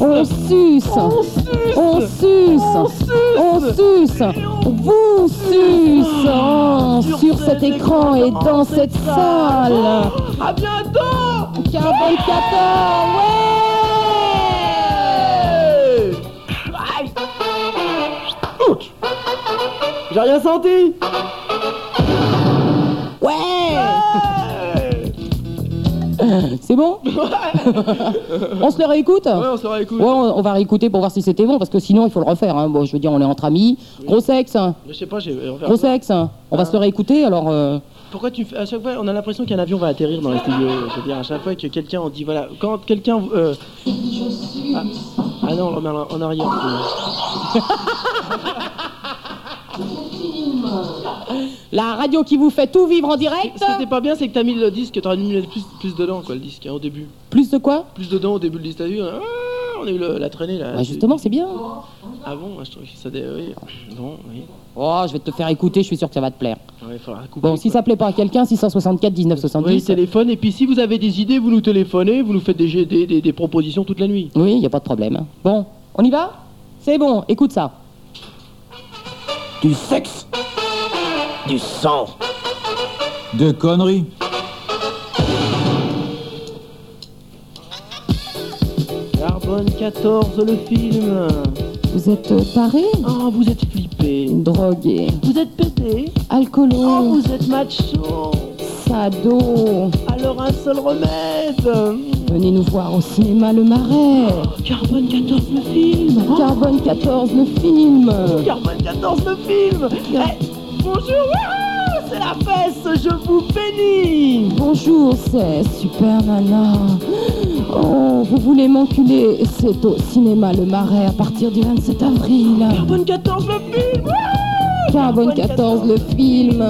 N: On suce. On suce. On suce. On suce. Vous suce. Oh, sur cet écran et dans cette salle.
A: À bientôt
N: Carbone 14, ouais
A: Ouch J'ai rien senti
B: Ouais
N: Euh,
B: C'est bon On se le réécoute Ouais,
A: on se le réécoute.
B: on, on va réécouter pour voir si c'était bon, parce que sinon, il faut le refaire. hein. Bon, je veux dire, on est entre amis. Gros sexe hein.
A: Je sais pas, j'ai.
B: Gros sexe hein. On va se le réécouter, alors... euh,
A: Pourquoi tu fais- à chaque fois on a l'impression qu'un avion va atterrir dans les studios Je veux dire à chaque fois que quelqu'un on dit voilà quand quelqu'un euh, ah, ah non on remet en arrière.
B: La radio qui vous fait tout vivre en direct.
A: Ce qui était pas bien c'est que t'as mis le disque t'aurais mis plus plus dedans quoi le disque hein, au début.
B: Plus de quoi
A: Plus dedans au début le disque t'as vu hein, ah, on a eu le- la traînée là.
B: bah, justement, c'est bien.
A: Ah bon je trouve que ça dé- oui bon oui.
B: Oh, je vais te faire écouter, je suis sûr que ça va te plaire.
A: Ouais, il faudra couper.
B: Bon, si ça plaît pas à quelqu'un, 664 1970.
A: Oui, téléphone. Et puis si vous avez des idées, vous nous téléphonez, vous nous faites des, des, des, des propositions toute la nuit.
B: Oui, il n'y a pas de problème. hein. Bon, on y va C'est bon, écoute ça.
M: Du sexe. Du sang. De conneries.
A: Carbone 14, le film.
N: Vous
B: euh,
N: êtes paré
A: Oh, vous êtes flippé.
N: Drogué.
A: Vous êtes pété.
N: Alcoolo.
A: Oh, vous êtes macho.
N: Sado.
A: Alors un seul remède.
N: Venez nous voir au cinéma Le Marais.
A: Carbone 14, le film.
N: Carbone 14, le film.
A: Carbone 14, le film. Eh, bonjour. Ah, C'est la fesse, je vous bénis.
N: Bonjour, c'est Super Nana. Oh, vous voulez m'enculer C'est au cinéma Le Marais à partir du 27 avril.
A: Carbone 14, le film.
N: Carbone 14, le film.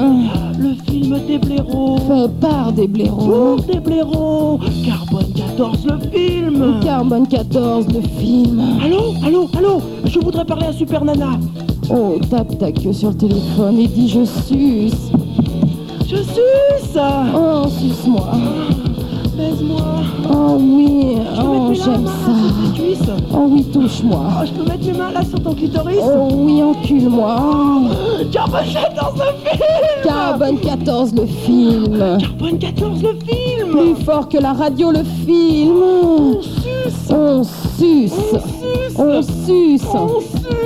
A: Le film des blaireaux.
N: Fait par des blaireaux.
A: Pour des blaireaux. Carbone 14, le film.
N: Carbone 14, le film.
A: Allô, allô, allô, je voudrais parler à Super Nana.
N: Oh, tape ta queue sur le téléphone et dis je suce.
A: Je suce
N: Oh, suce-moi.
A: Baise-moi.
N: Oh oui, oh,
A: mettre mes
N: j'aime
A: mains
N: ça.
A: sur tes cuisses.
N: Oh oui, touche-moi.
A: Oh, je peux mettre mes mains là sur ton clitoris
N: Oh oui, encule-moi. Oh.
A: Carbone 14, le film
N: Carbone 14, le film.
A: Carbone 14, le film
N: Plus fort que la radio, le film. On suce. On suce. On suce.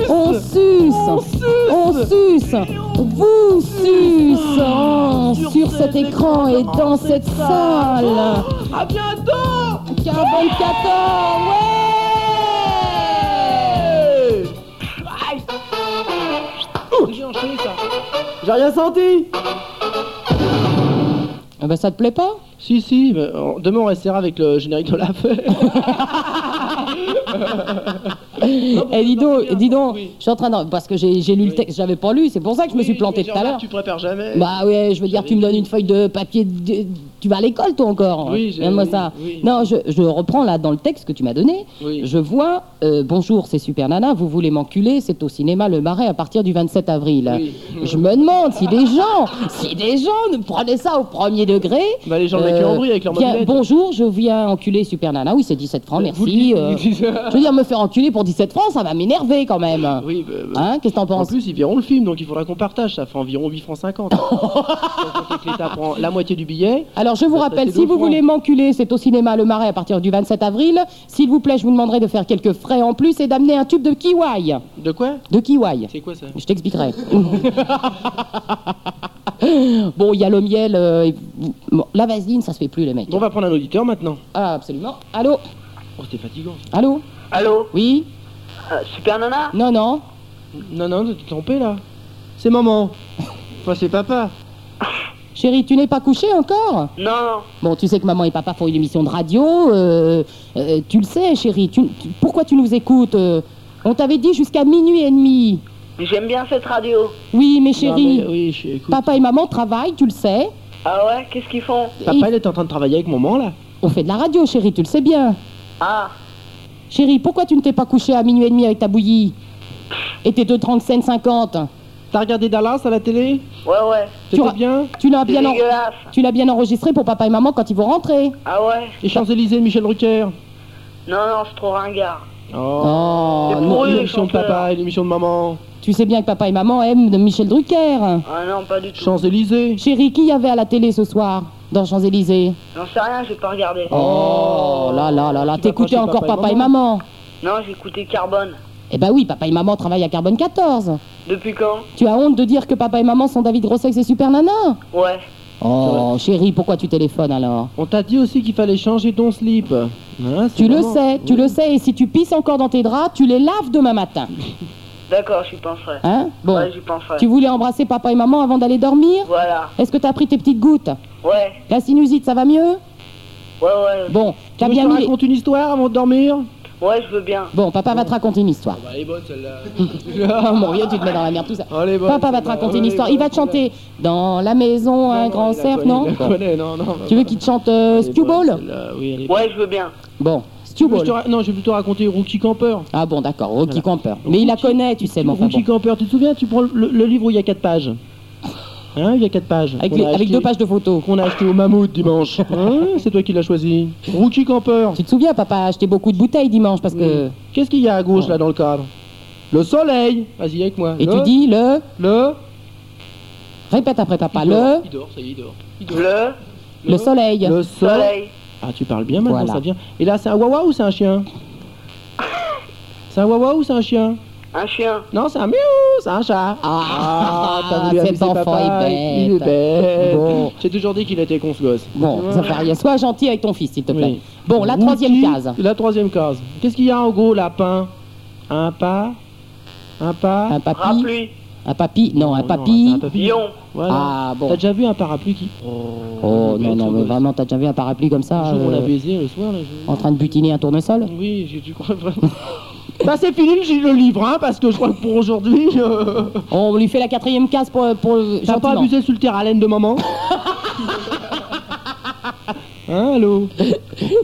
N: On suce. On suce. Vous suce. Oh, Sur cet écran et dans cette salle. Ah,
A: À bientôt
N: Carbone 14,
A: ouais Aïe. Ouh, J'ai enchaîné ça. J'ai rien senti
B: Ah bah, ça te plaît pas
A: Si, si, mais, euh, demain on restera avec le générique de la fin.
B: Eh, dis donc, dis donc, je suis en train d'en- Parce que j'ai j'ai lu le texte, j'avais pas lu, c'est pour ça que je me suis planté tout à l'heure.
A: Tu prépares jamais
B: Bah ouais, je veux dire, tu me donnes une feuille de papier. de- Tu vas à l'école, toi encore
A: Oui, j'ai-
B: Regarde-moi ça.
A: oui, oui.
B: Non, je, je reprends là dans le texte que tu m'as donné.
A: Oui.
B: Je vois, euh, bonjour, c'est Super Nana, vous voulez m'enculer, c'est au cinéma Le Marais à partir du 27 avril.
A: Oui.
B: Je me demande si des gens, si des gens ne prenaient ça au premier degré.
A: Bah, les gens de la Curie avec leur
B: Euh, bien,
A: mobilette.
B: Bonjour, je viens enculer Super Nana. Oui, c'est 17 francs,
A: Vous le
B: merci.
A: dites,
B: euh,
A: ils disent ça.
B: je veux dire, me faire enculer pour 17 francs, ça va m'énerver quand même.
A: Oui, bah, bah,
B: Hein, qu'est-ce que t'en
A: En
B: penses
A: plus, ils verront le film, donc il faudra qu'on partage. Ça fait environ 8 francs 50. L'État prend la moitié du billet.
B: Alors je vous
A: Bah, Ça,
B: rappelle,
A: c'est
B: si vous
A: deux fois.
B: voulez m'enculer, c'est au cinéma Le Marais à partir du 27 avril. S'il vous plaît, je vous demanderai de faire quelques frais en plus et d'amener un tube de kiwi.
A: De quoi
B: De kiwi.
A: C'est quoi ça
B: Je t'expliquerai. bon, il y a le miel. euh, et- bon, la vaseline, ça se fait plus, les mecs.
A: Bon, on va prendre un auditeur maintenant.
B: Ah, absolument. Allô
A: Oh, c'était fatigant.
B: Allô
J: Allô
B: Oui
J: Euh, Super Nana
B: Non, non.
A: Non, non, t'es trompé là. C'est maman. Enfin, c'est papa.
B: Chérie, tu n'es pas couchée encore
J: Non
B: Bon, tu sais que maman et papa font une émission de radio. euh, euh, tu le sais, chérie. tu- tu- pourquoi tu nous écoutes euh, On t'avait dit jusqu'à minuit et demi.
J: J'aime bien cette radio.
B: Oui, mais chérie,
A: Non, Ah, mais euh, oui, je- écoute.
B: papa et maman travaillent, tu le sais.
J: Ah ouais Qu'est-ce qu'ils font
A: Papa, il est en train de travailler avec maman là.
B: On fait de la radio, chérie, tu le sais bien.
J: Ah
B: Chérie, pourquoi tu ne t'es pas couchée à minuit et demi avec ta bouillie Et tes deux 30 cents 50
A: T'as regardé Dallas à la télé
J: Ouais, ouais.
B: Tu
A: C'était
B: ra-
A: bien
B: Tu l'as
J: C'est
B: bien, en-
J: dégueulasse.
B: tu l'as bien enregistré pour papa et maman quand ils vont rentrer.
J: Ah ouais
A: Les Champs-Élysées de Michel Drucker.
J: Non, non, c'est trop ringard.
A: Oh,
B: Oh,
J: C'est
B: non.
J: pour eux, les
A: l'émission de
J: chanteurs.
A: papa et l'émission de maman.
B: Tu sais bien que papa et maman aiment de Michel Drucker.
J: Ah non, pas du tout.
A: Champs-Élysées.
B: Chérie, qui y avait à la télé ce soir dans Champs-Élysées
J: J'en sais rien, j'ai pas regardé.
B: Oh là là là là,
A: Tu
B: t'écoutais
A: vas pas chez
B: encore
A: papa et
B: papa et maman
J: Non, j'ai écouté Carbone.
B: Eh ben oui, papa et maman travaillent à Carbone 14.
O: Depuis quand
B: Tu as honte de dire que papa et maman sont David Grossex et Super Nana
O: Ouais.
B: Oh, chérie, pourquoi tu téléphones alors
D: On t'a dit aussi qu'il fallait changer ton slip. Hein, c'est
B: Tu le
D: vraiment-
B: sais, tu le sais, et si tu pisses encore dans tes draps, tu les laves demain matin.
O: D'accord, j'y penserai.
B: Hein Bon.
O: Ouais, j'y penserai.
B: Tu voulais embrasser papa et maman avant d'aller dormir
O: Voilà.
B: Est-ce que t'as pris tes petites gouttes
O: Ouais,
B: La sinusite, ça va mieux
O: ouais, ouais.
B: Bon, t'as bien mis. raconte
D: une histoire avant de dormir
O: Ouais, je veux bien.
B: Bon, papa va te raconter une histoire.
D: Elle est bonne celle-là.
B: Ah, mon vieux, tu te mets dans la merde, tout ça.
D: bonne,
B: Papa va te
D: celle-là.
B: raconter une
D: Elle est
B: histoire. Il va te chanter dans la maison un grand
D: la
B: cerf,
D: connaît,
B: non
D: il la connaît, non, non.
B: Tu veux qu'il te chante euh, Stew Ball
O: Ouais, je veux bien.
B: Bon,
D: Tu
B: Stew
D: veux que je te
B: Ball.
D: ra- Non, je vais plutôt raconter Rookie Camper.
B: Ah bon, d'accord, Rocky Camper. Mais il la connaît, tu sais, mon enfin
D: Rookie
B: bon.
D: Camper, tu te souviens, tu prends le, le livre où il y a 4 pages. Hein, il y a 4 pages.
B: Avec
D: Qu'on
B: les-
D: a
B: avec deux pages de photos.
D: Qu'on a acheté au Mammouth dimanche. Hein, c'est toi qui l'as choisi. Rookie Camper.
B: Tu te souviens, papa a acheté beaucoup de bouteilles dimanche parce que.
D: Qu'est-ce qu'il y a à gauche là dans le cadre Le soleil. Vas-y avec moi.
B: Et
D: Le-
B: tu dis le.
D: Le.
B: Répète après papa,
D: Il dort,
B: le.
D: Il dort, ça y est, il dort.
O: Le
B: Le soleil.
D: Le so- Ah, tu parles bien maintenant,
B: Voilà.
D: ça vient. Et là, c'est un wawa ou c'est un chien C'est un wawa ou c'est un chien
O: Un chien.
D: Non, c'est un miou, c'est un chat.
B: Ah,
D: t'as voulu
B: cet
D: amuser
B: enfant
D: papa,
B: est
D: Il est
B: bête.
D: bête.
B: Bon.
D: J'ai toujours dit qu'il était con ce gosse.
B: Bon, ça fait rien. Sois gentil avec ton fils, s'il te plaît.
D: Oui.
B: Bon, la
D: Rookie,
B: troisième case.
D: La troisième case. Qu'est-ce qu'il y a en gros, lapin Un pas Un pas
B: Un papy.
O: Parapluie.
B: Un papy. Non, un
D: Non,
B: Euh, papy.
D: un papy.
O: Lion.
D: Voilà.
B: Ah, bon.
D: T'as déjà vu un parapluie qui.
B: Oh non, non, mais
D: Le
B: vraiment, t'as déjà vu un parapluie comme ça
D: jour où on
B: euh,
D: l'a baisé le soir, là, je-
B: En train de butiner un tournesol
D: Oui, j'ai dû croire vraiment. bah, c'est fini, j'ai le livre, hein, parce que je crois que pour aujourd'hui. euh,
B: On lui fait la quatrième case pour. pour
D: T'as
B: gentiment.
D: pas abusé sur le terre-haleine de maman Hein, allô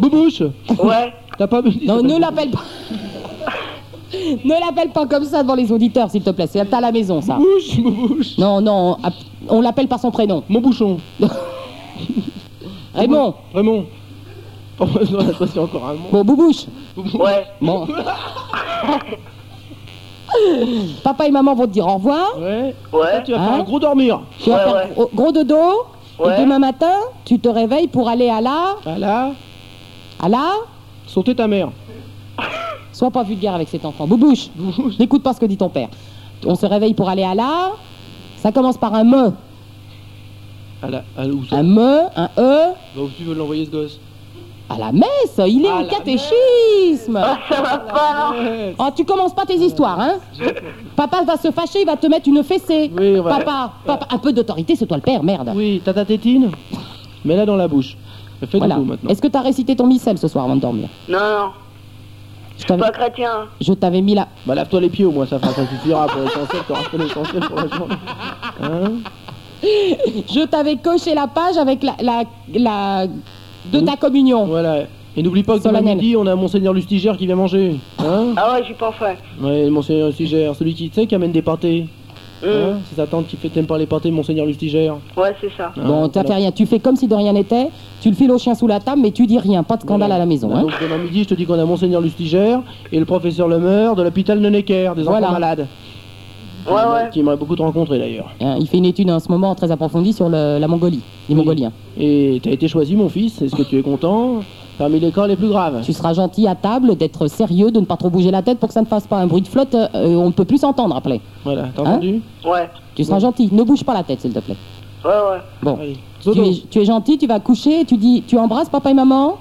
D: Boubouche
O: Ouais.
D: T'as pas abusé
B: Non, ne l'appelle pas. ne l'appelle pas comme ça devant les auditeurs, s'il te plaît. C'est à la maison, ça.
D: Boubouche, boubouche
B: Non, non, on- on l'appelle par son prénom.
D: Mon bouchon
B: Raymond.
D: Raymond Oh, non, ça c'est encore un mot.
B: Bon, boubouche.
O: Ouais.
B: Bon. Papa et maman vont te dire au revoir.
D: Ouais
O: Ouais.
D: Toi, tu vas faire
B: Hein
D: un gros dormir
B: Tu vas
O: Ouais,
B: faire
O: ouais.
B: gros- gros dodo.
O: Ouais.
B: Et demain matin, tu te réveilles pour aller à la.
D: Voilà,
B: à la.
D: sauter ta mère
B: Sois pas vulgaire avec cet enfant. Boubouche. N'écoute pas ce que dit ton père. On se réveille pour aller à la. Ça commence par un me.
D: à la, à la- où ça
B: Un me, un e.
D: Bah, où tu veux l'envoyer ce gosse
B: À la messe, il est
D: À
B: en
D: la
B: catéchisme.
O: Ça va pas, non
B: Oh, tu commences pas tes histoires, hein Papa va se fâcher, il va te mettre une fessée.
D: Oui, on va-
B: Papa, papa, un peu d'autorité, c'est toi le père, merde.
D: Oui, t'as ta tétine Mets-la dans la bouche. Fais
B: Voilà.
D: dodo maintenant.
B: Est-ce que t'as récité ton missel ce soir avant de dormir
O: Non, non.
B: Je
O: Je suis
B: t'avais-
O: pas chrétien.
B: Je t'avais mis la.
D: Bah lave-toi les pieds au moins, ça, fera- ça suffira pour l'essentiel, t'auras fait l'essentiel pour la journée. Hein
B: Je t'avais coché la page avec la. la, la- de ta communion.
D: Voilà. Et n'oublie pas que demain
B: Solennel.
D: midi, on a Monseigneur Lustiger qui vient manger. Hein
O: Ah ouais, j'y penserai.
D: Ouais, Monseigneur Lustiger, celui qui, tu sais, qui amène des pâtés.
O: Hum.
D: Hein C'est sa tante qui fait t'aimes pas les pâtés, Monseigneur Lustiger. Hein,
O: Ouais, c'est ça.
B: Bon, t'as
D: voilà.
B: fait rien. Tu fais comme si de rien n'était. Tu le files au chien sous la table, mais tu dis rien. Pas de scandale à la maison.
D: Bah,
B: hein.
D: Donc demain midi, je te dis qu'on a Monseigneur Lustiger et le professeur Lemeur de l'hôpital Nenecker, des
B: Voilà.
D: enfants malades.
O: Ouais, ouais.
D: Qui aimerait beaucoup te rencontrer d'ailleurs.
B: Hein, Il fait une étude en ce moment très approfondie sur le- la Mongolie, les
D: Oui.
B: Mongoliens.
D: Et t'as été choisi, mon fils, est-ce que tu es content Parmi les cas les plus graves.
B: Tu seras gentil à table, d'être sérieux, de ne pas trop bouger la tête pour que ça ne fasse pas un bruit de flotte. euh, on ne peut plus s'entendre après.
D: Voilà, t'as
B: Hein
D: entendu
O: Ouais.
B: Tu seras gentil, ne bouge pas la tête, s'il te plaît.
O: Ouais, ouais.
B: Bon,
D: Allez,
B: tu
D: dodo.
B: es, tu es gentil, tu vas coucher, tu dis, tu embrasses papa et maman.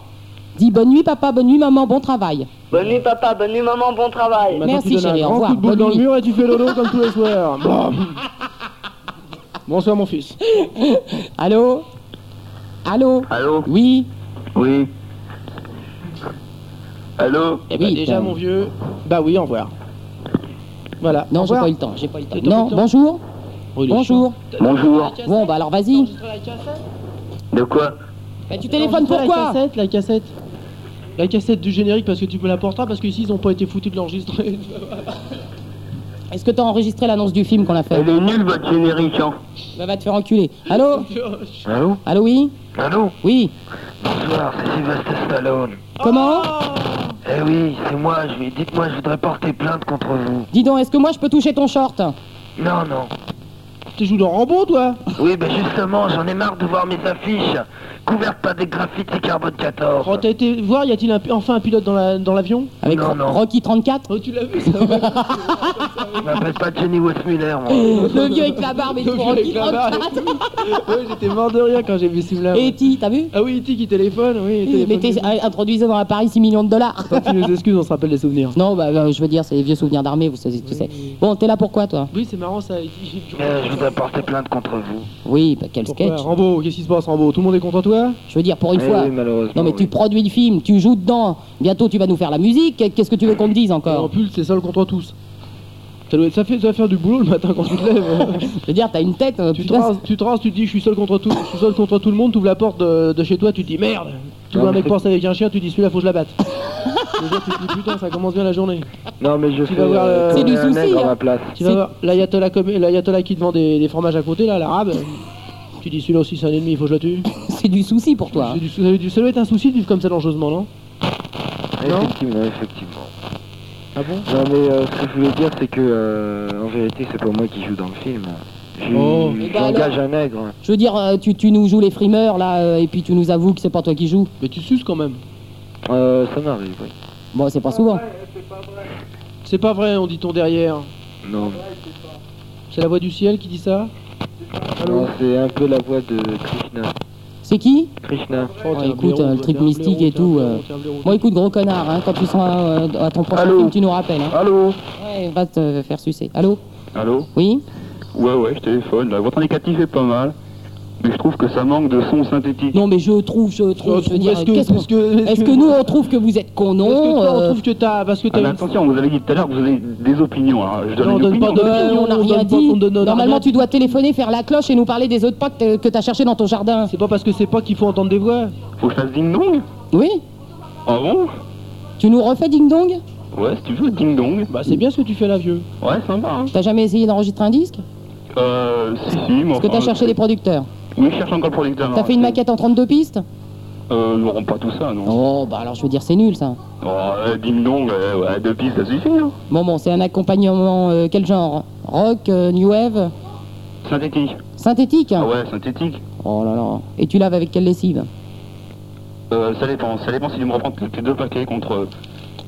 B: Dis bonne nuit papa, bonne nuit maman, bon travail.
O: Bonne nuit, papa. Bonne nuit, maman. Bon travail.
D: Maintenant,
B: Merci,
D: Bah, tu donnes
B: chérie,
D: un
B: au
D: grand
B: revoir,
D: coup de boule
B: bonne
D: dans
B: nuit.
D: le mur et tu fais dodo comme tous les soirs. Bon. Bonsoir, mon fils.
B: Allô Allô
F: Allô
B: Oui
F: Oui. Allô
D: Eh ben
B: Oui,
D: déjà
B: t'as-
D: mon vieux, bah oui, au revoir. Voilà. au
B: Non, j'ai
D: revoir.
B: pas eu le temps, j'ai pas eu le temps.
D: T'as pas eu
B: Non,
D: le temps
B: bonjour
D: Oh, il est
B: Bonjour
F: Bonjour.
B: Bon, bah alors vas-y.
F: De quoi
B: Bah, tu
D: chaud.
B: téléphones
D: Enregistre La
B: pourquoi
D: cassette, la cassette. La cassette du générique parce que tu me la porteras parce qu'ici ils ont pas été foutus de l'enregistrer.
B: Est-ce que t'as enregistré l'annonce du film qu'on a fait
F: Elle est nulle votre générique, hein
B: Bah, va te faire enculer. Allô
D: Ah
F: Allô
B: Allô, oui
P: Ah
F: Allô
B: Oui
F: Bonsoir, c'est Sylvester Stallone.
B: Comment
F: Eh oui, c'est moi, je vais... dites-moi, je voudrais porter plainte contre vous.
B: Dis donc, est-ce que moi je peux toucher ton short
F: Non, non.
A: Tu joues dans Rambo, toi
P: Oui, ben justement, j'en ai marre de voir mes affiches couvertes par des graffitis carbone 14.
A: Oh, t'as été voir, y a-t-il un- enfin un pilote dans la- dans l'avion
P: Avec Non, non.
B: Rocky 34
A: Oh, Tu l'as vu, ça
P: Je m'appelle pas Jenny Westmuller, moi.
B: Le vieux avec la barbe et
A: Le
B: tout,
A: vieux avec
B: Rocky
A: la barbe et
B: 34
A: Ouais, j'étais mort de rire quand j'ai vu ce film-là.
B: Et E.T., t'as vu
A: Ah oui, E.T. qui téléphone, oui. il
B: Mais
A: téléphone
B: t'es-
A: du-
B: ah, introduisez dans un Paris 6 millions de dollars.
A: Tant pis, nos excuses, on se rappelle des souvenirs.
B: Non, bah, bah, je veux dire, c'est les vieux souvenirs d'armée, vous savez, tu sais. Bon, t'es là pourquoi, toi
A: Oui, c'est marrant ça. il- il-
P: Euh, je vous ai porté plainte contre vous.
B: Oui, bah, quel
A: Pourquoi
B: sketch.
A: Rambo, qu'est-ce qui se passe, Rambo Tout le monde est contre toi
B: Je veux dire, pour une
A: Eh
B: fois.
A: oui, malheureusement,
B: non, mais tu
A: oui.
B: produis le film, tu joues dedans. Bientôt, tu vas nous faire la musique. Qu'est-ce que tu veux qu'on te dise
A: En
B: encore
A: plus, c'est seul contre tous. Ça, doit être- ça fait, ça va faire du boulot le matin quand tu te lèves.
B: Je veux dire, t'as une tête. euh,
A: Tu te, rases, tu te rases, tu te dis je suis seul contre tout, je suis seul contre tout le monde, t'ouvres la porte de, de chez toi, tu te dis merde. Tu
D: Non,
A: vois un
D: mais
A: mec
D: c'est-
A: penser avec un chien, tu te dis celui-là faut que je la batte. Je veux dire, tu te dis putain, ça commence bien la journée.
D: Non, mais je
A: Tu
D: fais
A: vas voir
D: euh,
A: le- C'est
D: comme
A: du
D: un
A: souci,
D: nègre
A: hein.
D: à ma place.
A: Tu vas voir l'ayatollah com- l'ayatollah qui te vend des, des fromages à côté, là, l'arabe. Tu dis celui-là aussi c'est un ennemi, il faut que je le tue.
B: C'est du souci pour toi. hein.
A: C'est du, ça, du- ça doit être un souci de vivre comme ça dangereusement, non Non
D: Effectivement, effectivement.
A: Ah bon
D: Non, mais euh, ce que je voulais dire, c'est que euh, en vérité, c'est pas moi qui joue dans le film. J'ai-
B: Oh. Eh ben
D: J'engage
B: alors.
D: un nègre.
B: Je veux dire, euh, tu, tu nous joues les frimeurs, là, euh, et puis tu nous avoues que c'est pas toi qui joues.
A: Mais tu suces quand même.
D: Euh, ça m'arrive, oui.
B: Bon, c'est pas souvent.
A: C'est pas vrai, on dit-on derrière.
D: Non,
A: C'est la voix du ciel qui dit ça
D: non c'est un peu la voix de Krishna.
B: C'est qui
D: Krishna.
A: Oh, t'es un
B: Écoute,
A: blaireau,
B: euh, le
A: toi,
B: truc
A: t'es un
B: mystique
A: blaireau,
B: et
A: t'es un
B: tout.
A: blaireau,
B: euh.
A: t'es un blaireau.
B: Bon, écoute, gros connard, hein, quand tu seras euh, à ton prochain
D: Allô
B: film, tu nous rappelles. Hein.
D: Allô
B: Ouais, va te faire sucer. Allô
F: Allô
B: Oui
F: Ouais, ouais, je téléphone. La votre indicatif est pas mal, mais je trouve que ça manque de son synthétique.
B: Non, mais je trouve, je trouve. Je veux dire,
F: est-ce que-
B: qu'est-ce qu'on-
F: est-ce que- est-ce
B: est-ce
F: que-
B: que nous on trouve que vous êtes con non
A: Est-ce que toi, on
B: euh,
A: trouve que t'as. Parce que
F: Ah,
A: t'as
F: mais
A: une-
F: attention, vous avez dit tout à l'heure que vous avez des opinions. hein. Je donne
A: Non, on
F: une
A: donne pas
F: opinion.
B: Euh,
A: d'opinion,
B: on n'a
A: on
B: rien
A: donne pas-
B: dit.
A: on donne- on a
B: Normalement,
A: rien.
B: tu dois téléphoner, faire la cloche et nous parler des autres potes que, que t'as cherché dans ton jardin.
A: C'est pas parce que c'est pas qu'il faut entendre des voix.
F: Faut que je fasse ding-dong
B: Oui
F: Ah bon
B: Tu nous refais Ding Dong
F: Ouais, si tu veux, ding-dong.
A: Bah, c'est bien ce que tu fais là, vieux.
F: Ouais, sympa. Hein.
B: T'as jamais essayé d'enregistrer un disque
F: Euh, si, si, mais
B: Parce que
F: enfin,
B: t'as cherché
F: c'est-
B: des producteurs.
F: Oui, je cherche encore le producteur.
B: T'as fait une maquette en 32 pistes
F: Euh, non, pas tout ça, non.
B: Oh, bah alors je veux dire, c'est nul ça.
F: Oh, euh, ding-dong, euh, ouais, deux pistes, ça suffit, hein.
B: Bon, bon, c'est un accompagnement, euh, quel genre Rock, euh, new wave,
F: Synthétique.
B: synthétique
F: Ah ouais, synthétique.
B: Oh là là. Et tu laves avec quelle lessive
F: Euh, ça dépend. Ça dépend si tu me reprends tes deux paquets contre,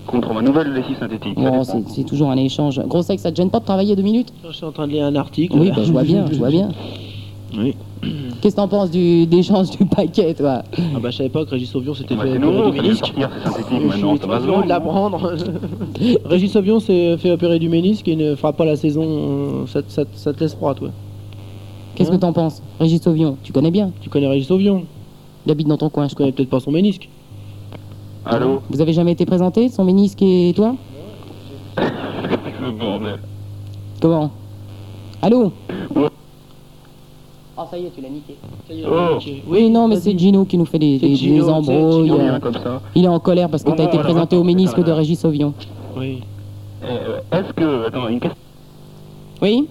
F: contre ma nouvelle lessive synthétique. Ça
B: Bon,
F: dépend.
B: Oh, c'est c'est toujours un échange. Gros sexe, ça te gêne pas de travailler deux minutes
A: Je suis en train de lire un article.
B: Oui,
A: là.
B: bah, je vois bien, je vois bien.
A: Oui.
B: Qu'est-ce que t'en penses du, d'échange du paquet, toi
A: Ah bah je savais pas que Régis Sauvion c'était
F: Bah,
A: fait
F: c'est
A: opérer
F: nouveau,
A: du
F: ça vient de
A: ménisque.
F: sortir, c'est synthétique
A: Je suis
F: maintenant, ça va se
A: trop heureux de
F: vendre.
A: l'apprendre. Régis Sauvion s'est fait opérer du ménisque et ne fera pas la saison. euh, Ça, te- ça te- ça te laisse froid, toi.
B: Qu'est-ce que t'en penses Régis Sauvion, tu connais bien
A: Tu connais Régis Sauvion
B: Il habite dans ton coin, je
A: connais peut-être pas son ménisque.
F: Allô
B: Vous avez jamais été présenté, son ménisque et toi
F: Le bordel.
B: Comment Allô
F: Ouais.
B: Oh, ça y est, tu l'as niqué.
F: Oh.
B: Oui, non, mais c'est Gino qui nous fait des, des- des
A: Gino, c'est
B: embrouilles.
A: Gino.
B: euh,
F: Hein, comme ça.
B: Il est en colère parce que
F: Bon,
B: t'as
F: bon,
B: été
F: alors,
B: présenté au
F: attends,
B: ménisque
F: attends,
B: de Régis Sauvion.
A: Oui.
F: Euh, Est-ce que. Attends, une question.
B: Oui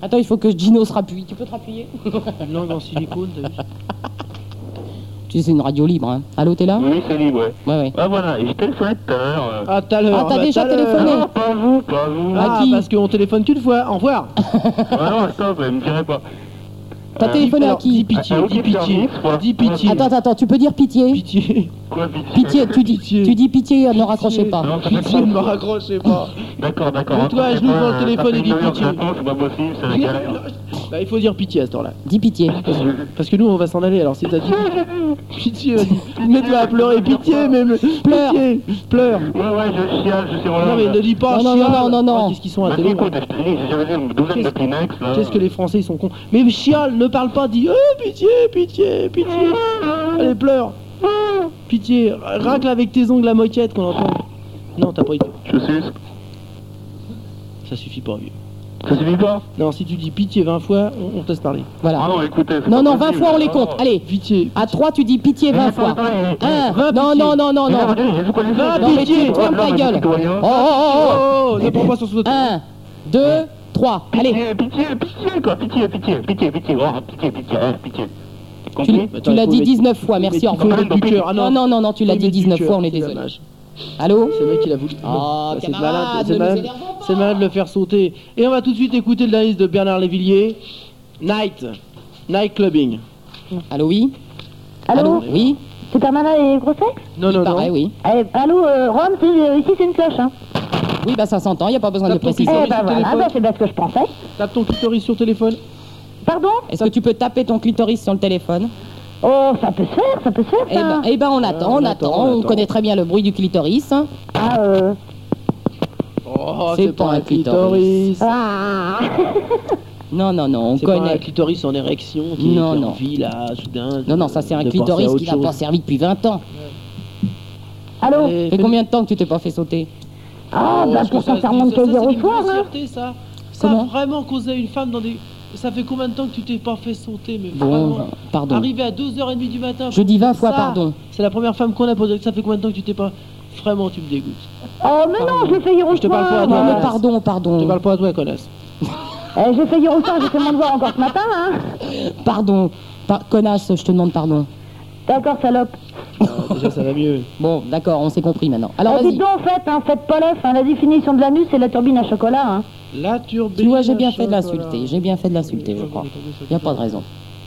B: Attends, il faut que Gino se rappuie. Tu peux te rappuyer
A: Une langue en silicone, t'as vu
B: Tu sais, c'est une radio libre. Hein. Allô, t'es là
F: Oui, c'est libre, ouais.
B: Ouais, ouais.
F: Ah voilà, et je téléphonais tout à l'heure. euh.
A: Ah, tout à l'heure.
B: Ah, t'as
A: bah,
B: déjà
A: tout à l'heure.
B: téléphoné
F: Non, pas vous, pas vous.
A: Ah,
D: bah,
A: parce qu'on téléphone qu'une fois. Au revoir.
F: Ah non, stop, elle me dirait pas.
B: T'as
F: Euh,
B: téléphoné à
A: alors,
B: qui
A: Dis pitié,
F: Ah,
A: dis
F: ok,
A: pitié.
F: service, voilà.
A: Dis pitié.
B: Attends, attends, attends, tu peux dire pitié
A: Pitié.
F: Quoi, vite
B: Pitié, tu dis,
A: Pitié.
B: tu dis pitié, ne raccrochez
F: Non,
B: pas.
F: ça fait
A: Pitié,
F: pas.
A: ne me raccrochez pas.
F: D'accord, d'accord.
A: Mets-toi à
F: raccrochez
A: genoux
F: pas,
A: devant le
F: euh,
A: téléphone
F: ça
A: et
F: fait
A: dis
F: une heure que
A: pitié.
F: j'attends, C'est pas possible, c'est la galère.
A: Bah, il faut dire pitié à ce temps-là.
B: Dis pitié.
A: Parce que nous, on va s'en aller, alors si t'as dit pitié, vas-y. mets-toi à pleurer, pitié, même.
B: Pleure.
A: Pitié, pleure.
F: Ouais, ouais, je chiale, je suis relâche.
A: Non, mais ne dis pas
B: Non, non, non,
A: chiale. Oh,
B: non, non, non.
A: Qu'est-ce qu'ils sont
F: Bah,
A: intelligents.
F: écoute, je te dis, j'avais une douzaine de
A: Qu'est-ce-
F: Kleenex, là.
A: Qu'est-ce que les Français, ils sont cons. Mais chiale, ne parle pas, dis Eh, pitié, pitié, pitié. Allez, pleure. Pitié, racle avec tes ongles la moquette qu'on entend. Non, t'as pas été.
F: Je suce.
A: Ça suffit pas, vieux.
F: Ça suffit pas
A: Non, si tu dis pitié 20 fois, on, on te laisse parler.
F: Ah Oh.
B: Voilà.
F: non, écoutez. c'est
B: Non,
F: pas
B: non, 20
F: possible,
B: fois on les
F: non.
B: compte. Allez,
A: Pitié.
B: à 3 tu dis pitié
F: Mais
B: 20
F: attends,
B: fois.
F: attends, eh, eh,
B: 1,
A: vingt
B: non,
A: pitié.
B: non, non, non,
F: Mais
B: non.
F: attendez, je vous connais
A: Ah, Va,
F: pas,
B: Non, mais
A: pitié.
B: tu te fermes ta
F: Oh,
B: gueule.
F: mais citoyen.
B: Oh, oh, oh,
A: Oh, ne prends pas sur sous
B: oh. 1, 2, 3. Allez,
F: Pitié, pitié, pitié, quoi, pitié, pitié, pitié, pitié, oh, pitié, pitié, hein, pitié.
B: tu,
F: Compris
B: tu l'as dit 19 fois, merci, au
A: Il faut
B: revoir.
A: mettre du cœur. Ah
B: Non,
A: non,
B: non, non, non, tu l'as
A: Faut
B: dit
A: mettre du
B: 19
A: cœur,
B: fois, on est
A: c'est
B: désolé.
A: dommage.
B: Allô
D: Ce mec, il a voulu.
B: Oh,
D: Bah, c'est
B: camarade,
D: malade,
B: ne
D: c'est
B: nous
D: malade,
B: énervons
D: c'est malade de le faire sauter. Et on va tout de suite écouter de la liste de Bernard Lévillier. Night, Night Clubbing.
B: Allô, oui
O: Allô
B: Oui
O: C'est Permanent et Gros Sexe
D: Non, non, non.
B: oui.
O: allô, euh, Rome, c'est- euh, ici c'est une cloche, hein
B: Oui, bah ça s'entend, il n'y a pas besoin de le préciser.
O: Eh ben voilà, ah, bah, c'est parce que je pensais.
D: Tape ton clitoris sur téléphone.
O: Pardon
B: Est-ce que tu peux taper ton clitoris sur le téléphone
O: Oh, ça peut se faire, ça peut se faire,
B: Eh ben, eh ben, on attend, on, attend, on connaît très bien le bruit du clitoris. hein.
O: Ah, euh...
D: Oh,
B: Ah, c'est pas un clitoris.
O: Ah
B: Non, non, non, on
D: C'est pas un
B: connaît.
D: clitoris en érection qui
B: Non,
D: qui
B: non.
D: envie, là, soudain.
B: Non, non, ça c'est un
D: de penser à
B: clitoris
D: autre
B: qui n'a
D: chose.
B: pas servi depuis 20 ans.
O: Allô
B: Ça fait combien de temps que tu t'es pas fait sauter
O: Ah, bah,
D: Oh, parce que
O: pour ça,
D: se
O: ça
D: dit,
O: remonte
D: ça,
O: à
D: c'est
O: hier au
D: des
O: soir, hein
D: grossièretés, ça. Ça a
B: Comment
D: vraiment causé à une femme dans des... Ça fait combien de temps que tu t'es pas fait sauter, mais
B: Bon, euh,
D: vraiment.
B: pardon.
D: Arrivé à 2h30 du matin...
B: Je dis 20 fois
D: Ah, ça,
B: pardon.
D: C'est la première femme qu'on a posée. Ça fait combien de temps que tu t'es pas... Vraiment, tu me dégoûtes.
O: Oh, mais non, je l'ai fait hier au
D: Je te parle pas à
O: soir
D: toi,
O: euh,
B: Ah
D: connasse.
B: bah, pardon, pardon.
D: Je te parle pas à toi, connasse.
O: eh, Je l'ai fait hier au soir, j'ai fait mon devoir encore ce matin, hein
B: Pardon, Par- connasse, je te demande pardon.
O: D'accord, salope
D: Déjà, ça va mieux.
B: Bon, d'accord, on s'est compris maintenant. Alors
O: Alors,
B: vas-y.
O: dites donc, en fait, hein, faites pas l'œuf, hein, la définition de l'anus, c'est la turbine à chocolat, hein
D: La turbine.
B: Tu vois, j'ai bien fait de l'insulter. J'ai bien fait de l'insulter, je crois. Y a pas de raison.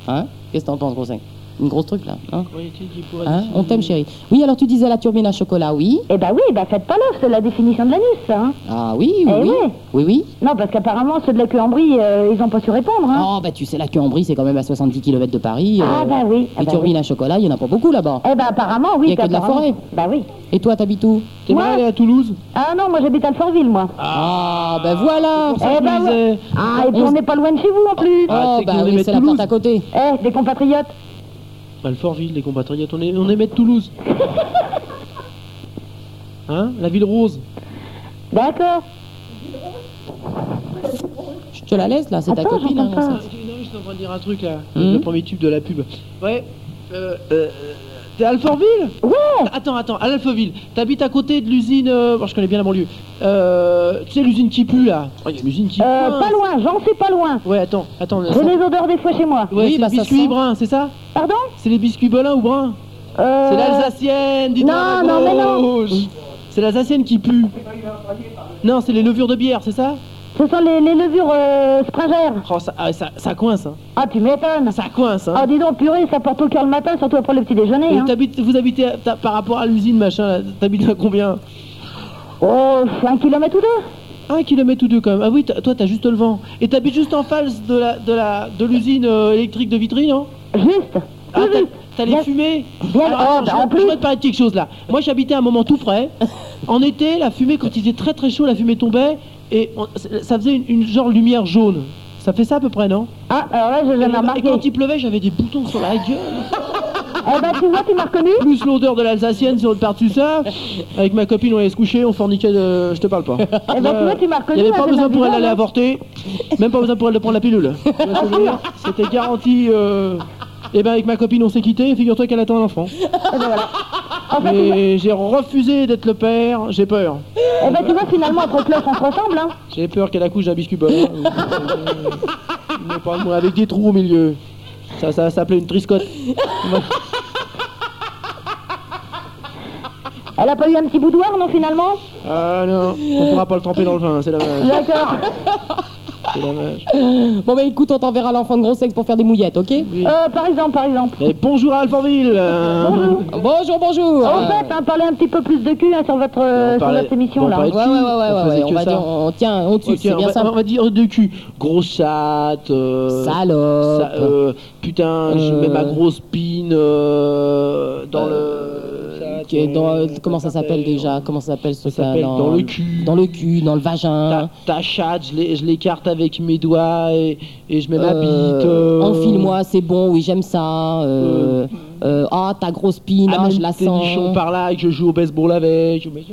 B: Hein Qu'est-ce que t'en penses, Grossin Une grosse truc là. Hein
D: Croyait-il qu'il pourrait
B: Hein On
D: définir-
B: t'aime, chérie. Oui, alors tu disais la turbine à chocolat, oui.
O: Eh bah oui, bah faites pas l'œuf, c'est la définition de l'anus, ça, hein
B: Ah oui, oui,
O: Eh
B: oui.
O: ouais.
B: Oui, oui.
O: Non, parce qu'apparemment, ceux de la queue en brie, euh, ils ont pas su répondre, hein
B: Oh, bah tu sais, la queue en brie, c'est quand même à 70 km de Paris. euh,
O: Ah, bah oui, ah
B: Les
O: bah
B: turbines à chocolat, il n'y en a pas beaucoup là-bas.
O: Eh bah apparemment,
B: Il
O: oui,
B: y a que de la
O: apparemment.
B: forêt.
O: Bah oui.
B: Et ben, euh, toi, t'habites où
D: T'es
O: Moi
D: mal allé à Toulouse
O: Ah non, moi j'habite à Alfortville, moi.
B: Ah, euh, bah voilà
O: eh ben
D: disais.
O: ouais. Ah, et puis
B: On
O: on
B: s-
O: n'est pas loin de chez vous en plus.
B: Oh, bah oui, c'est la porte à côté.
O: Eh, des compatriotes.
D: Alfortville, bah, les compatriotes, on est, on est maître Toulouse. hein La ville rose.
O: D'accord.
B: Je te la laisse là, c'est ta
D: Attends,
B: copine.
O: Ah.
D: j'entends
B: hein,
D: pas.
B: ça.
D: Non, je suis en train de dire un truc là.
O: Hum.
B: Hmm
D: Le premier tube de la pub. Ouais. Euh, euh, euh, T'es à Alfortville
O: Ouais
D: Attends, attends, à l'Alfortville. T'habites à côté de l'usine. euh, bon, je connais bien la banlieue. Euh, tu sais, l'usine qui pue là. Oh, il y a l'usine qui
O: Euh,
D: pue.
O: pas loin, j'en sais pas loin.
D: Ouais, attends, attends.
O: J'ai les odeurs des fois chez moi.
D: Ouais, c'est
O: bah
D: les biscuits bruns, c'est ça
O: Pardon
D: C'est les biscuits belins ou bruns
O: Euh,
D: C'est l'Alsacienne, dis-moi à
O: non,
D: la
O: non, mais non.
D: gauche. C'est l'Alsacienne qui pue. Non, c'est les levures de bière, c'est ça
O: Ce sont les, les levures euh, springères.
D: Oh, ça, ah, ça, ça coince, hein.
O: Ah, tu m'étonnes.
D: Ça coince, hein.
O: Ah, dis donc, purée, ça porte au cœur le matin, surtout après le petit
D: Et
O: déjeuner. Hein.
D: t'habites- vous habitez à- t'as- par rapport à l'usine, machin, là, t'habites à combien
O: Oh, un kilomètre ou deux
D: Un kilomètre ou deux, quand même. Ah oui, t'as- toi, t'as juste le vent. Et t'habites juste en face de la de la de l'usine euh, électrique de Vitry, non
O: Juste.
D: Ah,
O: Oui,
D: t'as-
O: oui.
D: t'as les
O: Bien-
D: fumées
O: bien-
D: Alors,
O: oh,
A: Ah,
D: attends,
O: bah,
D: je-
O: en
D: je
O: plus-
D: vais te parler de quelque chose là. Moi j'habitais à un moment tout frais. En été, la fumée, quand il faisait très très chaud, la fumée tombait et on- ça faisait une, une genre lumière jaune. Ça fait ça à peu près, non
O: Ah, alors là, j'ai
D: et,
O: jamais remarqué.
D: quand il pleuvait, j'avais des boutons sur la gueule.
O: Eh ben, tu vois, tu m'as reconnu
D: Plus l'odeur de l'Alsacienne sur le par-dessus ça. Avec ma copine, on allait se coucher, on forniquait de. Je te parle pas. Euh,
O: Eh ben, tu vois, tu m'as
D: Il
O: reconnu.
D: n'y avait
O: moi,
D: pas
O: c'est
D: besoin
O: ma
D: pour elle
O: bidonne,
D: d'aller
O: hein. Ah,
D: avorter, même pas besoin pour elle de prendre la pilule. Tu vois ce que je veux dire C'était garanti. Et ben avec ma copine on s'est quitté, figure-toi qu'elle attend un enfant.
O: Eh ben, voilà. En fait, tu vois-
D: Mais j'ai refusé d'être le père, j'ai peur.
O: eh ben, tu vois, finalement, entre cloches, on se ressemble, hein.
D: J'ai peur qu'elle accouche d'un biscuit bol. hein. Euh, Mais pas moi, avec des trous au milieu. Ça, ça s'appelait une triscotte.
O: Elle a pas eu un petit boudoir, non, finalement
D: Ah non, on pourra pas le tremper dans le vin, c'est dommage.
O: D'accord.
D: C'est dommage.
B: Bon, bah écoute, on t'enverra l'enfant de gros sexe pour faire des mouillettes, ok
O: Euh, par exemple, par exemple.
D: Mais Eh, bonjour à Alfortville euh,
O: Bonjour.
B: Bonjour, bonjour
O: En fait, hein, parlez un petit peu plus de cul hein, sur votre, euh, sur
D: parlait-
O: votre émission
D: on
O: là.
D: parlait-
B: Ouais, ouais, ouais, ouais,
D: On
B: ouais,
D: faisait
B: ouais, on
D: que
B: va
D: ça.
B: dire, on tient, on tue,
D: Ok,
B: c'est
D: on,
B: bien
D: va,
B: simple.
D: on va dire de cul. Grosse chatte. euh,
B: Salope.
D: ça- euh, putain, je
B: Euh.
D: mets ma grosse pine euh, dans le.
B: Qui est dans, euh, comment ça s'appelle déjà Comment ça s'appelle ce
D: Ça
B: cas
D: s'appelle dans le cul.
B: Dans le cul, dans le vagin.
D: Ta, ta chatte, je l'ai- je l'écarte avec mes doigts et, et je mets ma bite.
B: Euh,
D: euh,
B: Enfile-moi, c'est bon, oui, j'aime ça. euh, euh, Ah, ta grosse pine, ah,
D: amène
B: je la
D: tes
B: sens.
D: nichons par là et que je joue au baseball avec. Mais-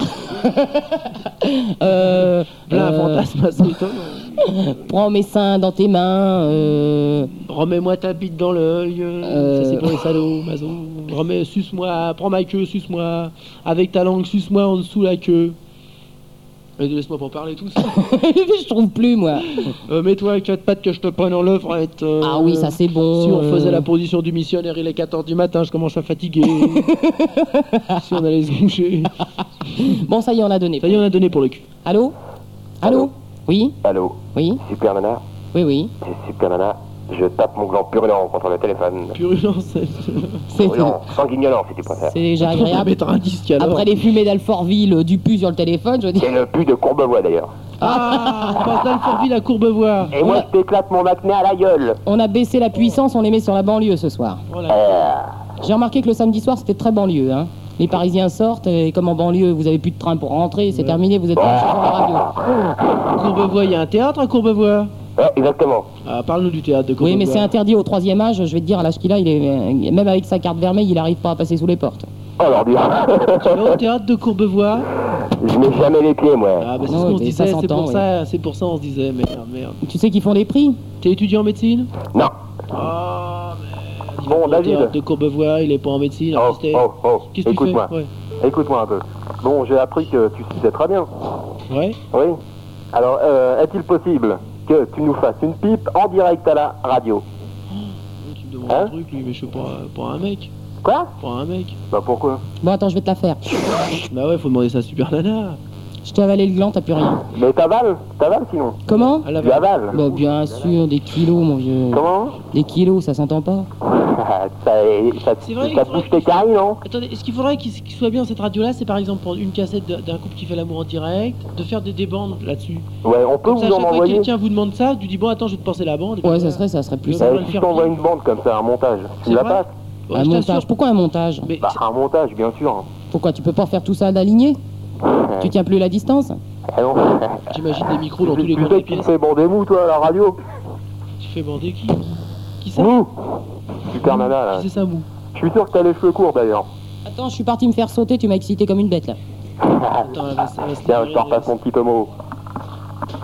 B: Euh,
D: Plein
B: euh,
D: fantasme assez étonnant.
B: Prends mes seins dans tes mains. euh,
D: Remets-moi ta bite dans l'œil, ça c'est pour les salauds, mazo. Remets, suce-moi, prends ma queue, suce-moi. Avec ta langue, suce-moi en dessous la queue. Mais laisse-moi pas parler tout
B: je trouve plus, moi.
D: Euh, Mets-toi à quatre pattes que je te prenne en l'œuvre. et te-
B: Ah oui, ça, c'est bon,
D: Si on
B: euh.
D: faisait la position du missionnaire, il est 14 du matin, je commence à fatiguer. si on allait se coucher.
B: bon, ça y est, on a donné. Ça
D: y est, on a donné pour le cul.
B: Allô Allô Oui
H: Allô
B: Oui
H: Super Nana
B: Oui, oui.
H: C'est Super Nana. Je tape mon gland purulent contre le téléphone.
D: Purulent, c'est.
H: Purulent, sanguignolant si tu préfères.
B: C'est déjà agréable.
D: alors.
B: Après les fumées d'Alfortville, euh, du pu sur le téléphone, je veux dire.
H: C'est le pu de Courbevoie d'ailleurs.
D: Ah, on passe d'Alfortville à Courbevoie.
H: Et moi, je t'éclate mon acné à la gueule.
B: On a baissé la puissance, on les met sur la banlieue ce soir. J'ai remarqué que le samedi soir, c'était très banlieue. Hein. Les Parisiens sortent, et comme en banlieue, vous avez plus de train pour rentrer, c'est terminé, vous êtes en chauffeur de radio.
D: À Courbevoie, il y a un théâtre à Courbevoie
H: Ouais, exactement.
D: Ah, parle-nous du théâtre de
B: Oui,
D: Courbevoie.
B: mais c'est interdit au troisième âge, je vais te dire, à l'âge qu'il a, il est, euh, même avec sa carte vermeille, il n'arrive pas à passer sous les portes.
H: Alors, bien.
D: Le théâtre de Courbevoie.
H: Je mets jamais les pieds, moi.
D: Ah, bah, c'est ce qu'on se disait, c'est pour, ça, c'est pour ça on se disait, merde, merde.
B: Tu sais qu'ils font des prix
D: T'es étudiant en médecine
H: Non.
D: Ah, merde.
H: Bon,
D: Le
H: David.
D: théâtre de Courbevoie, il est pas en médecine. alors c'était-
H: Oh, oh,
D: Qu'est-ce que tu
H: écoute-moi.
D: fais Ouais.
H: Écoute-moi un peu. Bon, j'ai appris que tu sais très bien.
D: Ouais.
H: Oui. Alors, euh, est-il possible que tu nous fasses une pipe en direct à la radio Hein
D: Tu me demandes un truc, lui, mais je suis pas, pas un mec.
H: Quoi
D: Pas un mec.
H: Bah, pourquoi
B: Bon, attends, je vais te la faire.
D: Bah ouais, faut demander ça à Super Nana.
B: Je t'ai avalé le gland, t'as plus rien.
H: Mais t'avales T'avales sinon
B: Comment
H: Elle avale. Tu avales.
B: Bah, bien sûr, des kilos, mon vieux.
H: Comment
B: Des kilos, ça s'entend pas.
H: ça, ça,
D: C'est vrai,
H: ça
D: il faudrait-
H: touche tes caries, non
D: Attendez, est-ce qu'il faudrait qu'il qu'il soit bien cette radio-là C'est par exemple pour une cassette d'un- d'un couple qui fait l'amour en direct, de faire des, des bandes là-dessus.
H: Ouais, on peut
D: Comme ça, à
H: vous en
D: chaque fois que
H: envoyer
D: quelqu'un vous demande ça, tu dis bon, attends, je vais te penser la bande. Euh, et puis
B: Ouais, ça
D: voilà.
B: serait, ça serait plus
H: Eh,
B: simple.
H: Si je t'envoie une bande comme ça, un montage, tu
B: C'est
H: me la
B: vrai
H: passes
D: Ouais,
B: Un
D: je
B: montage,
D: t'assure.
B: pourquoi un montage
H: Bah, un montage, bien sûr.
B: Pourquoi tu peux pas faire tout ça d'aligné Tu tiens plus la distance
H: Ah non.
D: J'imagine des micros dans tous les
H: Tu
D: coins
H: sais
D: des
H: qui
D: pièces.
H: fait bander mou, toi, à la radio
D: Tu fais bander qui Qui ça
H: Mou Super nana, là.
D: C'est ça, mou.
H: Je suis sûr que t'as les cheveux courts, d'ailleurs.
B: Attends, je suis parti me faire sauter, tu m'as excité comme une bête là.
H: Tiens, je te repasse mon petit homo.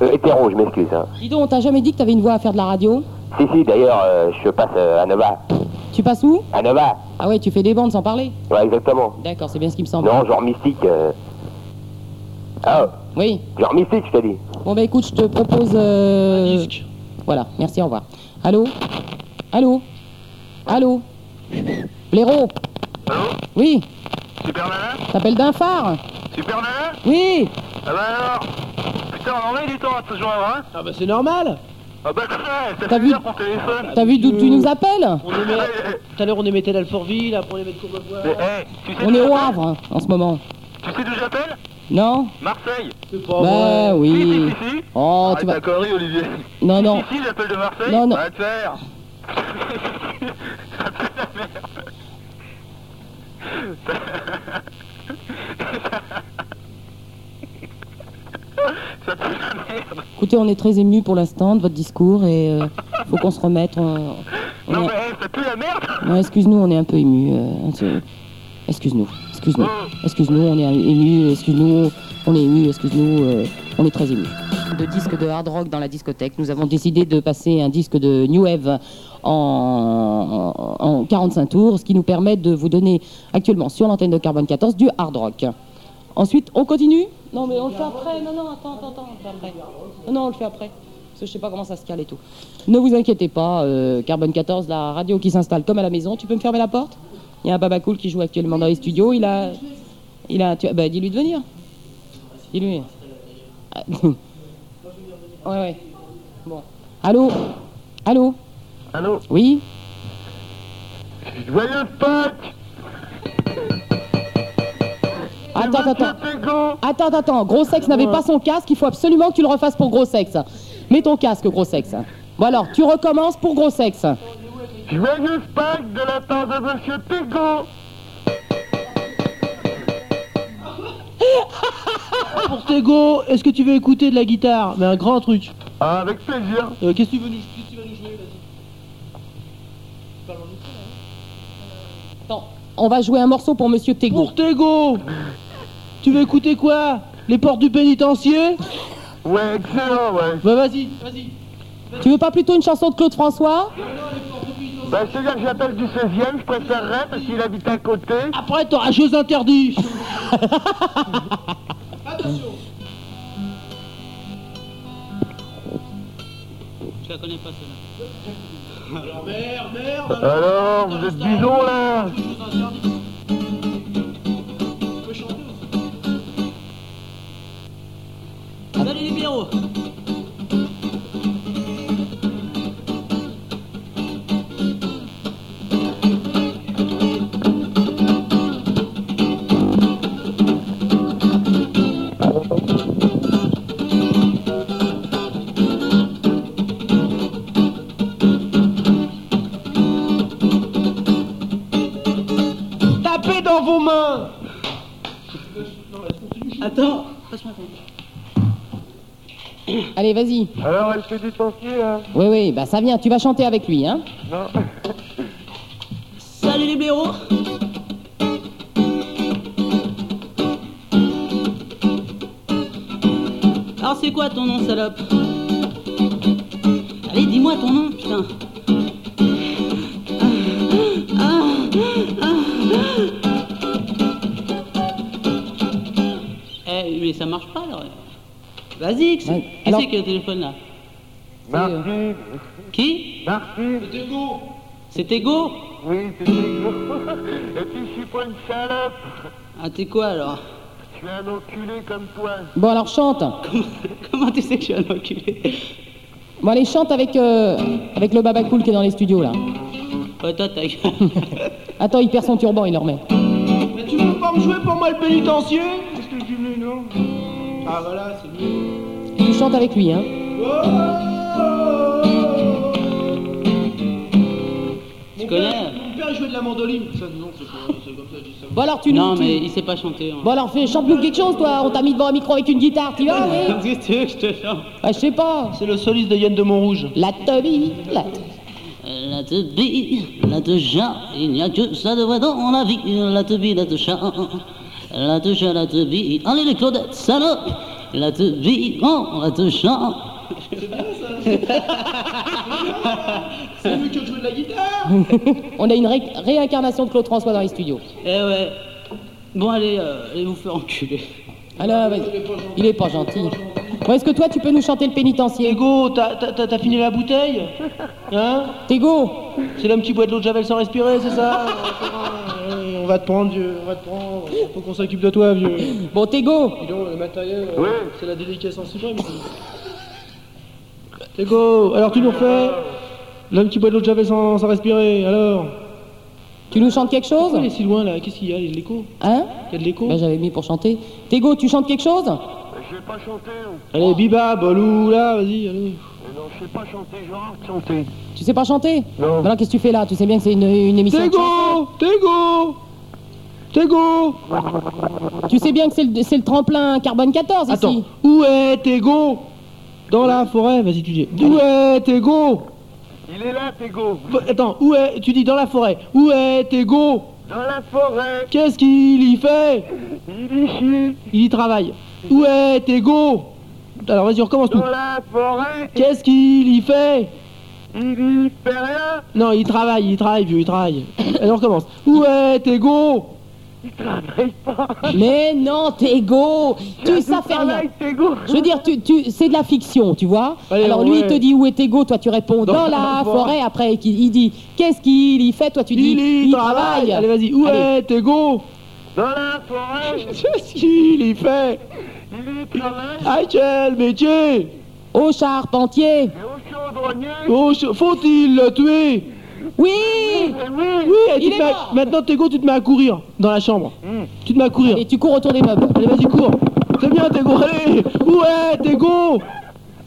H: Euh, hétéro, je m'excuse. hein.
B: Dis donc, on t'a jamais dit que t'avais une voix à faire de la radio
H: Si, si, d'ailleurs, euh, je passe euh, à Nova.
B: Tu passes où
H: À Nova
B: Ah ouais, tu fais des bandes sans parler
H: Ouais, exactement.
B: D'accord, c'est bien ce qui me semble.
H: Non, genre mystique. euh. Ah,
B: Oui.
H: genre mystique, je t'ai dit.
B: Bon bah écoute, je te propose... euh, Voilà, merci, au revoir. Allô Allô Allô Blaireau Allô Oui
F: Super Nana
B: T'appelles d'un phare
F: Super Nana
B: Oui
F: Ah bah alors Putain, on en met du temps à se joindre, hein
D: Ah bah c'est normal
F: Ah bah ouais,
B: T'as
F: ça fait
B: vu-
F: bizarre qu'on téléphone
B: T'as vu d'où tu nous appelles
D: On émet... Tout à l'heure, on émettait d'Alfortville, après on émet de Courbevoie.
F: Mais, eh, tu sais
B: On
F: d'où
B: est au
F: j'appelle
B: Havre hein, en ce moment.
F: Tu sais d'où j'appelle
B: Non
F: Marseille C'est
D: pas
B: Bah oui.
F: Si, si, si
B: Oh,
F: Arrête
B: tu vas...
F: ta connerie, Olivier
B: Non, non.
F: Si, si, j'appelle de Marseille
B: Non, non.
F: Va te faire
B: Écoutez, on est très ému pour l'instant de votre discours et euh, faut qu'on se remette. on- on
F: Non
B: est-
F: mais eh, ça pue la merde
B: Non, excuse-nous, on est un peu ému. euh, c'est- excuse-nous, excuse-nous,
F: Mmh.
B: excuse-nous, on est ému, excuse-nous, on est ému, excuse-nous, euh, on est très ému. De disques de hard rock dans la discothèque, nous avons décidé de passer un disque de new wave en, en- en 45 tours, ce qui nous permet de vous donner actuellement sur l'antenne de Carbone 14 du hard rock. Ensuite, on continue Non, mais on le fait après. Non, non, attends, attends, attends, on le fait après. Non, non, on le fait après. Parce que je sais pas comment ça se cale et tout. Ne vous inquiétez pas, euh, Carbone 14, la radio qui s'installe comme à la maison. Tu peux me fermer la porte Il y a un baba cool qui joue actuellement dans les studios. Il a. Il a. tu- bah, dis-lui de venir. Dis-lui. Ah, ouais, ouais. Bon. Allô Allô
F: Allô
B: Oui
F: Joyeux Pâques
B: Attends, attends. Attends, attends. Gros sexe n'avait pas son casque. Il faut absolument que tu le refasses pour gros sexe. Mets ton casque, gros sexe. Bon alors, tu recommences pour gros sexe.
F: Joyeux Pâques de la part de Monsieur Pégo
D: Pour Tego, est-ce que tu veux écouter de la guitare Mais un grand truc.
F: Ah, avec plaisir.
D: Euh, Qu'est-ce que tu veux nous, qu'est-ce que tu vas nous jouer
B: On va jouer un morceau pour Monsieur Tego.
D: Pour Tego Tu veux écouter quoi Les portes du pénitencier
F: Ouais, excellent, ouais.
D: Bah vas-y, vas-y.
B: Tu veux pas plutôt une chanson de Claude François
F: Bah, c'est-à-dire que j'appelle du 16 e je préférerais parce qu'il habite à côté.
D: Après, t'auras jeux interdits.
C: la connais pas celle-là.
D: Alors merde, merde
F: Alors, vous êtes bidon là
C: Allez les libéraux
D: Tapez dans vos mains
C: Attends
B: Allez, vas-y.
F: Alors, elle fait du sentier, hein
B: Oui, oui, bah ça vient, tu vas chanter avec lui, hein
F: Non.
C: Salut les blaireaux Alors c'est quoi ton nom salope Allez dis-moi ton nom putain Ah, ah, ah. Eh mais ça marche pas alors Vas-y, qui c'est qui c'est qui a le téléphone là
F: euh, Martine
C: Qui
F: Martine
D: C'était Hugo
C: C'était Ego
F: Oui, c'était Hugo Et puis, je suis pas une salope
C: Ah t'es quoi alors
F: Je suis un enculé comme toi
B: Bon, alors chante.
C: Comment tu sais que je suis un enculé
B: Bon, allez, chante avec, euh, avec le babacool qui est dans les studios, là.
C: Ouais, toi, ta gueule.
B: Attends, il perd son turban, il le remet.
D: Mais tu peux pas me jouer pour moi le pénitencier Qu'est-ce que tu veux, non Ah voilà, c'est mieux.
B: Tu chantes avec lui, hein
C: Oh
D: Tu
C: connais
D: Mon père il jouait de la mandoline. Ça, non, c'est pas- c'est comme ça, je dis ça.
B: Bon, alors tu
C: Non,
B: tu-
C: mais il sait pas chanter. hein.
B: Bon, alors fais, chante nous quelque chose, toi. On t'a mis devant un micro avec une guitare, tu vas, oui
C: Qu'est-ce que tu veux que je te chante
B: Ouais, je sais pas.
D: C'est le soliste de Yann de Montrouge.
B: La Toby, la
C: La te bille, la te chat, il n'y a que ça de vrai dans la vie. La te bille, la te chat, oh. la te chat, la te bille. Allez les Claudettes, salope La te bille, oh, la te chat.
D: C'est mieux que de jouer de la guitare
B: On a une ré- réincarnation de Claude François dans les studios.
C: Eh ouais. Bon, allez, euh, allez vous faire enculer.
B: Alors, vas-y. Il est pas gentil. Bon, est-ce que toi, tu peux nous chanter le pénitencier
D: Hugo, t'as- t'as t'as- t'as fini la bouteille Hein
B: Tego
D: C'est l'homme qui boit de l'eau de Javel sans respirer, c'est ça Euh, On va te prendre, vieux, on va te prendre. Faut qu'on s'occupe de toi, vieux.
B: Bon, Tego
D: Dis donc, le matériel, euh, c'est la déliquescence suprême. Tego, alors tu nous refais L'homme qui boit de l'eau de Javel sans, sans respirer, alors
B: Tu nous chantes quelque chose
D: Pourquoi il est si loin, là Qu'est-ce qu'il y a Il y a de l'écho
B: Hein
D: Il y a de l'écho
B: Ben, j'avais mis pour chanter. Tego, tu chantes quelque chose
F: Je vais pas chanter, on-
D: Allez, biba, bolou, là, vas-y, allez.
F: Mais non, je sais pas chanter, je vais chanter
B: Tu sais pas chanter
F: Non.
B: Alors, qu'est-ce que tu fais là Tu sais bien que c'est une, une émission. de
D: Tego Tego Tego
B: chan- Tu sais bien que c'est le, c'est le tremplin carbone 14 ici.
D: Attends, où est Tego Dans la forêt, vas-y, tu dis. Où est Tego
F: Il est là, Tego
D: Bah, Attends, où est Tu dis dans la forêt. Où est Tego
F: Dans la forêt
D: Qu'est-ce qu'il y fait
F: Il est chie
D: Il y travaille. Où est Tego Alors vas-y, recommence tout.
F: Dans la forêt
D: Qu'est-ce qu'il y fait
F: Il y fait rien
D: Non, il travaille, il travaille, vieux, il travaille. Allez, on recommence. Où est Tego
F: Il travaille pas
B: Mais non, Tego Tu sais faire rien.
F: travaille, Tego
B: Je veux dire, tu, tu, c'est de la fiction, tu vois.
D: Allez,
B: Alors lui,
D: ouais.
B: il te dit où est Ego, toi tu réponds dans,
D: Dans
B: la
D: la
B: forêt.
D: forêt.
B: Après, il, il dit qu'est-ce qu'il y fait, toi tu dis
D: Il y travaille. Allez, vas-y. Où
B: Allez.
D: est Tego
F: Dans la forêt
D: Qu'est-ce qu'il y fait
F: Il y travaille
D: Ah, quel métier
B: Au charpentier.
F: Et au chaudronnier
D: Oh, ch- Faut-il le tuer
B: Oui
D: Oui, et
B: Il
D: tu
B: est
D: te mets à-
B: mort. Hum.
D: maintenant Tego, tu te mets à courir dans la chambre. Tu te mets à courir.
B: Et tu cours autour des meubles.
D: Allez, vas-y, cours. C'est bien, Tego, allez Ouais, Tego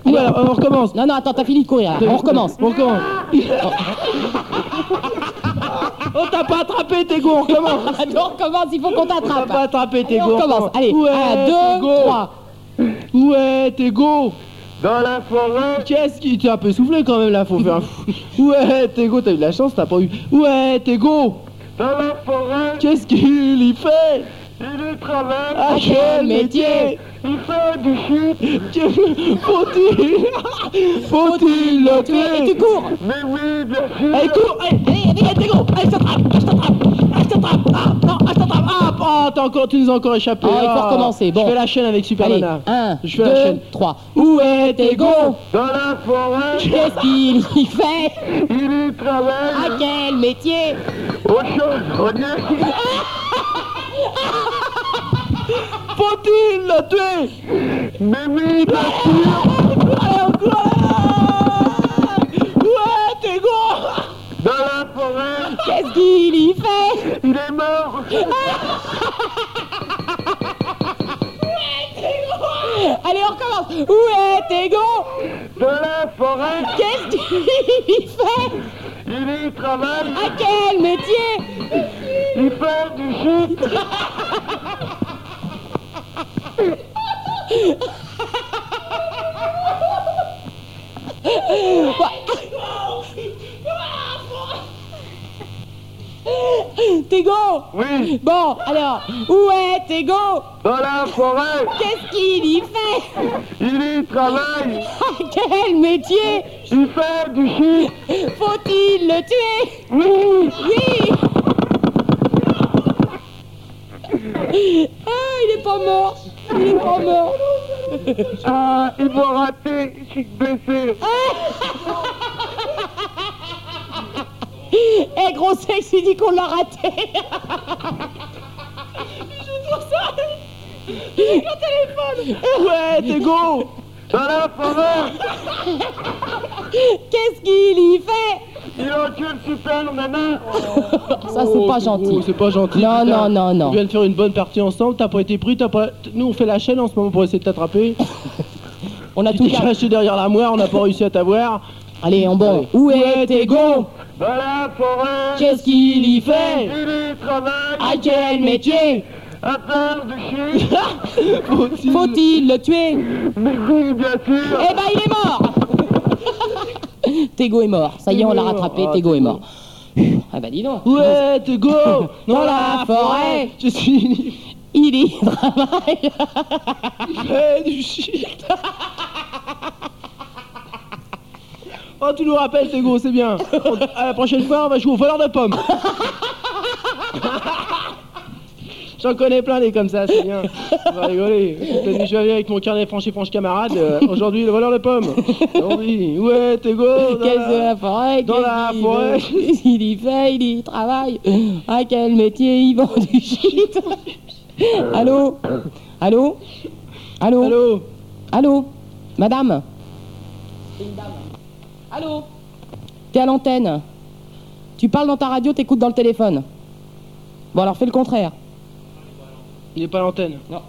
D: Ouais, alors, on recommence.
B: Non, non, attends, t'as fini de courir. là. On recommence.
D: On recommence. on t'a Oh, pas attrapé, Tego, on recommence.
B: Attends, on recommence, il faut qu'on
D: On t'a
B: t'attrape.
D: pas attrapé,
B: Allez,
D: Tego.
B: on recommence. Allez,
D: Ouais,
B: un, deux,
D: Tego.
B: trois.
D: Ouais, Tego.
F: Dans la forêt
D: Qu'est-ce qui. T'es un peu soufflé quand même là, faut faire un fou. Ouais, Tego, t'as eu de la chance, t'as pas eu. Ouais, Tego.
F: Dans la forêt
D: Qu'est-ce qu'il y fait
F: Il y travaille
D: Ah, quel métier
F: Il fait du chute
D: Que- Faut-il Faut-il le
B: Tu es- et tu
D: tuer
B: cours.
F: Mais oui, bien sûr
D: Allez, cours Allez, allez, allez, allez, Tego Allez, je t'attrape Je t'attrape Ah, je t'attrape Ah, non, ah, je t'attrape Ah, Ah, t'as encore, tu nous as encore échappé.
B: Ah, il faut
D: Ah.
B: recommencer, bon.
D: Je fais la chaîne avec Super
B: Allez,
D: Nana.
B: un,
D: Je fais la
B: deux,
D: chaîne.
B: 3. Où est tes gonds
D: Dans la forêt.
B: Qu'est-ce qu'il y fait Il y travaille.
D: Ah,
B: À quel métier Autre chose,
D: Faut-il le tuer Mémé, la Allez, encore Ouais, t'es gros Dans la forêt
B: Qu'est-ce qu'il y fait
D: Il est mort
B: Allez, on recommence. Où est tes gonds
D: Dans la forêt.
B: Qu'est-ce qu'il fait
D: Il y travaille.
B: À quel métier
D: Il fait du shit.
B: Tego Oui Bon, alors, où est Tego
D: Dans la forêt
B: Qu'est-ce qu'il y fait
D: Il y travaille
B: Quel métier
D: Il fait du shit
B: Faut-il le tuer
D: Oui
B: Oui Ah, il est pas mort Il est pas mort
D: Ah, ils m'ont raté, je suis blessé
B: Eh, gros sexe, il dit qu'on l'a raté Avec un téléphone
D: Ouais, Tego Dans la forêt
B: Qu'est-ce qu'il y fait
D: Il encule super nana
B: Ça, c'est
D: Oh,
B: pas gentil.
D: C'est pas gentil.
B: Non, non,
D: putain.
B: non, non.
D: On vient de faire une bonne partie ensemble, t'as pas été pris, t'as pas... Nous, on fait la chaîne en ce moment pour essayer de t'attraper.
B: on a
D: tout caché derrière la moire, on n'a pas réussi à t'avoir.
B: Allez, on bon. Où est tes gonds
D: Dans la forêt
B: Qu'est-ce qu'il y fait
D: Il y travaille
B: À quel métier
D: À faire du shit
B: Faut-il le tuer
D: Mais oui, bien sûr
B: Eh ben, il est mort Tego est mort. Ça y est, on l'a rattrapé. Tego est mort. Ah bah dis donc.
D: Ouais, Tego
B: Dans la forêt
D: Je suis...
B: Il y travaille.
D: Il fait du shit Oh, tu nous rappelles, Tego, c'est bien On- À la prochaine fois, on va jouer au voleur de pommes J'en connais plein des comme ça, c'est bien. On va rigoler. Je suis allé avec mon carnet franchi franche camarade. euh, Aujourd'hui, le voleur de pommes. Aujourd'hui, ouais, Tego. dans la-
B: Qu'est-ce de la forêt
D: Dans
B: Qu'est-ce
D: la
B: qu'il
D: forêt.
B: veut Il y fait, il y travaille. À quel métier il vend du shit
D: Euh,
B: Allô Allô Allô
D: Allô
B: Allô Madame Allô T'es à l'antenne. Tu parles dans ta radio, t'écoutes dans le téléphone. Bon alors fais le contraire.
D: Il est pas à l'antenne.
B: Non.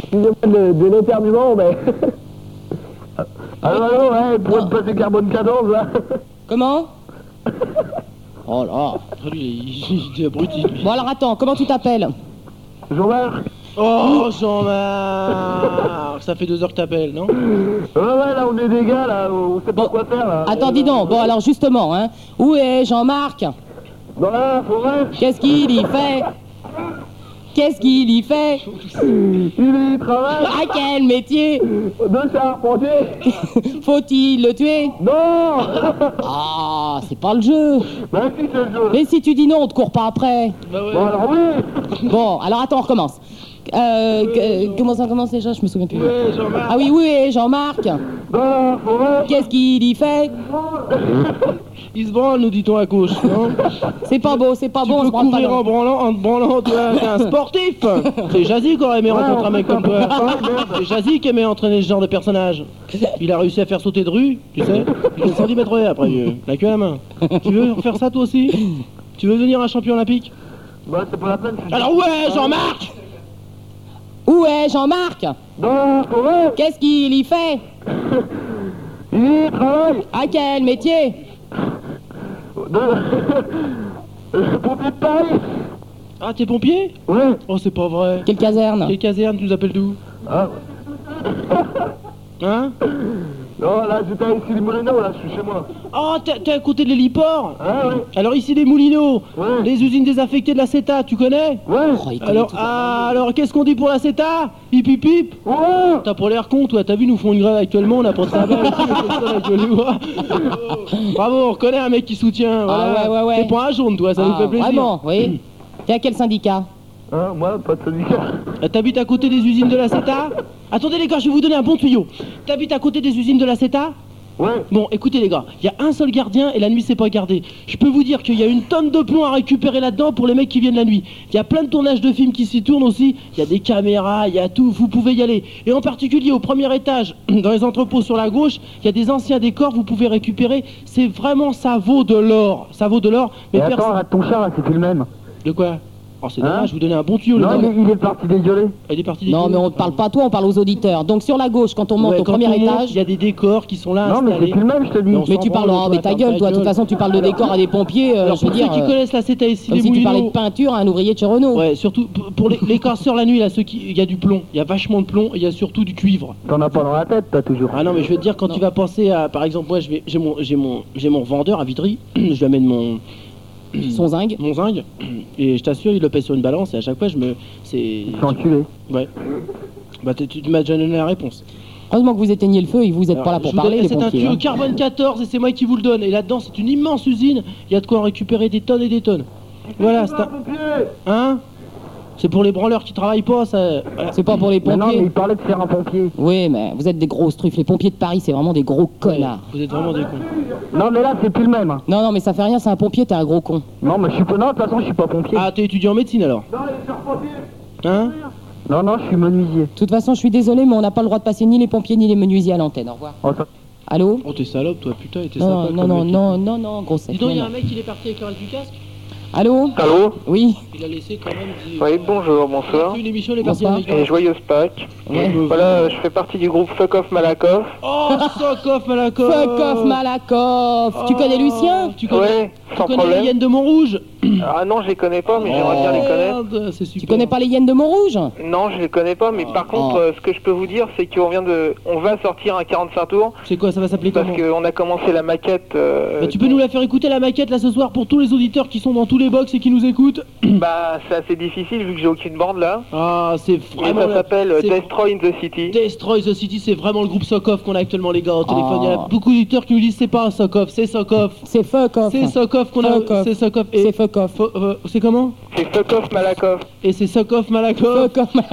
D: Excusez-moi de, de l'éternuement, mais.
F: Allô, allô, ouais, pour me passer carbone 14, là
B: Comment
D: Oh là Il est abruti.
B: Bon alors attends, comment tu t'appelles
D: Jean-Marc Oh, Jean-Marc Ça fait deux heures que t'appelles, non Ouais, ouais, là on est des gars, là, on sait pas quoi faire, là.
B: Attends, dis donc. Bon, alors justement, hein. Où est Jean-Marc
D: Dans la forêt.
B: Qu'est-ce qu'il y fait Qu'est-ce qu'il y fait
D: Il y travaille.
B: À quel métier
D: Dans le charpentier.
B: Faut-il le tuer
D: Non Bah,
B: Ah, c'est pas le jeu.
D: si, c'est le jeu.
B: Mais si tu dis non, on te court pas après.
D: ouais. Bon, alors
B: oui. Bon, alors attends, on recommence. Euh, que- comment ça commence déjà Je me souviens plus.
D: Oui, Jean-Marc.
B: Ah oui, oui, Jean-Marc.
F: Hein
B: Qu'est-ce qu'il y fait
D: Il se branle, nous dit-on à gauche, non
B: C'est pas beau, c'est pas
D: Tu
B: bon, on
D: peux
B: se branle pas
D: courir
B: non.
D: en, branlant, en te branlant, toi, t'es un sportif C'est Jazzy qui aurait aimé
B: Ouais,
D: rencontrer un mec
B: on
D: comme
B: peut
D: toi.
B: pas.
D: C'est Jazzy qui aimait entraîner ce genre de personnage. Il a réussi à faire sauter de rue, tu sais. Il est 110 mètres après, euh, la queue à la main. Tu veux refaire ça toi aussi Tu veux devenir un champion olympique Bah, c'est pas la peine. Alors ouais, Jean-Marc
B: Où est Jean-Marc Qu'est-ce qu'il y fait
D: Il travaille
B: À quel métier
D: Pompier de Paris Ah, t'es pompier Ouais Oh, c'est pas vrai
B: Quelle caserne
D: Quelle caserne Tu nous appelles d'où Ah Hein
F: Non, là, j'étais avec les Moulineaux, là, je suis chez moi.
D: Oh, t'es t'es à côté de l'héliport
F: Ah ouais.
D: Alors ici les moulineaux, les usines désaffectées de la CETA, tu connais Ouais. alors, ah, alors qu'est-ce qu'on dit pour la CETA Hip hip hip Ouais T'as pas l'air con toi, t'as vu nous font une grève actuellement, on a pas de travail, c'est ça, avec les lois. Bravo, on reconnaît un mec qui soutient.
B: Ah
D: voilà.
B: ouais, ouais, ouais.
D: T'es pas un jaune toi, ça
B: Ah,
D: nous fait plaisir.
B: Vraiment, oui. T'es à quel syndicat
D: Hein, moi, pas de syndicat. Euh, T'habites à côté des usines de la CETA Attendez les gars, je vais vous donner un bon tuyau. T'habites à côté des usines de la CETA Ouais. Bon, écoutez les gars, il y a un seul gardien et la nuit c'est pas gardé. Je peux vous dire qu'il y a une tonne de plomb à récupérer là-dedans pour les mecs qui viennent la nuit. Il y a plein de tournages de films qui s'y tournent aussi. Il y a des caméras, il y a tout, vous pouvez y aller. Et en particulier au premier étage, dans les entrepôts sur la gauche, il y a des anciens décors, vous pouvez récupérer. C'est vraiment, ça vaut de l'or. Ça vaut de l'or. Mais,
F: Mais attends,
D: personne-
F: arrête ton char, c'est plus le même.
D: De quoi Oh, c'est
F: Hein
D: dommage, je vous donnais un bon tuyau.
F: Non,
D: le gars.
F: il est- il est parti désolé.
D: Il est parti
B: Non, mais on ne parle pas à toi, on parle aux auditeurs. Donc sur la gauche, quand on monte
D: Ouais,
B: au
D: quand
B: premier
D: on monte,
B: étage.
D: Il y a des décors qui sont là.
B: Non, mais c'est
D: installés.
B: plus le même, je te dis.
D: Et on
B: Mais
D: s'en
B: tu
D: branle,
B: parles, oh, mais ta
D: ferme
B: gueule, toi, de toute façon, tu parles de
D: Alors-
B: décors à des pompiers, euh,
D: Alors,
B: je veux
D: pour ceux
B: dire,
D: qui
B: euh,
D: connaissent la CETA ici,
B: comme si tu parlais de peinture à un ouvrier de chez Renault.
D: Ouais, surtout p- pour les, les casseurs la nuit, là, ceux qui, il y a du plomb, il y a vachement de plomb, et il y a surtout du cuivre.
F: T'en as pas dans la tête, t'as toujours.
D: Ah non, mais je veux te dire, quand tu vas penser à, par exemple, moi, je vais- j'ai mon, j'ai mon, j'ai mon vendeur à Vitry, je lui amène mon
B: son zingue,
D: mon zingue, et je t'assure, il le pèse sur une balance, et à chaque fois, je me, c'est,
F: T'es enculé.
D: ouais, bah tu tu m'as déjà donné la réponse.
B: Heureusement que vous éteignez le feu et que vous n'êtes
D: Alors,
B: pas là pour
D: je vous donne-
B: parler, les
D: C'est un
B: pompiers.
D: tuyau
B: hein.
D: carbone 14 et c'est moi qui vous le donne. Et là-dedans, c'est une immense usine. Il y a de quoi en récupérer des tonnes et des tonnes. Voilà, c'est un. Hein C'est pour les branleurs qui travaillent pas, ça.
B: C'est pas pour les pompiers.
D: parlait de faire un pompier.
B: Oui, mais vous êtes des grosses truffes. Les pompiers de Paris, c'est vraiment des gros connards.
D: Vous êtes vraiment des cons.
B: Non, mais là, c'est plus le même. Non, non, mais ça fait rien, c'est un pompier, t'es un gros con.
D: Non, mais je suis pas. Non, de toute façon, je suis pas pompier. Ah, t'es étudiant en médecine alors Hein
F: Non, non, je suis menuisier.
B: De toute façon, je suis désolé, mais on n'a pas le droit de passer ni les pompiers ni les menuisiers à l'antenne. Au revoir. Allô
D: Oh, t'es salope, toi, putain, et t'es
B: Non,
D: sympa
B: non,
D: comme
B: non,
D: mec.
B: non, non, non, grossesse.
D: Dis donc,
B: non,
D: il y a
B: non.
D: un mec, il est parti avec le reste du casque.
B: Allô
H: Allô
B: Oui.
D: Il a laissé quand même. du-
H: Oui, bonjour, bonsoir.
D: Une émission, il est parti avec
H: Et joyeuse Pâques. Voilà, je fais partie du groupe Fuck Off Malakoff.
D: Oh, fuck off, Malakoff
B: Fuck off, Malakoff Tu connais Lucien
D: Oh, Tu connais,
H: Ouais,
D: tu
H: sans
D: connais
H: problème.
D: les hyènes de Montrouge Oh,
H: Ah non, je les connais Oh. pas, mais j'aimerais bien les connaître.
D: Merde, c'est super.
B: Tu connais pas les hyènes de Montrouge
H: Non, je les connais pas, mais par contre, euh, ce que je peux vous dire, c'est qu'on vient de, on va sortir un 45 tours.
D: C'est quoi, ça va s'appeler
H: Parce qu'on a commencé la maquette. euh,
D: Bah, tu peux nous la faire écouter la maquette là ce soir pour tous les auditeurs qui sont dans tous les box et qui nous écoutent
H: Bah, c'est assez difficile vu que j'ai aucune bande là.
D: Ah, c'est
H: Mais
D: vraiment.
H: ça s'appelle euh,
D: c'est-
H: Destroy in the City.
D: Destroy the City, c'est vraiment le groupe Sokoff qu'on a actuellement, les gars, au téléphone. Il y a
H: Ah.
D: beaucoup d'auditeurs qui nous disent c'est pas un Sokoff, c'est Sokoff.
B: C'est fuck off.
D: C'est Sokoff qu'on a.
H: Fuck off.
D: C'est Sokoff. et-
B: C'est fuck off.
D: Fo- euh, c'est comment
H: C'est Fuck Off Malakoff.
D: Et c'est Sokoff Malakoff.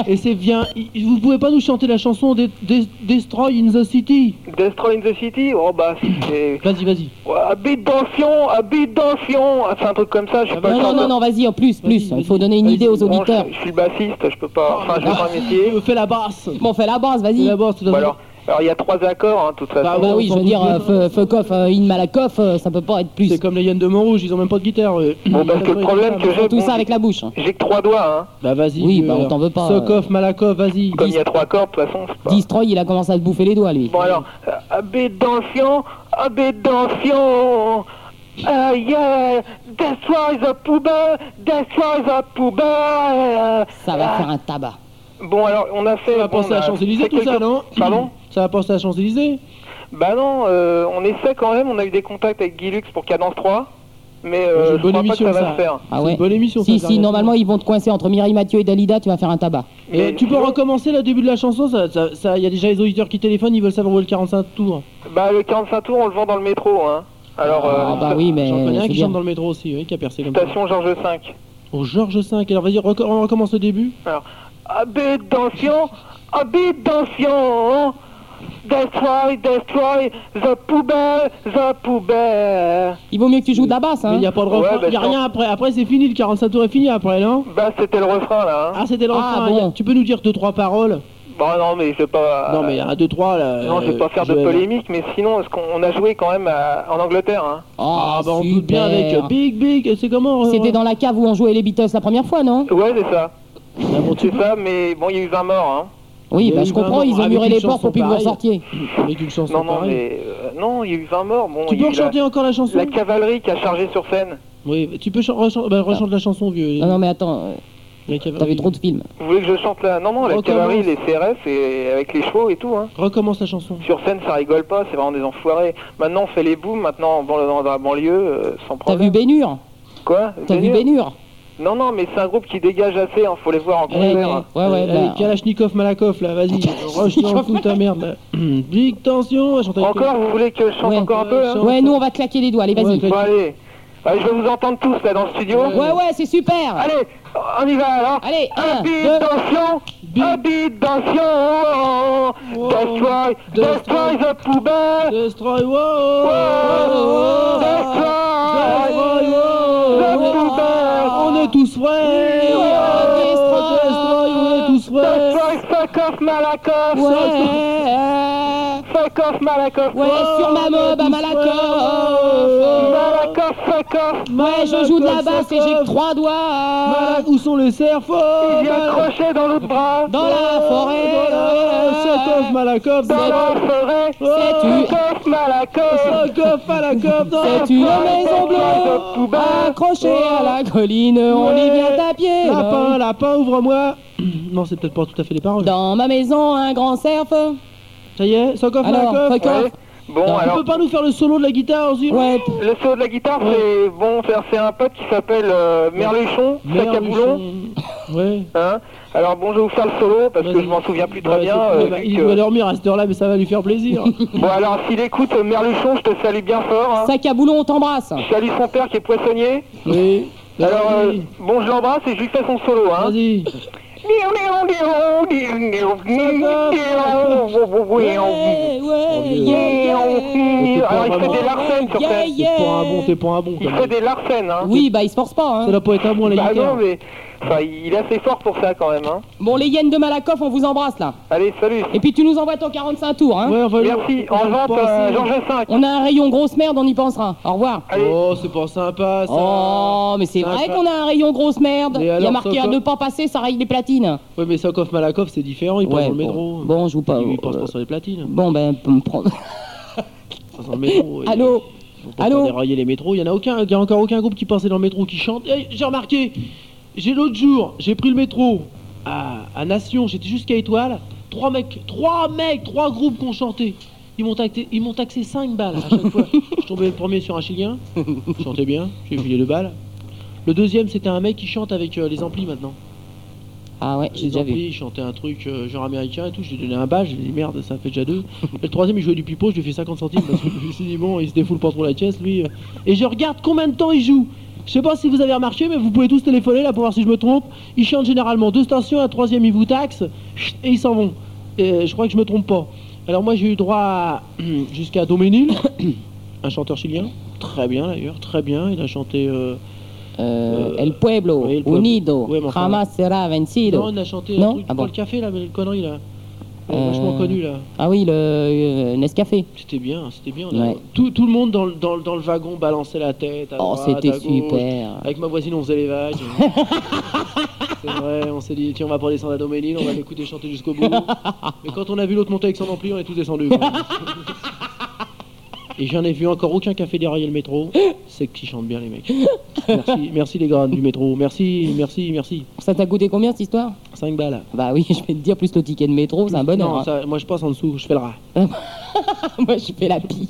D: Et c'est bien. i- Vous pouvez pas nous chanter la chanson de- de- Destroy in the City
H: Destroy in the City Oh bah, c'est.
D: Vas-y, vas-y.
H: Habite dans Sion, habite dans Sion Ah, C'est un truc comme ça, je suis pas
B: Non, bah non,
H: chanteur.
B: non, non, vas-y, en plus, plus. Il faut donner une idée aux
H: Bon,
B: auditeurs.
H: je, je suis bassiste, je peux pas. Enfin, je fais pas un métier.
D: me fais la basse.
B: Bon, fais la basse, vas-y. La
D: basse, tout
H: Bon, alors, alors, il y a trois accords, hein, de toute façon.
B: Bah, oui, je veux dire, euh, fu- fuck off, euh, in Malakoff, euh, ça peut pas être plus.
D: C'est comme les Yann de Montrouge, ils ont même pas de guitare. euh. eux.
H: Bon, parce que le problème que j'ai,
D: Tout
H: bon,
D: ça avec
B: la bouche.
H: J'ai que trois doigts, hein.
D: Bah vas-y.
B: Oui,
D: euh,
B: bah, on t'en veut pas,
D: Sokoff, Malakoff, vas-y.
H: Comme il y a trois accords, de toute façon.
D: Bah.
B: Destroy, il a commencé à se bouffer les doigts, lui.
H: Bon, alors, euh, habite dans Sion, habite dans Sion. Ah, yeah, destroy the poubelle, destroy the poubelle.
B: Ça va faire un tabac.
H: Bon, alors, on a fait.
D: Ça va
H: bon,
D: penser
H: on
D: à
H: a
D: Champs-Élysées,
H: fait
D: tout ça,
H: quelques-
D: non
H: Pardon
D: Ça va penser à Champs-Élysées
H: Bah non, euh, on essaie quand même, on a eu des contacts avec Guilux pour Cadence 3, mais euh, je
D: bonne
H: crois pas que
D: émission,
H: ça va
D: ça.
H: se faire.
D: C'est une bonne émission,
B: Ah Si,
D: ça,
B: si,
D: sérieusement.
B: normalement, ils vont te coincer entre Mireille Mathieu et Dalida, tu vas faire un tabac.
D: Euh, Tu peux recommencer le début de la chanson ça, ça, ça- y a déjà les auditeurs qui téléphonent, ils veulent savoir où est le 45 tours.
H: Bah le 45 tours, on le vend dans le métro, hein. Alors,
D: Ah,
H: euh,
D: bah
B: oui, mais-
D: J'en connais
B: je
D: un
B: veux
D: qui
B: dire-
D: chante dans le métro aussi, oui, qui a percé comme ça.
H: station Georges V.
D: Au Georges V, alors vas-y, reco- on recommence le début.
H: Alors, habite dans Sion, habite dans Sion, destroy, destroy, the poubelle, the poubelle.
B: Il vaut mieux que tu joues de la basse, hein.
D: Mais y a pas de
H: Ouais,
D: refrain,
H: bah,
D: y a
H: je
D: rien
H: pense-
D: après. Après, c'est fini, le 45 tours est fini après, non
H: Bah c'était le refrain là, hein.
D: Ah, c'était le
H: Ah,
D: refrain.
H: bon.
D: y a- Tu peux nous dire deux, trois paroles
H: Bah non, mais je vais pas...
D: Non, mais un, deux, trois là.
H: Non, je vais
D: euh,
H: pas faire de
D: Joël.
H: polémique, mais sinon, est-ce qu'on on a joué quand même à- en Angleterre, hein.
D: Ah, bah on doute bien avec euh, Big Big, c'est comment euh,
B: Oh, C'était dans la cave où on jouait les Beatles la première fois, non
H: Ouais, c'est ça.
D: Ah,
H: c'est ça, mais bon, il y a eu 20 morts, hein.
B: Oui,
H: Il y a
B: bah
H: eu
B: je comprends,
H: vingt-
B: ils ont
H: avec
B: muré
H: une
B: les portes
H: chanson
B: pour plus que vous
H: pareille.
B: ressortiez.
D: Avec une chanson
H: Non, non,
D: pareille.
H: mais... euh, non, il y a eu 20 morts, bon...
D: Tu
H: il y
D: peux
H: a eu la-
D: rechanter encore la chanson
H: La cavalerie qui a chargé sur scène.
D: Oui, tu peux chan- rechan- bah, rechante la chanson, vieux.
B: Non, Ah. non, mais attends,
D: euh,
B: t'avais trop de films.
H: Vous voulez que je chante là Non, non, la
D: Recommence.
H: cavalerie, les CRS, et avec les chevaux et tout, hein.
D: Recommence la chanson.
H: Sur scène, ça rigole pas, c'est vraiment des enfoirés. Maintenant, on fait les booms, maintenant, dans, dans la banlieue, euh, sans
B: T'as
H: problème.
B: vu Bénure
H: Quoi
B: T'as vu Bénure
H: Non, non, mais c'est un groupe qui dégage assez, hein, faut les voir en
B: Eh,
D: Allez,
H: concert.
O: Euh,
D: allez,
B: bah,
O: bah,
D: Kalachnikov, Malakoff, là, vas-y. Roche, tu en fous ta merde. là.
O: Hmm.
D: Big tension, chante avec
H: Encore, vous voulez que je chante encore un peu, hein
B: Ouais, nous on va claquer les doigts, allez, vas-y.
H: Bon, allez.
O: Allez, je vais vous entendre tous là dans le studio.
B: Ouais, ouais, c'est super.
O: Allez, on y va alors.
B: Allez, un,
O: Habite dans le champ, habite dans le champ. Destroy, destroy the poubelle.
D: Destroy, wow.
O: Destroy, the poubelle.
D: On est tous ouais. Destroy, on est tous ouais.
O: Destroy, fuck off Malakoff.
B: Ouais.
O: Fuck off Malakoff.
B: Ouais, sur ma mob à Malakoff.
O: Malakoff, fuck off.
B: Ouais, je joue de la basse et j'ai que trois doigts.
D: Malade, où sont les cerfs
O: Il vient crocher dans l'autre bras.
B: Dans la forêt.
D: Cette off Malakoff,
O: Dans la forêt.
B: C'est une-
O: Fuck off Malakoff.
D: cette off à la coffre, dans la
B: C'est une
D: forêt,
B: maison
O: de
B: bleue
O: poubelle.
B: accrochée à la colline. On y vient à pied.
D: Lapin, lapin, ouvre-moi. Non, c'est peut-être pas tout à fait les paroles.
B: Dans ma maison, un grand cerf.
D: Ça y est, Sokoff,
B: Alors,
D: Malakoff.
B: fuck off.
D: Ouais.
F: Bon,
D: Tu
F: alors,
D: peux pas nous faire le solo de la guitare, Zul
B: Ouais.
F: le saut de la guitare, c'est bon, c'est- c'est un pote qui s'appelle euh, Merluchon, sac à boulon.
D: Ouais.
F: Hein Alors bon, je vais vous faire le solo parce que je m'en souviens plus très
D: Ouais,
F: bien.
D: c'est-
F: euh,
D: eh ben,
F: vu
D: il
F: que-
D: doit dormir à cette heure-là, mais ça va lui faire plaisir.
F: Bon alors, s'il écoute euh, Merluchon, je te salue bien fort. hein.
B: Sac à boulon, on t'embrasse.
F: Je salue son père qui est poissonnier.
D: oui.
F: Alors euh,
D: Vas-y.
F: bon, je l'embrasse et je lui fais son solo. Hein.
D: Vas-y.
B: Ouais, ouais, yeah, yeah.
F: Alors il fait des larcènes sur
B: Yeah,
F: scène.
D: T'es pas un bon,
B: yeah.
D: t'es pas un bon. quand
F: Il
D: même.
F: fait des larcènes. Hein.
B: Oui, bah il se force pas.
D: Ça
B: Hein.
D: doit pas être un bon, la
F: Bah non,
D: guitare.
F: mais enfin, il est assez fort pour ça quand même. Hein.
B: Bon, les yens de Malakoff, on vous embrasse là.
F: Allez, salut.
B: Et puis tu nous envoies ton 45 tours. Hein.
D: Ouais, enfin,
F: Merci.
D: on- on
F: En
D: va
F: vente,
D: pas
F: euh,
D: assez-
F: Georges V.
B: On a un rayon grosse merde, on y pensera. Au revoir.
D: Oh, c'est pas sympa, ça.
B: Oh, mais c'est
D: Ça,
B: vrai
D: ça-
B: qu'on a un rayon grosse merde.
D: Et
B: Il y a
D: alors,
B: marqué
D: ça,
B: à
D: ça-
B: ne pas passer, ça raye les platines.
D: Ouais, mais Sokoff, Malakoff, c'est différent, il passe
B: Ouais,
D: dans le
B: bon.
D: métro.
B: Bon, je joue pas.
D: Il passe
B: euh,
D: pas sur les platines.
B: Bon, ben, peut me prendre.
D: Il passe dans le métro. et-
B: Allô
D: Faut pas
B: Allô
D: faire dérailler les métros, il y en a aucun, il y a encore aucun groupe qui passait dans le métro qui chante. Eh, j'ai remarqué, j'ai l'autre jour, j'ai pris le métro à, à Nation, j'étais jusqu'à Étoile, trois mecs, trois mecs, trois groupes qui ont chanté. Ils m'ont taxé, ils m'ont taxé 5 balles à chaque fois. Je tombais le premier sur un Chilien, je chantais bien, j'ai filé deux balles. Le deuxième, c'était un mec qui chante avec euh, les amplis maintenant.
B: Ah ouais, j'ai
D: Les
B: déjà vu.
D: amplis, il chantait un truc euh, genre américain et tout. Je lui ai donné un bas, j'ai dit merde, ça fait déjà deux. Et le troisième, il jouait du pipeau, je lui ai fait 50 centimes parce que je me suis dit bon, il se défoule pas trop la caisse lui. euh. Et je regarde combien de temps il joue. Je sais pas si vous avez remarqué, mais vous pouvez tous téléphoner là pour voir si je me trompe. Ils chantent généralement deux stations, un troisième ils vous taxe chut, et ils s'en vont. Et je crois que je me trompe pas. Alors moi j'ai eu droit à- jusqu'à Doménil, un chanteur chilien, très bien d'ailleurs, très bien. Il a chanté. euh,
B: Euh, El Pueblo,
D: oui, El Pueblo.
B: Unido,
D: Ouais, mais enfin-
B: jamás será vencido.
D: Non, il a chanté
B: Non
D: un truc
B: Ah bon.
D: dans le café là, mais le connerie là.
B: Euh,
D: Vachement connu là.
B: Ah oui, le euh, Nescafé.
D: C'était bien, c'était bien. on a-
B: Ouais.
D: Tout, tout le monde dans, le- dans, le- dans le wagon balançait la tête. à
B: Oh,
D: droite,
B: c'était
D: à gauche.
B: super.
D: Avec ma voisine, on faisait les vagues. C'est vrai, on s'est dit, tiens, on va pas descendre à Doménil, on va l'écouter chanter jusqu'au bout. Mais quand on a vu l'autre monter avec son ampli, on est tous descendus. quoi. Et j'en ai vu encore aucun café dérailler le métro. C'est qu'ils chantent bien, les mecs. Merci, merci les gars du métro. Merci, merci, merci.
B: Ça t'a coûté combien cette histoire
D: 5 balles.
B: Bah oui, je vais te dire, plus le ticket de métro, c'est un bonheur.
D: Non,
B: hein.
D: ça- moi je passe en dessous, je fais le rat.
B: Moi, je fais la pie.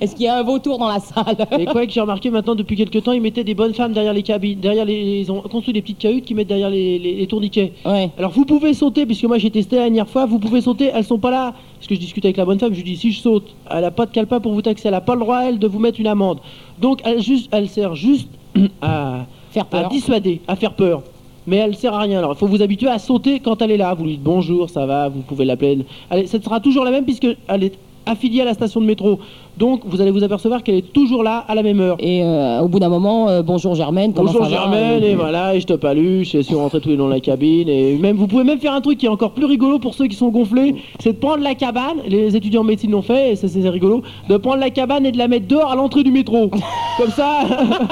B: Est-ce qu'il y a un vautour dans la salle
D: Et quoi que j'ai remarqué maintenant depuis quelques temps, ils mettaient des bonnes femmes derrière les cabines, derrière les, ils ont construit des petites cahutes qui mettent derrière les, les- les tourniquets.
B: Ouais.
D: Alors vous pouvez sauter, puisque moi j'ai testé la dernière fois, vous pouvez sauter, elles sont pas là. Parce que je discute avec la bonne femme, je lui dis si je saute, elle a pas de calepin pour vous taxer, elle a pas le droit elle de vous mettre une amende. Donc elle, juste, elle sert juste à,
B: Faire
D: à
B: peur.
D: dissuader, à faire peur. Mais elle sert à rien. Alors il faut vous habituer à sauter quand elle est là. Vous lui dites bonjour, ça va, vous pouvez l'appeler. Allez, ça sera toujours la même puisque elle est affiliée à la station de métro. Donc vous allez vous apercevoir qu'elle est toujours là à la même heure.
B: Et euh, au bout d'un moment, euh, bonjour Germaine, comment
D: Bonjour
B: ça va
D: Germaine,
B: Euh,
D: et voilà, et je te palue, je suis rentré tous les deux dans la cabine, et même, vous pouvez même faire un truc qui est encore plus rigolo pour ceux qui sont gonflés, c'est de prendre la cabane, les étudiants en médecine l'ont fait, et ça c'est rigolo, de prendre la cabane et de la mettre dehors à l'entrée du métro. Comme ça,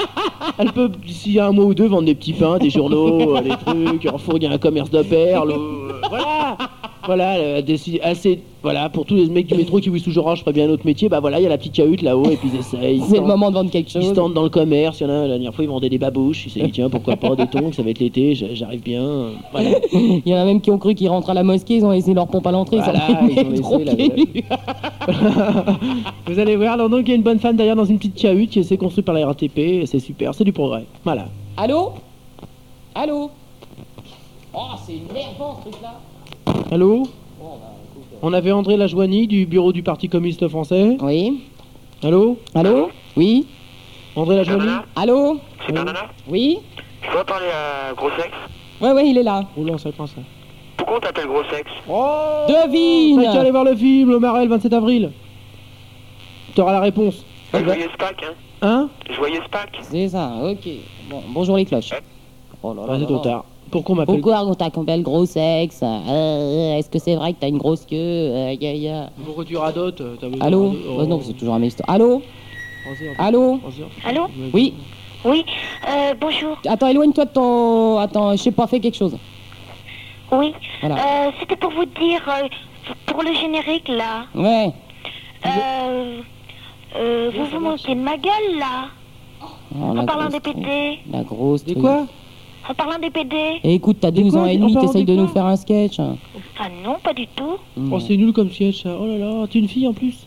D: elle peut, d'ici un mois ou deux, vendre des petits pains, des journaux, euh, des trucs, refourguer un commerce de perles, euh, voilà voilà, elle a décidé- elle s'est- voilà, pour tous les mecs du métro qui vous toujours, je ferais bien un autre métier, bah voilà, il y a la petite cahute là-haut, et puis ils essayent. ils
B: C'est le
D: tentent.
B: moment de vendre quelque
D: Ils se
B: chose.
D: tentent dans le commerce, il y en a la dernière fois ils vendaient des babouches, ils s'est dit tiens pourquoi pas des tongs, ça va être l'été, j'a- j'arrive bien. euh, Voilà.
B: Il y en a même qui ont cru qu'ils rentraient à la mosquée, ils ont laissé leur pompe à l'entrée,
D: Voilà,
B: ils ont fait le
D: ils ont
B: métro
D: laissé la-
B: pieds nus.
D: Vous allez voir, alors donc il y a une bonne femme d'ailleurs dans une petite cahute qui s'est construite par la RATP, c'est super, c'est du progrès. Voilà.
B: Allô Allô Oh, c'est énervant ce truc-là.
D: Allô On avait André Lajoigny du bureau du Parti communiste français.
B: Oui.
D: Allô
B: Allô Oui
D: André Lajoli
B: Allô Oui
C: Je dois parler à Gros Sexe.
B: Ouais, ouais, il est là.
D: Oula, on savait pas ça.
C: Pourquoi on t'appelle Gros Sexe
F: Eh
B: Devine
D: Oh, T'as qu'à aller voir le film, le Marais, le 27 avril. T'auras la réponse.
C: Je
F: ben.
C: voyais Spack, hein.
D: Hein
C: Joyeux Spack.
B: C'est ça, ok. Bon, bonjour les cloches. Oh là là
D: Bah, c'est
B: là
D: trop
B: là.
D: tard. Pourquoi on m'appelle
B: Pourquoi on t'appelle gros sexe Euh, Est-ce que c'est vrai que t'as une grosse queue Euh, ya, ya.
D: Pourquoi tu radotes euh, t'as besoin
B: Allô
D: de- Oh,
B: Ouais, Non, c'est toujours un histoire. Allô Allô
O: Allô
B: Oui
O: Oui, euh, bonjour.
B: Attends, éloigne-toi de ton... Attends, je sais pas, fais quelque chose.
O: Oui.
B: Voilà.
O: Euh, C'était pour vous dire, euh, pour le générique là,
B: Ouais.
O: euh, euh, vous vous moquez de ma gueule là,
B: Oh, la
O: en parlant
B: grosse
O: des
B: truie.
O: PD,
B: La grosse Des quoi
O: en parlant des PD.
B: Et écoute, t'as 12
O: quoi
B: ans et
O: On
B: demi,
O: parle
B: t'essayes
O: des
B: de nous
O: quoi
B: faire un sketch.
O: Ah non, pas du tout.
D: Oh, c'est nul comme siège ça. Oh là là, t'es une fille en plus.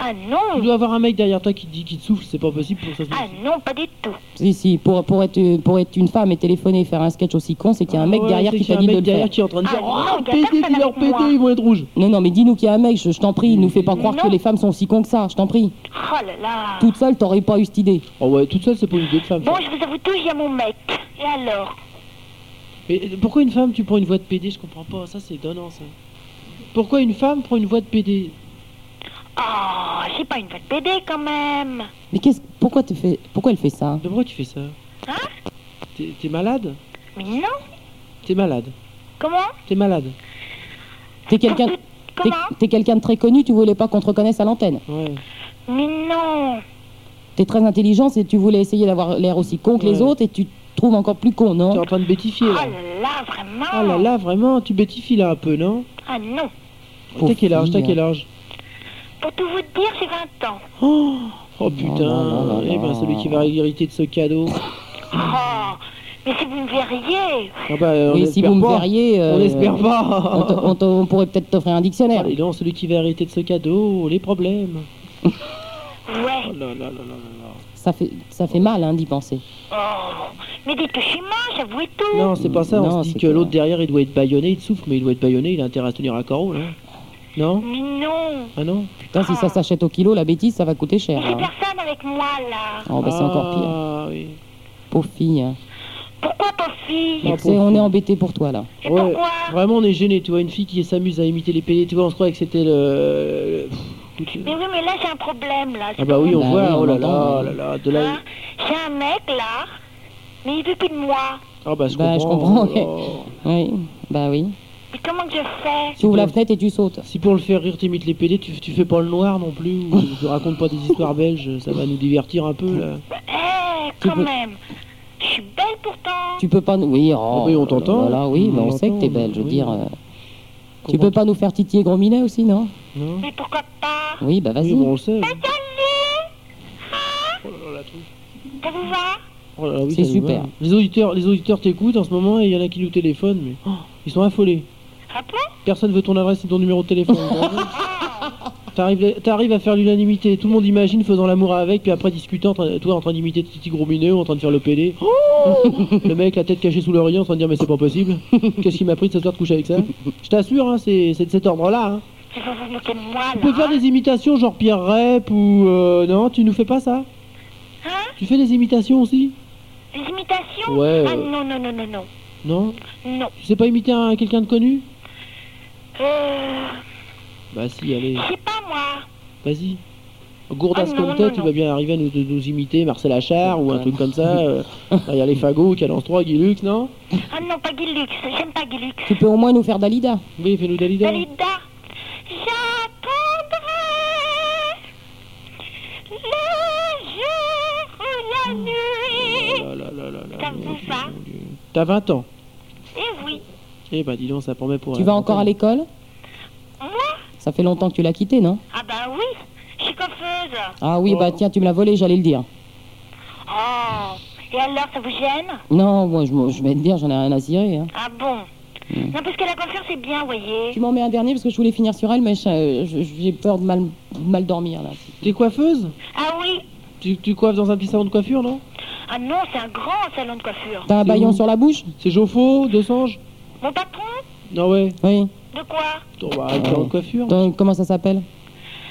O: Ah non
D: Tu dois avoir un mec derrière toi qui te dit, qui te souffle, c'est pas possible pour ça. se
O: Ah
D: passe.
O: non, pas du tout.
B: Si, si, pour, pour, être, pour être une femme et téléphoner et faire un sketch aussi con, c'est qu'il y a un mec
D: Ah Ouais,
B: derrière
D: c'est
B: qui
D: qu'il y
B: t'a dit
D: a un
B: de
D: mec
B: le
D: derrière
B: faire.
D: qui est en train de dire,
O: Ah,
D: oh,
O: non, y a
D: pété,
O: personne
D: leur
O: avec moi.
D: pété, ils vont être rouges.
B: Non, non, mais dis-nous qu'il y a un mec, je, je t'en prie, nous fais pas croire
O: Non.
B: que les femmes sont aussi cons que ça, je t'en prie.
O: Oh là là.
B: Toute seule, t'aurais pas eu cette idée.
D: Oh ouais, toute seule, c'est pas une idée de femme.
O: Bon, je vous avoue tout, il y a mon mec. Et alors
D: Mais pourquoi une femme, tu prends une voix de PD Je comprends pas, ça c'est donnant ça. Pourquoi une femme prend une voix de PD
O: Oh, c'est pas une bonne BD quand même.
B: Mais qu'est-ce, pourquoi tu fais, pourquoi elle fait ça
D: Mais pourquoi tu fais ça
O: Hein
D: T'es t'es malade
O: Mais non
D: T'es malade
O: Comment
D: T'es malade
B: T'es quelqu'un, t'es,
O: Comment
B: t'es quelqu'un de très connu, tu voulais pas qu'on te reconnaisse à l'antenne.
D: Ouais.
O: Mais non
B: T'es très intelligent et tu voulais essayer d'avoir l'air aussi con que les
D: Ouais.
B: autres et tu te trouves encore plus con, non
D: T'es en train de bétifier
O: Oh
D: là.
O: là là, vraiment
D: Ah là là, vraiment, tu bétifies là un peu, non
O: Ah non
D: T'as quel âge T'as quel
B: hein.
D: âge
O: Pour tout vous dire, j'ai 20 ans.
D: Oh, oh, putain Eh ben, celui qui va hériter de ce cadeau.
O: Oh, mais si vous me verriez
D: Ah bah, euh, on
B: Oui, si
D: espère
B: vous me
D: pas.
B: verriez, euh,
D: On espère pas
B: on te- on te- on pourrait peut-être t'offrir un dictionnaire.
D: Et non, celui qui va hériter de ce cadeau, les problèmes.
O: Ouais.
D: Oh là là là là là.
B: Ça fait, ça fait mal hein, d'y penser.
O: Oh, mais dites que je suis moche, avouez tout
D: Non, c'est pas ça,
B: Non,
D: on se dit
B: c'est
D: que l'autre derrière il doit être baïonné, il te souffle, mais il doit être baïonné, il a intérêt à se tenir à carreau, là. Non
O: Mais non
D: Ah non
B: Putain, si ça s'achète au kilo, la bêtise, ça va coûter cher.
O: J'ai
B: hein.
O: personne avec moi là
B: Oh, bah, c'est encore pire.
D: Ah oui.
B: Pauvre fille. hein.
O: Pourquoi pas fille
B: Donc, c'est- on est embêté pour toi, là.
D: Ouais, vraiment on est gêné, tu vois, une fille qui s'amuse à imiter les PD, tu vois, on se croyait que c'était le... le- pff,
O: Mais oui, mais là j'ai un problème là.
D: Ah bah oui, on
B: Bah oui,
D: voit,
B: on
D: oh là
B: l'entend,
D: là, oh
B: oui.
D: là là, de là...
O: hein. J'ai un mec là, mais il veut plus de moi.
D: Ah bah je
B: Bah, je
D: comprends.
B: comprends,
D: oh là là.
B: Oui, bah oui.
O: Mais comment que je fais
B: Tu ouvres la fenêtre et tu sautes.
D: Si pour le faire rire t'imites les PD, tu, tu fais pas le noir non plus, ou tu racontes pas des histoires belges, ça va nous divertir un peu, là.
O: Bah, Eh,
B: Tu
O: quand
B: peux-
O: même Je suis belle pourtant
B: Tu peux pas nous. Oui, oh,
D: Ah oui, on t'entend.
B: là, là, là, oui,
D: On
B: mais on sait que t'es
D: l'entend,
B: belle, je veux
D: oui.
B: dire. euh, Tu
D: Comment
B: peux pas nous faire titiller Gros Minet aussi, non
D: Non
O: Mais pourquoi pas
B: Oui, bah
D: Oui,
B: vas-y.
D: bon, on le sait. Oh oui.
O: Ça vous va
D: Oh là là, oui,
B: C'est
D: ça nous va.
B: super.
D: Les auditeurs, les auditeurs t'écoutent en ce moment et il y en a qui nous téléphonent, mais oh, ils sont affolés.
O: Ah
D: Personne veut ton adresse et ton numéro de téléphone. T'arrives t'arrives à faire l'unanimité. Tout le monde imagine faisant l'amour avec, puis après discutant, en train- toi en train d'imiter Titi Gros Minet ou en train de faire le PD.
O: Oh
D: le mec, la tête cachée sous l'oreiller, en train de dire mais c'est pas possible. Qu'est-ce qui m'a pris de cette heure de coucher avec ça Je t'assure, hein, c'est c'est de cet ordre-là. hein.
O: Tu veux vous moquer de moi
D: Tu peux
O: là
D: faire des imitations genre Pierre Rep ou... euh, non, tu nous fais pas ça
O: Hein
D: Tu fais des imitations aussi
O: Des imitations
D: Ouais,
O: Ah
D: euh.
O: non, non, non, non, non.
D: Non
O: Non.
D: Tu sais pas imiter un- quelqu'un de connu
O: Euh.
D: Bah si, allez,
O: Je sais pas moi.
D: vas-y. Gourdas
O: Ah, non,
D: Comte,
O: non,
D: tu
O: non.
D: vas bien arriver à nous, nous- nous imiter Marcel Achard ou un truc comme ça. euh, Il y a les fagots, Calence 3, Guy Lux, non
O: Ah non, pas Guilux. J'aime pas Guilux.
B: Tu peux au moins nous faire Dalida.
D: Oui, fais-nous Dalida.
O: Dalida. J'attendrai le jour ou la nuit.
D: Oh là là là là là,
O: Ça vous va
D: T'as 20 ans.
O: Eh oui.
D: Eh ben dis donc, ça promet pour...
B: Tu
D: un-
B: vas encore à l'école
O: Moi
B: Ça fait longtemps que tu l'as quitté, non
O: Ah bah oui. Je suis coiffeuse.
B: Ah
D: Oh.
B: oui, bah tiens, tu me l'as volé, j'allais le dire.
O: Oh. Et alors, ça vous gêne
B: Non, moi, je, m'en- je vais te dire, j'en ai rien à cirer. hein.
O: Ah bon
D: Hmm.
O: Non, parce que la coiffure, c'est bien, voyez.
B: Tu m'en mets un dernier parce que je voulais finir sur elle, mais je- je- j'ai peur de mal, mal dormir, là.
D: T'es coiffeuse
O: Ah oui.
D: tu, tu coiffes dans un petit salon de coiffure, non
O: Ah non, c'est un grand salon de coiffure.
B: T'as un
D: C'est
B: baillon
D: où
B: sur la bouche
D: C'est Joffo, De Sange
O: Mon patron
D: Non ouais.
B: Oui.
O: De quoi
D: Oh, bah, un salon de coiffure.
B: Donc, comment ça s'appelle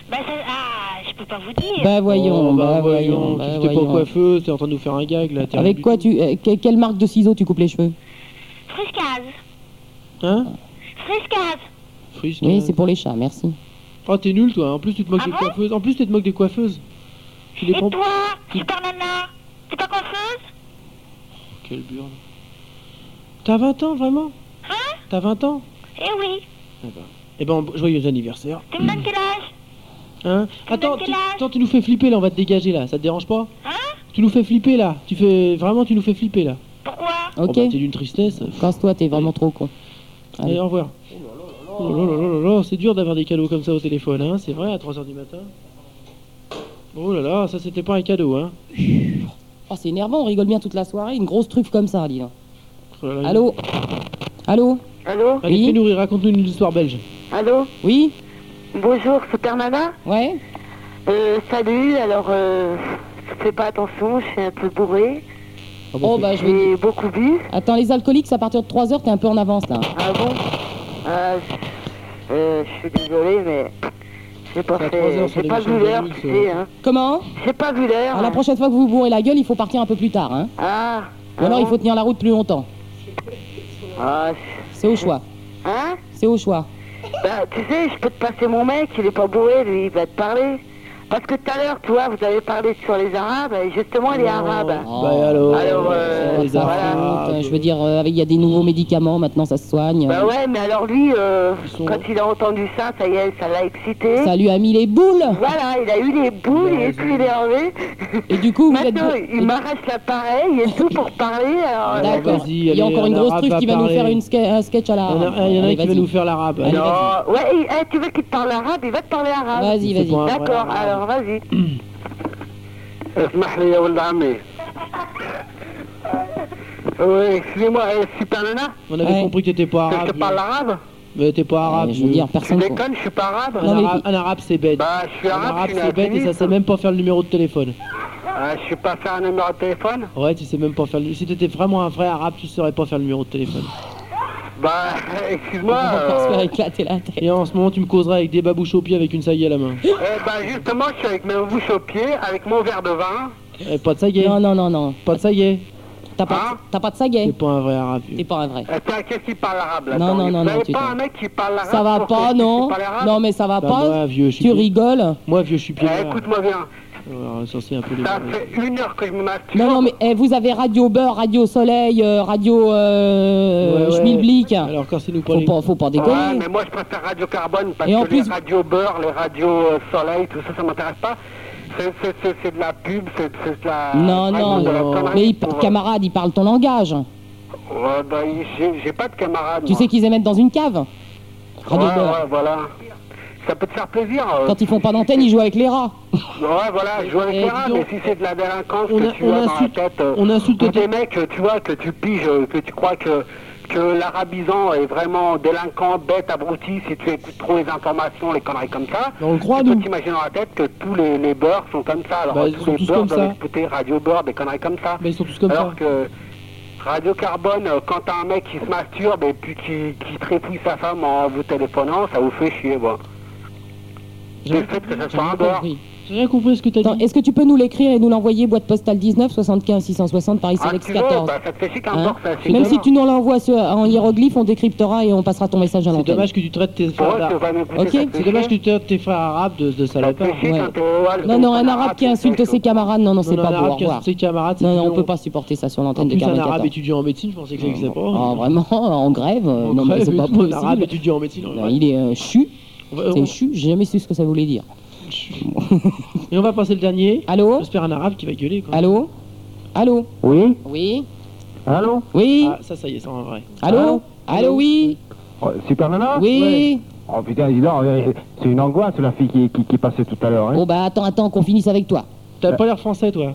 O: Bah Ben, ça... Ah, je peux pas vous dire.
B: Bah voyons, bah voyons, bah
D: T'es pas
B: voyons.
D: coiffeuse, t'es en train de nous faire un gag là. t'es
B: Avec
D: ridicule.
B: quoi tu. euh, que- quelle marque de ciseaux tu coupes les cheveux
O: Friscase.
D: Hein
O: Friscase.
D: Frisque.
B: Oui, c'est pour les chats, merci.
D: Ah, t'es nul toi, en plus tu te
O: Ah
D: moques des coiffeuses. En plus tu te moques des coiffeuses. Tu les
O: Et
D: prends.
O: toi, super nana, t'es pas coiffeuse
D: Quelle burne. T'as 20 ans vraiment
O: Hein
D: T'as 20 ans
O: Eh oui.
D: Eh ben, eh ben, joyeux anniversaire.
O: Tu me donnes quel âge
D: Hein Attends,
O: quel
D: tu,
O: âge
D: attends, tu nous fais flipper là, on va te dégager là, ça te dérange pas
O: Hein
D: Tu nous fais flipper là, tu fais vraiment tu nous fais flipper là.
O: Pourquoi
D: Oh,
B: Ok.
D: bah, t'es d'une tristesse.
B: Casse-toi, t'es vraiment trop con. Allez.
D: Allez, au revoir. Oh là là là là là, c'est dur d'avoir des cadeaux comme ça au téléphone, hein, c'est vrai, à 3h du matin. Oh là là, ça c'était pas un cadeau, hein.
B: Oh, c'est énervant, on rigole bien toute la soirée, une grosse truffe comme ça, dis donc.
D: Oh là là.
B: Allô Allô
H: Allô
D: Allez, fais-nous rire, raconte-nous une histoire belge.
H: Allô
B: Oui
H: Bonjour, Super Nana
B: Ouais
H: euh, Salut, alors, euh, je fais pas attention, je suis un peu bourré.
B: Oh bah je vais.
H: beaucoup bu.
B: Attends, les alcooliques, à partir de 3h, t'es un peu en avance là.
H: Ah bon euh, je- euh, je suis désolé, mais j'ai pas
B: C'est à trois
H: fait.
B: heures sur
H: J'ai
B: les
H: pas
B: machines
H: vu
B: de
H: l'heure,
B: luxe,
H: tu sais,
B: euh.
H: hein.
B: Comment
H: J'ai pas hein. vu l'heure.
B: Alors, la prochaine fois que vous vous bourrez la gueule, il faut partir un peu plus tard, hein
H: Ah,
B: Ou alors il faut tenir la route plus longtemps.
H: ah,
B: C'est au choix.
H: Hein
B: C'est au choix.
H: Bah, tu sais, je peux te passer mon mec, il est pas bourré, lui, il va te parler. Parce que tout à l'heure, tu vois, vous avez parlé sur les Arabes, et justement, il est
B: Oh.
H: arabe.
D: Bah alors,
H: euh,
B: C'est pas de sa
H: voilà.
B: faute, euh, Je veux dire, euh, avec- il y a des nouveaux médicaments, maintenant ça se soigne.
H: Bah ouais, mais alors lui, euh, quand il a entendu ça, ça y est, ça l'a excité.
B: Ça lui a mis les boules
H: Voilà, il a eu les boules, il est plus énervé.
B: Et du coup, vous êtes...
H: Maintenant, il m'arrache l'appareil, il est tout pour parler, euh, alors...
B: D'accord,
D: vas-y,
B: il y
D: allez,
B: a encore une
D: un
B: grosse
D: arabe
B: truffe qui
D: va
B: va nous
D: parler.
B: faire une ske- un sketch à la...
D: Il y en a- il y en a un qui va nous faire l'arabe.
B: Allez, vas-y.
H: Non, ouais, il- eh, tu veux qu'il te parle arabe, il va te parler arabe.
D: Ah,
B: Vas-y, vas-y.
H: D'accord, alors vas-y.
F: اسمح لي يا ولد عمي اكسليموا سوبر نانا
D: On avait
F: Ouais.
D: compris que t'étais
B: Ah,
D: pas
F: Je
D: arabe.
F: te parle arabe
D: Mais t'es pas
B: Eh,
D: arabe.
F: je veux dire, personne
D: Tu
F: Tu déconnes, je suis pas arabe
D: Un, arabe, un arabe, c'est bête.
F: Bah, je suis
B: Ah,
D: un
F: arabe,
D: arabe,
F: je suis
D: c'est bête et ça
F: nationaliste.
D: sait même pas faire le numéro de téléphone.
F: Ah, je suis pas faire un numéro de téléphone
D: Ouais, tu sais même pas faire le. Si t'étais vraiment un vrai arabe, tu saurais pas faire le numéro de téléphone.
F: Bah, excuse-moi. euh,
B: éclater la tête.
D: Et en ce moment, tu me causerais avec des babouches aux pieds avec une saillie à la main.
F: eh ben justement, je suis avec mes bouches aux pieds, avec mon verre de vin. hein.
D: Eh, pas de saillie.
B: Non, non, non, non.
D: Pas de saillie.
B: T'as pas, t'as pas de sagaie
D: T'es pas un vrai arabe.
B: T'es pas un vrai.
F: Attends, Euh, qu'est-ce qu'il parle arabe là
B: Non,
F: Attends,
B: non, non,
F: vous
B: non,
F: avez
B: tu
F: pas
B: t'en-
F: un mec qui parle arabe
B: Ça va
F: pour
B: pas,
F: que-
B: non
F: qui parle arabe
B: Non, mais ça va
D: Bah,
B: pas
D: moi, vieux, je suis
B: Tu
D: plus-
B: rigoles
D: Moi, vieux, je suis
F: Eh,
D: pire.
F: Écoute-moi bien,
D: Ça, c'est un peu les.
F: ça fait une heure que je me masturbe.
B: Non, non, mais eh, vous avez Radio Beurre, Radio Soleil, euh, Radio euh,
D: Ouais, ouais.
B: Schmilblick.
D: Alors, quand c'est nous
B: Faut pas, faut pas
F: Ouais,
B: déconner.
F: mais moi je préfère Radio Carbone parce
B: Et en
F: que
B: plus-
F: les radios beurre, les radios euh, soleil, tout ça, ça m'intéresse pas. C'est- c'est- C'est c'est de la pub, c'est c'est de la.
B: non, non,
F: de la
B: non.
F: connerie
B: Mais il-
F: pour, euh,
B: camarade, ils parlent ton langage.
F: Ouais, bah, il- j'ai- j'ai pas de camarades.
B: Tu
F: moi.
B: sais qu'ils émettent dans une cave. Radio
F: ouais,
B: Beurre.
F: ouais, voilà. Ça peut te faire plaisir. euh.
B: Quand ils font pas d'antenne, ils jouent avec les rats.
F: Ouais, voilà, jouer avec
D: Eh,
F: les
D: dis
F: rats,
D: donc.
F: mais si c'est de la délinquance
D: On
F: que
D: a-
F: tu
D: on
F: as dans la
D: insulte-
F: tête, euh,
D: on insulte
F: ou des mecs, euh, tu vois, que tu piges, euh, que tu crois que, que l'arabisant est vraiment délinquant, bête, abruti, si tu écoutes trop les informations, les conneries comme ça,
D: on le croit,
F: tu peux
D: nous.
F: t'imaginer dans la tête que tous les, les beurs sont comme ça. Alors,
D: Ah, Bah, ils
F: tous
D: sont
F: les
D: tous
F: beurs
D: comme
F: doivent
D: ça.
F: écouter Radio Beurre, des conneries comme ça.
D: Mais ils sont tous comme
F: Alors
D: ça.
F: que Radio Carbone, euh, quand t'as un mec qui se masturbe et puis qui, qui trépouille sa femme en vous téléphonant, ça vous fait chier, quoi.
D: J'ai
F: Le fait que ça
D: j'ai
F: soit un
D: rien
F: beurre.
D: compris. J'ai rien compris ce que t'as
B: Attends,
D: dit.
B: Est-ce que tu peux nous l'écrire et nous l'envoyer boîte postale 19 75 660 Paris
F: Ah,
B: Selex
F: tu vois,
B: 14
F: bah, ça te fait chier qu'un
B: Hein
F: porc, ça, c'est
B: Même si
F: dommage.
B: tu nous l'envoies sur- en hiéroglyphe, on décryptera et on passera ton message à
D: C'est
B: l'antenne.
D: dommage que tu traites tes
F: Ouais,
D: frères
F: tu vas
D: d'arabes.
F: m'écouter,
B: Ok,
F: ça te fait
D: C'est dommage que
F: chier.
D: tu traites tes frères arabes de, de
F: Ça te
D: salopards.
F: fait chier
B: ouais.
F: quand t'es au hall,
B: Non, non, un
F: t'es
B: arabe qui insulte
F: c'est chaud.
B: ses camarades, non, non, c'est
D: Non,
B: pas
D: un
B: beau, au
D: arabe qui
B: revoir.
D: insulte ses camarades, c'est
B: Non, non,
D: plus
B: on peut
D: long.
B: pas supporter ça sur
D: En
B: l'antenne de
D: plus, un
B: Carmen
D: arabe
B: 14.
D: étudiant en médecine, je pensais que ça n'existait pas.
B: Ah, vraiment, en grève euh,
D: Oh, En
B: Non, mais
D: grève
B: c'est
D: et
B: pas
D: tout, Un arabe
B: possible.
D: étudiant en médecine.
B: Non, il est euh, chu.
D: On va-
B: C'est chu, j'ai jamais su ce que ça voulait dire.
D: Et on va passer le dernier.
B: Allô
D: J'espère un arabe qui va gueuler. Quoi.
B: Allô Allô
D: Oui
B: Oui
D: Allô
B: Oui
D: Ah, ça, ça y est, c'est en vrai.
B: Allô Allô, oui
Q: Oh, Super Nana
D: Ah,
B: Oui
Q: Oh putain, dis donc, euh, c'est une angoisse la fille qui, qui, qui passait tout à l'heure. Hein.
B: Oh bah attends, attends, qu'on finisse avec toi.
D: T'as pas l'air français, toi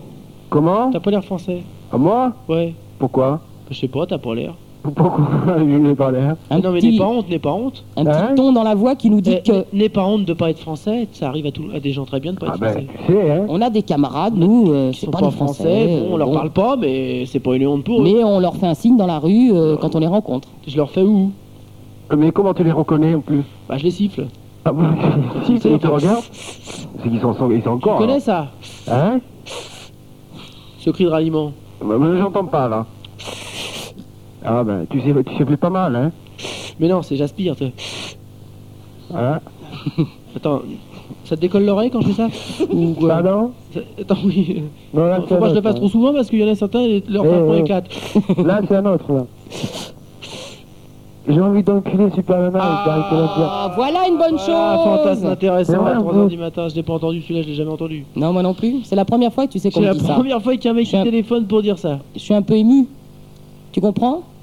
Q: Comment
D: T'as pas l'air français
Q: Ah, Moi
D: Ouais.
Q: Pourquoi
D: Je sais pas, t'as pas l'air.
Q: Pourquoi je n'ai pas l'air
B: Un
D: non, mais
B: petit-
D: n'aie pas honte, n'aie pas honte.
B: Un petit ton dans la voix qui nous dit
D: Eh,
B: que
D: N'aie pas honte de pas être français, ça arrive à, tout- à des gens très bien
Q: Ah,
F: Ah
D: de pas
F: ben,
Q: ben,
D: être français.
Q: hein.
B: on a des camarades, nous, euh,
D: Ils
B: c'est
D: eh. sont
B: pas
D: pas,
B: des
D: français,
B: Français.
D: bon, on
B: euh,
D: leur
B: bon.
D: parle pas, mais c'est pas Euh, une honte pour eux.
B: Mais on leur fait un signe dans la rue euh, quand on les rencontre.
D: Je leur fais où
Q: Mais comment tu les reconnais en plus
D: Bah, je les siffle.
F: Ah bon Si, si, ils te regardent. C'est qu'ils sont, sont- ils sont
D: Tu
F: encore.
D: connais ça
F: hein. Hein
D: Ce cri de ralliement.
F: Bah, bah, J'entends pas là. Ah ben, tu sais, tu sais plus pas mal, hein.
D: Mais non, c'est j'aspire, toi.
F: Hein
D: Attends, ça te décolle l'oreille quand je fais ça Ou quoi
F: Pardon
D: Ça- Attends, oui.
F: Non, là,
D: Faut
F: c'est
D: pas que
F: un
D: je le
F: autre,
D: fasse
F: hein.
D: trop souvent parce qu'il y en a certains, et leur
F: Eh,
D: plafond
F: ouais.
D: éclate.
F: Là, c'est un autre, là. J'ai envie d'enculer Superman avec Harry
B: Ah, voilà une bonne
D: Ah,
B: chose
D: fantasme intéressant à 3h
B: C'est
D: du matin, je l'ai pas entendu, celui-là je l'ai jamais entendu.
B: Non, moi non plus. C'est la première fois que tu sais qu'on
D: C'est
B: me
D: la
B: dit ça.
D: première fois qu'il y a un mec qui téléphone pour dire ça.
B: Je suis un peu ému. Tu comprends